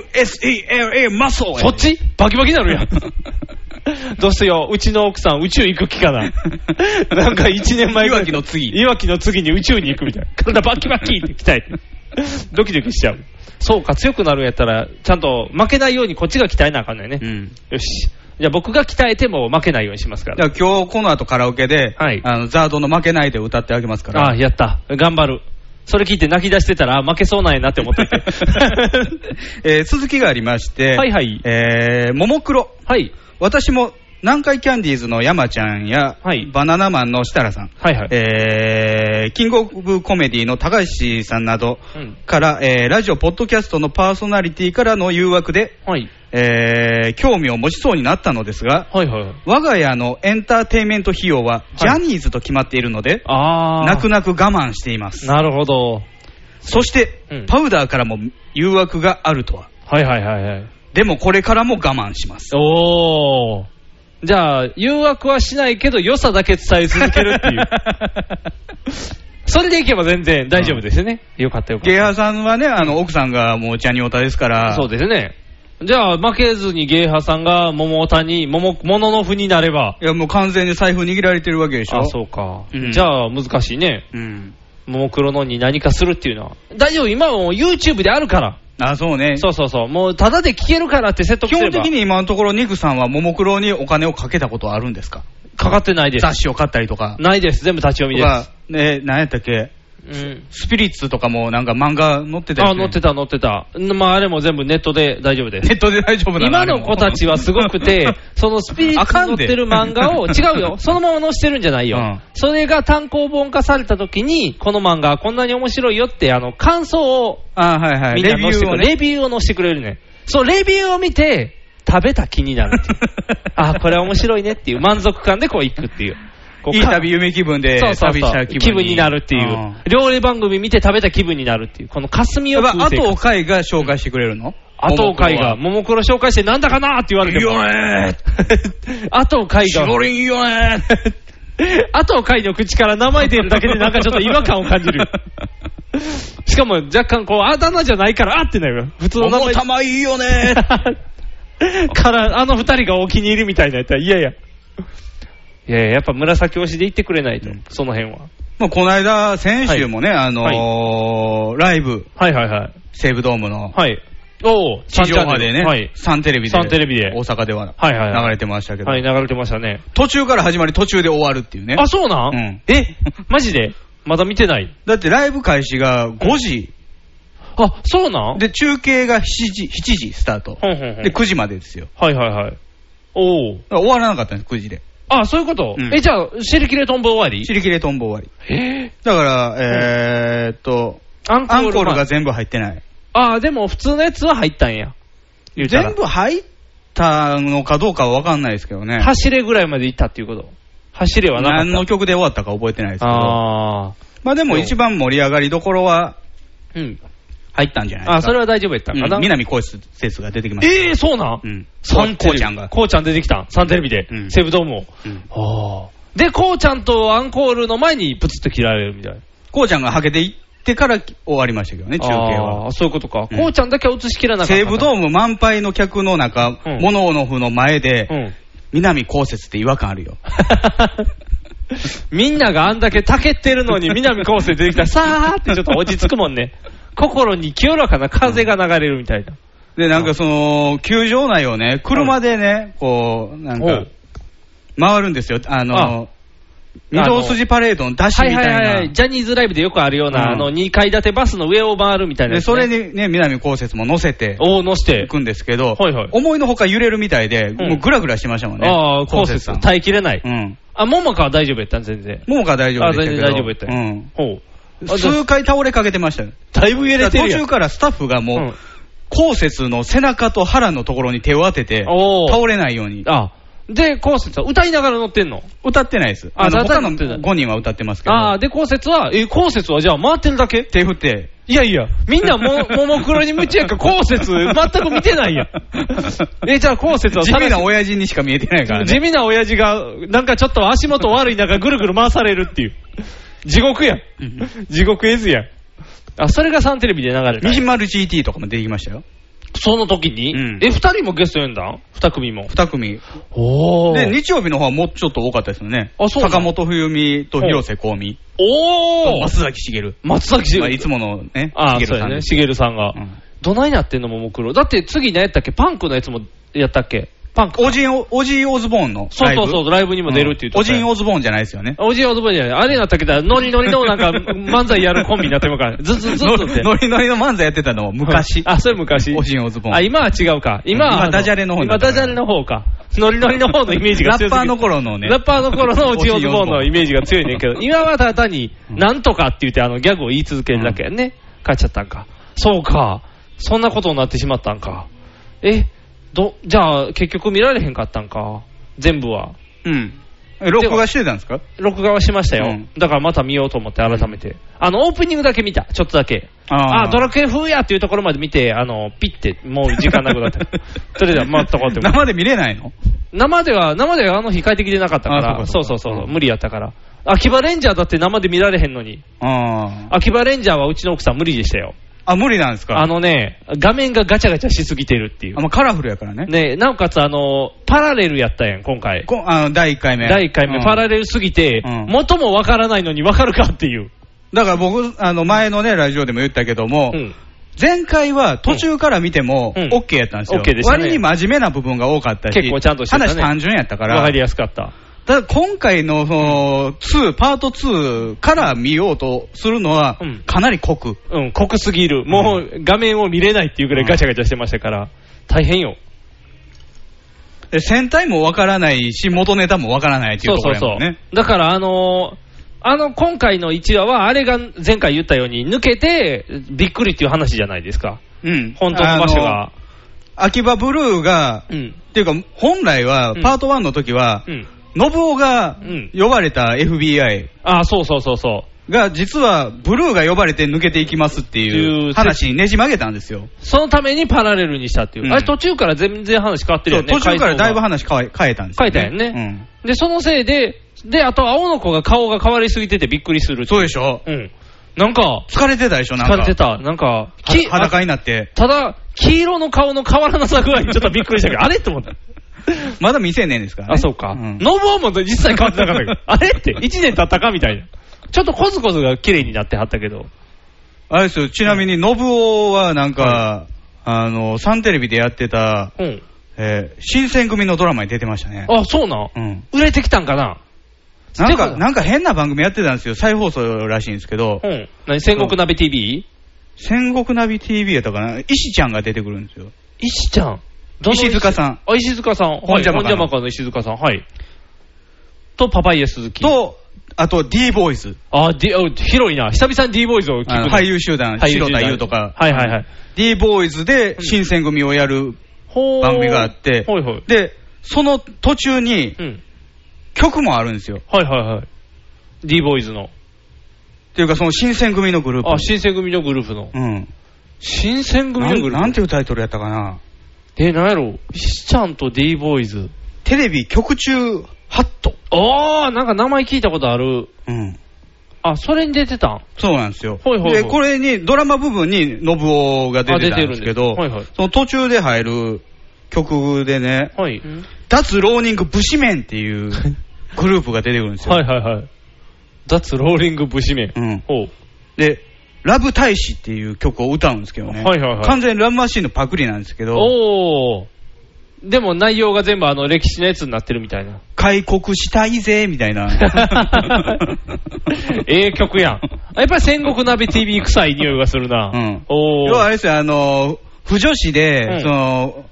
Speaker 2: M-U-S-E-L-A マッソ
Speaker 3: そっちバキバキになるやん。 *laughs* どうせよ、うちの奥さん宇宙行く気か *laughs* な。なんか1年前ぐらい
Speaker 2: いわきの次
Speaker 3: いわきの次に宇宙に行くみたいな。体バキバキって鍛えて。ドキドキしちゃう。そうか、強くなるんやったら、ちゃんと負けないようにこっちが鍛えなあかんのよね。
Speaker 2: うん。
Speaker 3: よし。じゃあ僕が鍛えても負けないようにしますから。
Speaker 2: だから今日この後カラオケで、
Speaker 3: はい
Speaker 2: あのザードの負けないで歌ってあげますから。
Speaker 3: ああ、やった。頑張る。それ聞いて泣き出してたら、あ負けそうなんやなって思って *laughs* て
Speaker 2: *laughs* 。えー続きがありまして、
Speaker 3: はいはい
Speaker 2: えーももクロ。
Speaker 3: はい。
Speaker 2: 私も南海キャンディーズの山ちゃんや、バナナマンの設楽さん、えーキングオブコメディの高橋さんなどから、えーラジオ、ポッドキャストのパーソナリティからの誘惑で、えー興味を持ちそうになったのですが、我が家のエンターテインメント費用はジャニーズと決まっているので、泣く泣く我慢しています。
Speaker 3: なるほど。
Speaker 2: そして、パウダーからも誘惑があるとは。
Speaker 3: はいはいはいはい。
Speaker 2: でもこれからも我慢します。
Speaker 3: おー。じゃあ、誘惑はしないけど、良さだけ伝え続けるって *laughs* いう。それでいけば全然大丈夫ですよね。よかったよかった。
Speaker 2: ゲイハさんはね、あの、奥さんがもうジャニオタですから。
Speaker 3: そうですね。じゃあ、負けずにゲイハさんが桃谷に、桃、もののふになれば。
Speaker 2: いや、もう完全に財布握られてるわけでしょ。
Speaker 3: あ、そうか。じゃあ、難しいね。
Speaker 2: うん。
Speaker 3: ももクロのに何かするっていうのは。大丈夫、今はもう YouTube であるから。
Speaker 2: あ、そうね。
Speaker 3: そうそうそう。もう、ただで聞けるからって説得
Speaker 2: 基
Speaker 3: すれ
Speaker 2: 本
Speaker 3: ば
Speaker 2: 的に今のところ、ニクさんはももクロにお金をかけたことはあるんですか
Speaker 3: かかってないです。
Speaker 2: 雑誌を買ったりとか。
Speaker 3: ないです。全部立ち読みで
Speaker 2: とか
Speaker 3: す。、
Speaker 2: ね、何やったっけ、
Speaker 3: うん。
Speaker 2: スピリッツとかもなんか漫画載ってたよ
Speaker 3: あ、
Speaker 2: ね。
Speaker 3: 載ってた、載ってた。んまあ、あれも全部ネットで大丈夫です。
Speaker 2: ネットで大丈夫なの
Speaker 3: 今の子たちはすごくて、 *laughs* そのスピリッ
Speaker 2: あ
Speaker 3: ツ
Speaker 2: か
Speaker 3: 載
Speaker 2: ん
Speaker 3: っ
Speaker 2: で
Speaker 3: てる漫画を、違うよ。そのまま載してるんじゃないよ。それが単行本化された時に、この漫画こんなに面白いよって、あの、感想を
Speaker 2: *laughs* あ、はいはい。
Speaker 3: みんな載せてくれる。レ
Speaker 2: レビューをね
Speaker 3: ビューを載せてくれるね。そう、レビューを見て、食べた気になる
Speaker 2: *laughs*
Speaker 3: っていう。あ、これは面白いねっていう満足感でこう行くっていう。こう
Speaker 2: いい旅、夢気分で
Speaker 3: そうそう
Speaker 2: 旅
Speaker 3: そ
Speaker 2: した
Speaker 3: う
Speaker 2: 気分に
Speaker 3: 気分になるっていう、料理番組見て食べた気分になるっていう、この霞を食う
Speaker 2: あ
Speaker 3: 生
Speaker 2: とお
Speaker 3: 活
Speaker 2: かいが紹介してくれるの
Speaker 3: あとおかいが、ももクロ紹介してなんだかなーって言われても。 *laughs* あとおかいが。
Speaker 2: 絞りいいよね
Speaker 3: *laughs* あとおかいの口から名前出るだけでなんかちょっと違和感を感じ *laughs* る。しかも若干こう、あだ名じゃないから、あってなるよ。普通の名前。
Speaker 2: 桃玉いいよ *laughs* ね
Speaker 3: *laughs* から、あの二人がお気に入りみたいなやったら、いやいや。いやいや、やっぱ紫推しで言ってくれないと、その辺は。
Speaker 2: まあ、この間、先週もね、あのーライブ、
Speaker 3: はいはいはい、
Speaker 2: 西武ドームの、
Speaker 3: はい。おー
Speaker 2: 地上波でね、
Speaker 3: はい。
Speaker 2: サンテレビで、
Speaker 3: サンテレビで
Speaker 2: 大阪では
Speaker 3: はいはいはい
Speaker 2: 流れてましたけど、
Speaker 3: はい、流れてましたね。
Speaker 2: 途中から始まり、途中で終わるっていうね。
Speaker 3: あ、そうなん、
Speaker 2: うん
Speaker 3: え、マジでまだ見てない
Speaker 2: *laughs* だってライブ開始が5時。
Speaker 3: あ、そうなん
Speaker 2: で、中継が7時、7時スタート。
Speaker 3: ほんほんほん
Speaker 2: で、9時までですよ。
Speaker 3: はいはいはい。おお。
Speaker 2: 終わらなかったんです、9時で。
Speaker 3: あ、そういうこと、
Speaker 2: うん
Speaker 3: え、じゃあ、シェルキレトンボ終わり
Speaker 2: 尻切れトンボ終わ
Speaker 3: え
Speaker 2: り。だから、えーっと、
Speaker 3: ア
Speaker 2: ア
Speaker 3: ン
Speaker 2: ン
Speaker 3: コール
Speaker 2: コールが全部入ってない。
Speaker 3: あー、でも普通のやつは入ったんや。言うたら
Speaker 2: 全部入ったのかどうかは分かんないですけどね。
Speaker 3: 走れぐらいまで行ったっていうこと。走れはなかった。
Speaker 2: 何の曲で終わったか覚えてないですけど。
Speaker 3: あ
Speaker 2: まあでも一番盛り上がりどころは
Speaker 3: ー。うん。
Speaker 2: 入ったんじゃないですか。
Speaker 3: あ、それは大丈夫やったんかな、
Speaker 2: うん南こうせつが出てきました。
Speaker 3: えー、そうなん
Speaker 2: うん。
Speaker 3: サンテ
Speaker 2: こ
Speaker 3: レ
Speaker 2: う
Speaker 3: ビ
Speaker 2: ちゃんが
Speaker 3: こうちゃん出てきたんサンテレビで。
Speaker 2: うん
Speaker 3: セブドームを。
Speaker 2: うん
Speaker 3: あーで、こうちゃんとアンコールの前にプツッと切られるみたいな。
Speaker 2: こうちゃんがはけていってから終わりましたけどね、中継は
Speaker 3: あー。そういうことか。
Speaker 2: うん
Speaker 3: こうちゃんだけは映しきらなかった。
Speaker 2: 西武ドーム満杯の客の中、
Speaker 3: うん
Speaker 2: モノオノフの前で、
Speaker 3: うん
Speaker 2: 南こうせつって違和感あるよ。
Speaker 3: みんながあんだけたけてるのに、南高生出てきたら、さーってちょっと落ち着くもんね。心に清らかな風が流れるみたいな。
Speaker 2: で、なんかその、球場内をね、車でね、こう、なん
Speaker 3: お
Speaker 2: か
Speaker 3: う、
Speaker 2: 回るんですよ。あの、
Speaker 3: あ
Speaker 2: 御堂筋パレードの出し
Speaker 3: は
Speaker 2: み
Speaker 3: い
Speaker 2: た
Speaker 3: はいい
Speaker 2: な。
Speaker 3: はい。ジャニーズライブでよくあるような、
Speaker 2: うん
Speaker 3: あの、2階建てバスの上を回るみたいなや
Speaker 2: で、
Speaker 3: つね、
Speaker 2: それにね、南こうせつも乗せて、
Speaker 3: おー、乗して
Speaker 2: 行。くんですけど、
Speaker 3: はいはい
Speaker 2: 思いのほか揺れるみたいで、もうグラグラしてましたもんね。
Speaker 3: あ
Speaker 2: こ
Speaker 3: あ、高
Speaker 2: うせ
Speaker 3: 節
Speaker 2: つさん。
Speaker 3: 耐えきれない。
Speaker 2: うん。
Speaker 3: あ、ももかは大丈夫やったん、全然。
Speaker 2: ももか大丈夫でしたけど。
Speaker 3: あ全然大丈夫やったよ
Speaker 2: うん。
Speaker 3: ほう。あじゃあ
Speaker 2: 数回倒れかけてましたよ。
Speaker 3: だいぶ揺れてるや
Speaker 2: 途中。
Speaker 3: ん
Speaker 2: からスタッフがもう、
Speaker 3: うん
Speaker 2: 後節の背中と腹のところに手を当てて、
Speaker 3: おー
Speaker 2: 倒れないように。
Speaker 3: あ、で、こうせつは歌いながら乗ってんの
Speaker 2: 歌ってないです。
Speaker 3: あ
Speaker 2: あの、
Speaker 3: 歌っ
Speaker 2: 他
Speaker 3: てな
Speaker 2: の
Speaker 3: い
Speaker 2: 5人は歌ってますけ
Speaker 3: ああ、
Speaker 2: ど。
Speaker 3: で、こうせつは、え、こうせつはじゃあ回ってるだけ
Speaker 2: 手振って。
Speaker 3: いやいや、みんな *laughs* も、ももクロに夢中やから、こうせつ、全く見てないやん。え、じゃあ、こうせつは
Speaker 2: 地味な
Speaker 3: 親
Speaker 2: 親父にしか見えてないから
Speaker 3: 地
Speaker 2: ね。
Speaker 3: 味な親父が、なんかちょっと足元悪い中、ぐるぐる回されるっていう。地獄やん。地獄絵図やん。あ、それがサンテレビで流れた。
Speaker 2: 20GT とかも出てきましたよ。
Speaker 3: その時に、
Speaker 2: うん
Speaker 3: え、二人もゲスト呼んだん二組も。
Speaker 2: 2組。
Speaker 3: お
Speaker 2: で、日曜日の方はもうちょっと多かったですよね。
Speaker 3: あそうなの
Speaker 2: 坂本冬美と広瀬香美と
Speaker 3: おー
Speaker 2: 松崎しげる。
Speaker 3: 松崎し
Speaker 2: ま
Speaker 3: げ
Speaker 2: あ、い
Speaker 3: る。
Speaker 2: つものね、
Speaker 3: あ
Speaker 2: しげ
Speaker 3: そう
Speaker 2: る
Speaker 3: や
Speaker 2: さん
Speaker 3: ね。
Speaker 2: で
Speaker 3: しげるさんが。
Speaker 2: うん
Speaker 3: どないなってんのももクロ。だって次何やったっけパンクのやつもやったっけパンク
Speaker 2: オジンオ、オジーオズボーンの
Speaker 3: そうそうそうライブにも出るって言って
Speaker 2: オ
Speaker 3: た
Speaker 2: ジ
Speaker 3: よ
Speaker 2: ンオズボーンじゃないですよね。
Speaker 3: おじいおずぼじゃない。あれになったけど、ノリノリ
Speaker 2: *laughs*
Speaker 3: のなんか漫才やるコンビになってもから、ずっとずっとって。
Speaker 2: ノリノリの漫才やってたの昔。
Speaker 3: あ、それ昔。
Speaker 2: オジンオズボーン。
Speaker 3: あ、今は違うか。今は
Speaker 2: 今
Speaker 3: あの
Speaker 2: ダジャレの方に
Speaker 3: 今ダジャレの方か。ノリノリの方のイメージが強すぎる
Speaker 2: ラッパーの頃のね
Speaker 3: ラッパーの頃のオジンオズボーンのイメージが強いねん
Speaker 2: *laughs*
Speaker 3: けど、今はただ単に、なんとかって言ってあのギャグを言い続けるだけやね。帰っちゃったんか。そうか。そんなことになってしまったんか。え、ど、じゃあ結局見られへんかったんか。全部は。
Speaker 2: うん。え録画してたんですか
Speaker 3: 録画はしましたよ、
Speaker 2: うん
Speaker 3: だからまた見ようと思って、改めて、あのオープニングだけ見た、ちょっとだけ、
Speaker 2: あ
Speaker 3: あドラクエ風やっていうところまで見て、あのピッて、もう時間なく
Speaker 2: *laughs*
Speaker 3: なった、それでは待っとこうって思って
Speaker 2: 生で見れないの
Speaker 3: 生では、生ではあの日、快適でなかったから、
Speaker 2: あ
Speaker 3: そうそうそう、無理やったから、秋葉レンジャーだって生で見られへんのに、
Speaker 2: あ
Speaker 3: 秋葉レンジャーはうちの奥さん、無理でしたよ。
Speaker 2: あ。あ、無理なんですか
Speaker 3: あのね、画面がガチャガチャしすぎてるっていう。
Speaker 2: あ、まあカラフルやからね。
Speaker 3: ね、なおかつ、あの、パラレルやったやん、今回。
Speaker 2: こあの第1回目。
Speaker 3: 第1回目、
Speaker 2: うん
Speaker 3: パラレルすぎて、元もわからないのにわかるかっていう。
Speaker 2: だから僕、あの前のね、ラジオでも言ったけども、前回は途中から見ても、OK やったんですよ、
Speaker 3: OK でしたね
Speaker 2: 割に真面目な部分が多かったし、
Speaker 3: 結構ちゃんとしてたね
Speaker 2: 話単純やったから、
Speaker 3: わかりやすかった。
Speaker 2: ただ今回のその2、パート2から見ようとするのは、かなり濃く、
Speaker 3: うん、濃くすぎる。もう画面を見れないっていうぐらいガチャガチャしてましたから、大変よ。
Speaker 2: で戦隊もわからないし、元ネタもわからないってい
Speaker 3: そうう
Speaker 2: とこ
Speaker 3: そ
Speaker 2: ろ
Speaker 3: う
Speaker 2: や
Speaker 3: そ
Speaker 2: もんね。
Speaker 3: う。だから、あのーあの、今回の1話は、あれが前回言ったように、抜けて、びっくりっていう話じゃないですか。
Speaker 2: うん、
Speaker 3: 本当の場所
Speaker 2: あ
Speaker 3: が
Speaker 2: の。秋葉ブルーが、っていうか、本来は、
Speaker 3: うん
Speaker 2: パート1の時は、
Speaker 3: うん。
Speaker 2: 信夫が呼ばれた FBI
Speaker 3: あそうそうそうそう
Speaker 2: が実はブルーが呼ばれて抜けていきますっていう話にねじ曲げたんですよ
Speaker 3: そのためにパラレルにしたっていう。
Speaker 2: うん
Speaker 3: あれ、途中から全然話変わってるよね。
Speaker 2: そう途中からだいぶ
Speaker 3: 回
Speaker 2: 話変え変えたんですよ、
Speaker 3: 変えたよね、で、そのせいで、で、あと、青の子が顔が変わりすぎててびっくりする。そう
Speaker 2: でしょ
Speaker 3: うん。なんか、
Speaker 2: 疲れてたでしょなんか
Speaker 3: 疲れてた。なんか、
Speaker 2: は裸になって
Speaker 3: ただ、黄色の顔の変わらなさ具合にちょっとびっくりしたけど、あれって思 *laughs* った。
Speaker 2: まだ未成年ですからね
Speaker 3: あ、そうか。
Speaker 2: ん
Speaker 3: ノブオも実際変わってなかったけ *laughs* ど、あれって1年経ったかみたいな。ちょっとコツコツが綺麗になってはったけど。
Speaker 2: あれですよちなみに信夫はなんか、あのサンテレビでやってた、
Speaker 3: うん。
Speaker 2: えー新選組のドラマに出てましたね
Speaker 3: あ、そうなん、売れてきたんかな
Speaker 2: なん
Speaker 3: て
Speaker 2: か
Speaker 3: か
Speaker 2: なんか変な番組やってたんですよ再放送らしいんですけど、
Speaker 3: うん。何戦国鍋 TV?
Speaker 2: 戦国ナビ TV やったかな石ちゃんが出てくるんですよ
Speaker 3: 石ちゃんどの
Speaker 2: 石塚さん。
Speaker 3: あ、石塚さん。はい
Speaker 2: 本邪魔かな
Speaker 3: 本かの石塚さん。はい。と、パパイヤ鈴木。
Speaker 2: と、あと D ボーイズ。
Speaker 3: あ、D、あ広いな。久々に D ボーイズを聞く
Speaker 2: あの
Speaker 3: ね。
Speaker 2: 俳優集団、
Speaker 3: 俳優集団
Speaker 2: 白田優とか、
Speaker 3: はいはいはい
Speaker 2: D ボーイズで新選組をやる
Speaker 3: ほー
Speaker 2: 番組があって、
Speaker 3: ほいほい。
Speaker 2: で、その途中に
Speaker 3: うん。
Speaker 2: 曲もあるんですよ。
Speaker 3: はいはいはい。D ボーイズの。
Speaker 2: っていうか、その新選組のグループ。
Speaker 3: あ、新選組のグループの。
Speaker 2: うん。
Speaker 3: 新選組
Speaker 2: な
Speaker 3: のグ
Speaker 2: ん
Speaker 3: ル
Speaker 2: な
Speaker 3: ー
Speaker 2: ん
Speaker 3: プ。
Speaker 2: ていうタイトルやったかな。
Speaker 3: え、なんやろ石ちゃんと D ボーイズ。
Speaker 2: テレビ曲中、ハット。
Speaker 3: あー、なんか名前聞いたことある。
Speaker 2: うん。
Speaker 3: あ、それに出てたん
Speaker 2: そうなんですよ。
Speaker 3: ほいほいほい
Speaker 2: で、これに、ドラマ部分に、信夫が出てたんですけど、
Speaker 3: あ出てるんですはいはい
Speaker 2: その途中で入る曲でね、
Speaker 3: はい。
Speaker 2: 脱ローニング武士面っていうグループが出てくるんですよ。
Speaker 3: はいはいはい。脱ローリング武士面。
Speaker 2: うん。
Speaker 3: ほう。
Speaker 2: で、ラブ大使っていう曲を歌うんですけどね。
Speaker 3: はいはいはい
Speaker 2: 完全にラブマシーンのパクリなんですけど、
Speaker 3: おー。でも内容が全部あの歴史のやつになってるみた *laughs* いな。
Speaker 2: 開国したいぜ、みたい
Speaker 3: *laughs*
Speaker 2: な。
Speaker 3: ええ曲やん。やっぱり戦国鍋 TV 臭い匂いがするな。
Speaker 2: うん
Speaker 3: おー。
Speaker 2: 要はあれですよ、あの、不女子で、
Speaker 3: うん
Speaker 2: その、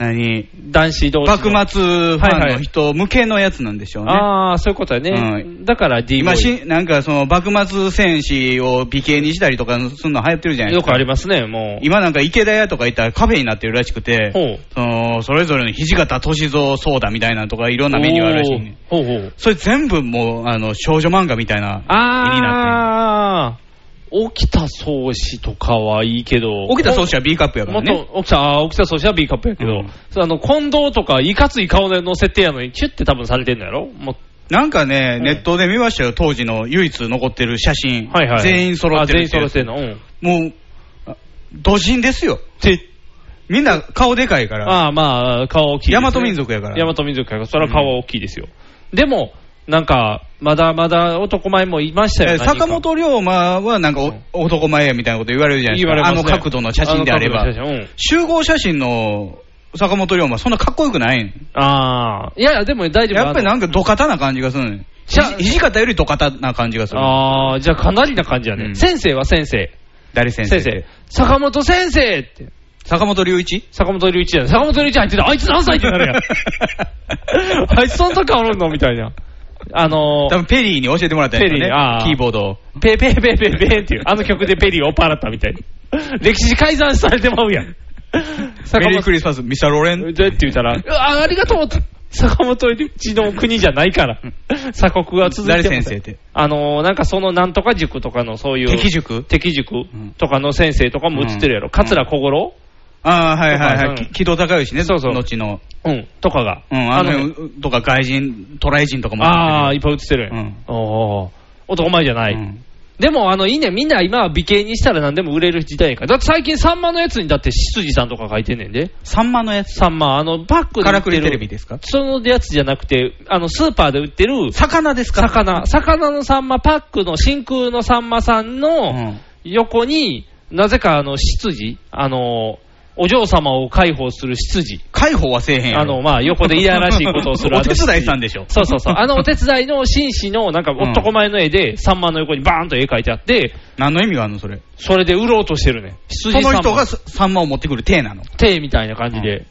Speaker 2: 何
Speaker 3: 男子同士の。
Speaker 2: 幕末ファンの人向けのやつなんでしょうね。
Speaker 3: ああ、そういうことやね。
Speaker 2: う
Speaker 3: だから D ボ
Speaker 2: 今
Speaker 3: ーイ。
Speaker 2: し、なんかその幕末戦士を美形にしたりとかするの流行ってるじゃないで
Speaker 3: よ
Speaker 2: すか。
Speaker 3: くありますね、もう。
Speaker 2: 今なんか池田屋とか行ったらカフェになってるらしくて、
Speaker 3: ほう。
Speaker 2: そのそれぞれの土方歳三ソーダみたいなのとかいろんなメニューあるらしいね。
Speaker 3: おーほうほう。
Speaker 2: それ全部もうあの少女漫画みたいな絵になって
Speaker 3: ああ、沖田総司とかはいいけど。
Speaker 2: る。沖田総司は B カップやか
Speaker 3: も
Speaker 2: ら
Speaker 3: っ
Speaker 2: ね。
Speaker 3: と、沖田、あー沖田総司は B カップやけど、そうあの、近藤とか、いかつい顔の設定やのに、キュッて多分されてんのやろもう
Speaker 2: なんかね、ネットで見ましたよ、当時の唯一残ってる写真。
Speaker 3: はいはい。
Speaker 2: 全員揃ってる
Speaker 3: あ全員揃ってんの。うん。
Speaker 2: もう、あ土人ですよ。みんな顔でかいから。
Speaker 3: ああ、まあ、顔大きい、
Speaker 2: 大和民族やから
Speaker 3: 大和民族やから、それは顔は大きいですよ。でも、なんか、まだまだ男前もいましたよ
Speaker 2: え
Speaker 3: 何人か
Speaker 2: 坂本龍馬はなんかお男前やみたいなこと言われるじゃないです
Speaker 3: 言われ
Speaker 2: か。
Speaker 3: ま
Speaker 2: あ
Speaker 3: すね
Speaker 2: の角度の写真であれば
Speaker 3: あの角度の写真うん。
Speaker 2: 集合写真の坂本龍馬、そんなかっこよくない
Speaker 3: ああ、いやいや、でも大丈夫
Speaker 2: やっぱりなんかドカタな感じがするねひ土方よりドカタな感じがする。
Speaker 3: ああ、じゃあかなりな感じやね。先生は先生。
Speaker 2: 誰先生
Speaker 3: 先生。坂本先生って。
Speaker 2: 坂本龍一
Speaker 3: 坂本龍一やね。坂本龍一入ってた。あいつ何歳っ
Speaker 2: *laughs*
Speaker 3: てなるやん。あいつそんな顔おるのみたいな。あ
Speaker 2: 多
Speaker 3: のー、
Speaker 2: 分ペリーに教えてもらったんや
Speaker 3: ペリーにあ
Speaker 2: ね
Speaker 3: ー、
Speaker 2: キーボードを。
Speaker 3: ペーペーペーペーペーっていう、あの曲でペリーを追っ払ったみたいに。歴史改ざんされてまうやん。坂
Speaker 2: メリー
Speaker 3: 本
Speaker 2: クリスマス、ミシャロレン。
Speaker 3: どうやって言うたら、うわありがとうって坂本龍一の国じゃないから。鎖国が続いて
Speaker 2: 誰先
Speaker 3: も
Speaker 2: 生って。
Speaker 3: あのーなんかそのなんとか塾とかのそういう。
Speaker 2: 敵塾
Speaker 3: 敵塾とかの先生とかも映ってるやろ。桂小五郎
Speaker 2: ああ、はいはい
Speaker 3: と
Speaker 2: は
Speaker 3: か
Speaker 2: い。
Speaker 3: う
Speaker 2: き
Speaker 3: ん
Speaker 2: 木戸孝義ね、
Speaker 3: そうそう
Speaker 2: 後の。
Speaker 3: うん、とかが。
Speaker 2: うん、あ
Speaker 3: あの
Speaker 2: の、とか外人、トライ人とかも。
Speaker 3: ああ、いっぱい映ってるやん。おー男前じゃない。でも、あの、いいね、みんな今は美形にしたら何でも売れる時代やから。だって最近、サンマのやつにだって、執事さんとか書いてんねんで。
Speaker 2: サンマのやつ
Speaker 3: サンマ、あの、パックで売ってる。
Speaker 2: からくりテレビですか
Speaker 3: そのやつじゃなくて、あの、スーパーで売ってる。
Speaker 2: 魚ですか
Speaker 3: 魚。魚のサンマ、パックの真空のサンマさんの横に、なぜかあの、執事、あの、お嬢様を解放する執事。
Speaker 2: 解放はせえへんやろ
Speaker 3: あの、まあ、横でいやらしいことをす
Speaker 2: *laughs*
Speaker 3: る
Speaker 2: お手伝いさんでしょ
Speaker 3: そうそうそう。
Speaker 2: *laughs*
Speaker 3: あのお手伝いの紳士のなんか男前の絵で、サンマの横にバーンと絵描いてあって、
Speaker 2: *laughs* 何の意味があるのそれ。
Speaker 3: それで売ろうとしてるね。
Speaker 2: そ
Speaker 3: 羊
Speaker 2: の人が
Speaker 3: サン
Speaker 2: サンマを持ってくる体なの。
Speaker 3: マ手みたいな感じで。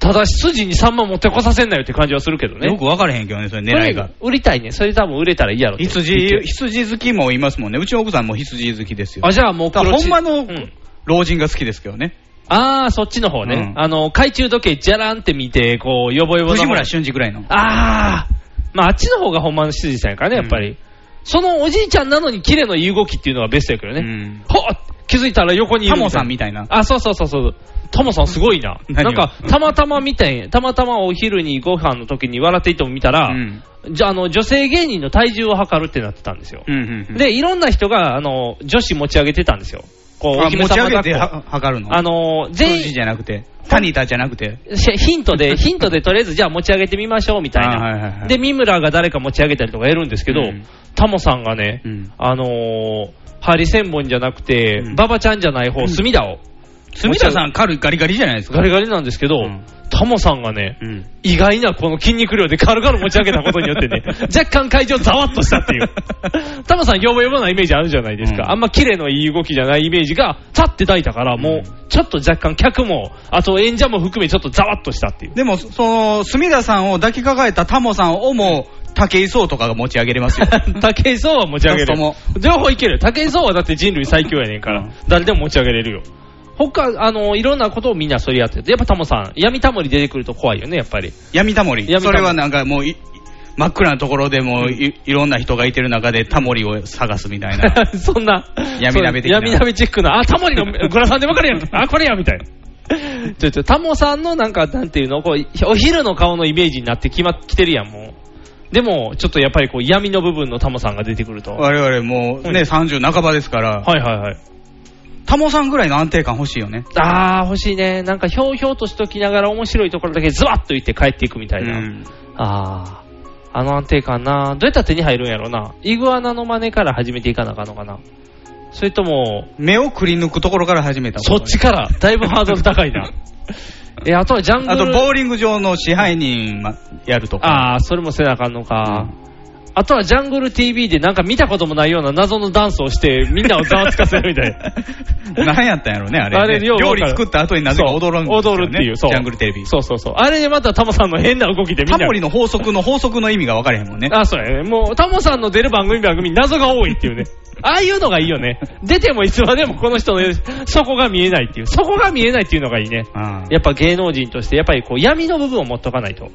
Speaker 3: ただ、筋にサンマ持ってこさせんなよって感じはするけどね。
Speaker 2: よく分からへんけどね、それ狙いが
Speaker 3: そ。れ売りたいね。それ多分売れたらいいやろって。
Speaker 2: 羊、羊好きもいますもんね。うちの奥さんも羊好きですよ。
Speaker 3: あ、じゃあもう
Speaker 2: だから
Speaker 3: 黒
Speaker 2: ほ
Speaker 3: 字
Speaker 2: んまの老人が好きですけどね。
Speaker 3: あー、そっちの方ね。あの、懐中時計じゃらんって見て、こう、よぼよぼの方
Speaker 2: 藤村俊二ぐらいの。
Speaker 3: ああ、まああっちの方が本番の執事さんやからね、やっぱり。そのおじいちゃんなのに綺麗の言い動きっていうのがベストやけどね。ほっ気づいたら横にいる
Speaker 2: タモさんみたいな。
Speaker 3: あ、そうそうそうそう。タモさんすごいな。
Speaker 2: *laughs* 何
Speaker 3: な
Speaker 2: を
Speaker 3: んか、たまたま見たんやたまたまお昼にご飯の時に笑っていても見たら、じゃあ、あの、女性芸人の体重を測るってなってたんですよ。で、いろんな人が、あの、女子持ち上げてたんですよ。こう、
Speaker 2: あ
Speaker 3: お姫
Speaker 2: 持ち
Speaker 3: 様
Speaker 2: 上
Speaker 3: 抱
Speaker 2: げ
Speaker 3: ってこ
Speaker 2: は測るの。
Speaker 3: あの、全員
Speaker 2: 筋じゃなくて、タニタじゃなくて。
Speaker 3: しヒン
Speaker 2: *laughs*
Speaker 3: トで、ヒントでとりあえずじゃあ持ち上げてみましょうみたいな。
Speaker 2: あはいはいはい
Speaker 3: で、三村が誰か持ち上げたりとかやるんですけど、
Speaker 2: うん
Speaker 3: タモさんがね、あのー、ハリセンボンじゃなくて、馬場ちゃんじゃない方、隅田を。
Speaker 2: 隅田さ
Speaker 3: ん、
Speaker 2: ん、軽いガリガリじゃないですか。
Speaker 3: ガリガリなんですけど、タモさんがね、意外なこの筋肉量で軽々持ち上げたことによってね、
Speaker 2: *laughs*
Speaker 3: 若干会場ざわっとしたっていう。タモさん、よぼよぼなイメージあるじゃないですか。あんま綺麗のいい動きじゃないイメージが、立って抱いたから、もう、ちょっと若干客も、あと演者も含めちょっとざわっとしたっていう。
Speaker 2: でも、その、隅田さんを抱きかかえたタモさんをもう、武井壮とかが持ち上げれます *laughs* よ。
Speaker 3: *laughs* 武井壮は持ち上げれ
Speaker 2: そう
Speaker 3: る
Speaker 2: も。
Speaker 3: 両方いける。武井壮はだって人類最強やねんから、誰でも持ち上げれるよ。他、あの、いろんなことをみんなそれやってて、やっぱタモさん、闇タモリ出てくると怖いよね、やっぱり。
Speaker 2: 闇タモリ。
Speaker 3: 闇タモリ
Speaker 2: それはなんかもうい、真っ暗なところでもうい、いろんな人がいてる中でタモリを探すみたいな。
Speaker 3: *laughs* そんな、
Speaker 2: 闇鍋的な
Speaker 3: そう闇鍋チックな、あ、タモ
Speaker 2: *laughs*
Speaker 3: リのグラサンでわかるやん。あ、これや、みたいな。ちょちょ、タモさんのなんか、なんていうの、こう、お昼の顔のイメージになってきま、きてるやん、もう。でも、ちょっとやっぱりこう、闇の部分のタモさんが出てくると。
Speaker 2: *laughs* 我々もうね、30半ばですから。
Speaker 3: はいはいはい。
Speaker 2: タモさんぐらいの安定感欲しいよね。
Speaker 3: あー、欲しいね。なんか、ひょうひょうとしときながら面白いところだけズワッと言って帰っていくみたいな。あー。あの安定感などうやったら手に入るんやろなイグアナの真似から始めていかなあかんのかなそれとも、
Speaker 2: 目をくり抜くところから始めた
Speaker 3: そっちから、だいぶハードル高
Speaker 2: *laughs*
Speaker 3: いな。え、あとはジャングル。
Speaker 2: あと、ボーリング場の支配人まやるとか。
Speaker 3: ああ、それもせなあかんのか。あとはジャングル TV でなんか見たこともないような謎のダンスをして、みんなをざわつかせるみたいな。
Speaker 2: 何やったんやろうね、あれね。
Speaker 3: あれようわ
Speaker 2: 料
Speaker 3: か
Speaker 2: 理
Speaker 3: らん
Speaker 2: 作った後に *laughs* なぜか踊るんですよ、ね。
Speaker 3: 踊るっていう、そう。
Speaker 2: ジャングルテレビ。
Speaker 3: そうそうそう。あれでまたタモさんの変な動きでみん
Speaker 2: タ
Speaker 3: な。
Speaker 2: モリの法則の法則の意味が分からへんもんね。
Speaker 3: あ、そうやね。もう、タモさんの出る番組番組、謎が多いっていう
Speaker 2: *laughs*
Speaker 3: ね。ああいうのがいいよね。出てもいつまでもこの人の底が見えないっていう。底が見えないっていうのがいいね。やっぱ芸能人として、やっぱりこう闇の部分を持っておかないと。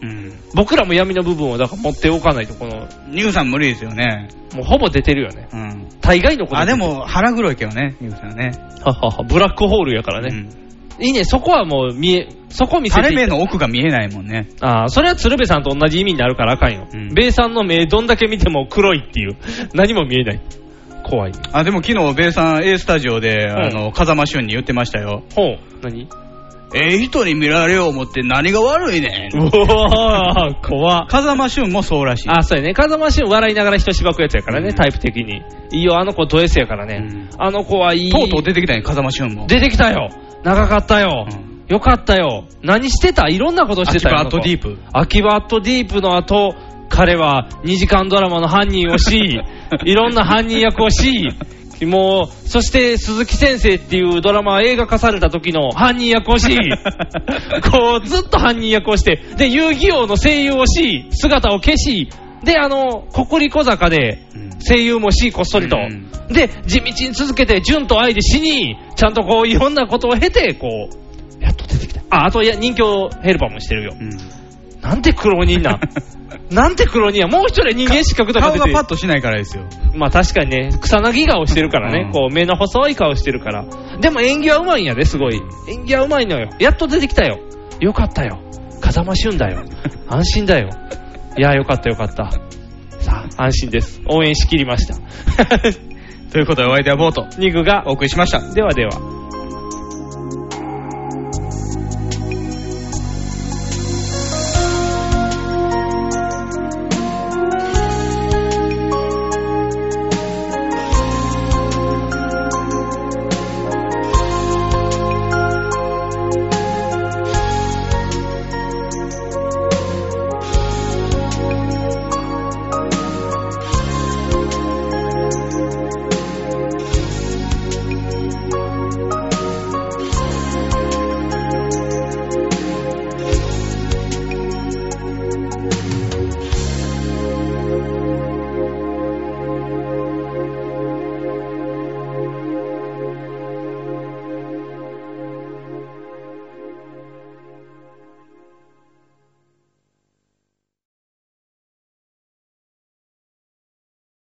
Speaker 3: 僕らも闇の部分をだから持っておかないと、この、
Speaker 2: ニューさん無理ですよね。
Speaker 3: もうほぼ出てるよね。
Speaker 2: うん。
Speaker 3: 大概のこと。
Speaker 2: あ、でも腹黒いけどね、ニューさんはね。
Speaker 3: ははは、ブラックホールやからね。いいね、そこはもう見え、そこ見せてい
Speaker 2: 垂れ
Speaker 3: い
Speaker 2: 目の奥が見えないもんね。
Speaker 3: ああ、それは鶴瓶さんと同じ意味になるからあかんよ。米さんの目、どんだけ見ても黒いっていう。何も見えない。怖い。
Speaker 2: あ、でも昨日、米さん A スタジオで、あの、風間俊に言ってましたよ。
Speaker 3: ほう、何
Speaker 2: ええ人に見られよう思って何が悪いねん。
Speaker 3: うわー、怖
Speaker 2: 風間俊もそうらしい。
Speaker 3: あ、そうやね。風間俊笑いながら人しばくやつやからね、タイプ的に。いいよ、あの子ド S やからね。あの子はいい。
Speaker 2: とうとう出てきたね、風間俊も。
Speaker 3: 出てきたよ。長かったよ。よかったよ。何してたいろんなことしてたよ。
Speaker 2: 秋葉アットディープ
Speaker 3: あの子。秋葉アットディープの後、彼は2時間ドラマの犯人を
Speaker 2: *laughs*
Speaker 3: し、いろんな犯人役をし、もう、そして鈴木先生っていうドラマ映画化された時の犯人役
Speaker 2: *laughs*
Speaker 3: をし、こうずっと犯人役をして、で、遊戯王の声優をし、姿を消し、で、あの、ココリコ坂で声優もし、こっそりと。で、地道に続けて、純と愛で死に、ちゃんとこう、いろんなことを経て、こう、あ、あと、いや、人形ヘルパーもしてるよ。なんて苦労
Speaker 2: *laughs*
Speaker 3: 人な。なんて苦労人や。もう一人は人間失格とか出
Speaker 2: 顔
Speaker 3: て
Speaker 2: がパッとしないからですよ。
Speaker 3: まあ確かにね、草薙顔してるからね、こう目の細い顔してるから。でも演技はうまいんやで、すごい。演技はうまいのよ。やっと出てきたよ。よかったよ。風間俊だよ。安心だよ。いや、よかったよかった。さあ、安心です。 *laughs* 応援しきりました。ということで、お相手はボート。ニグがお送りしました。ではでは。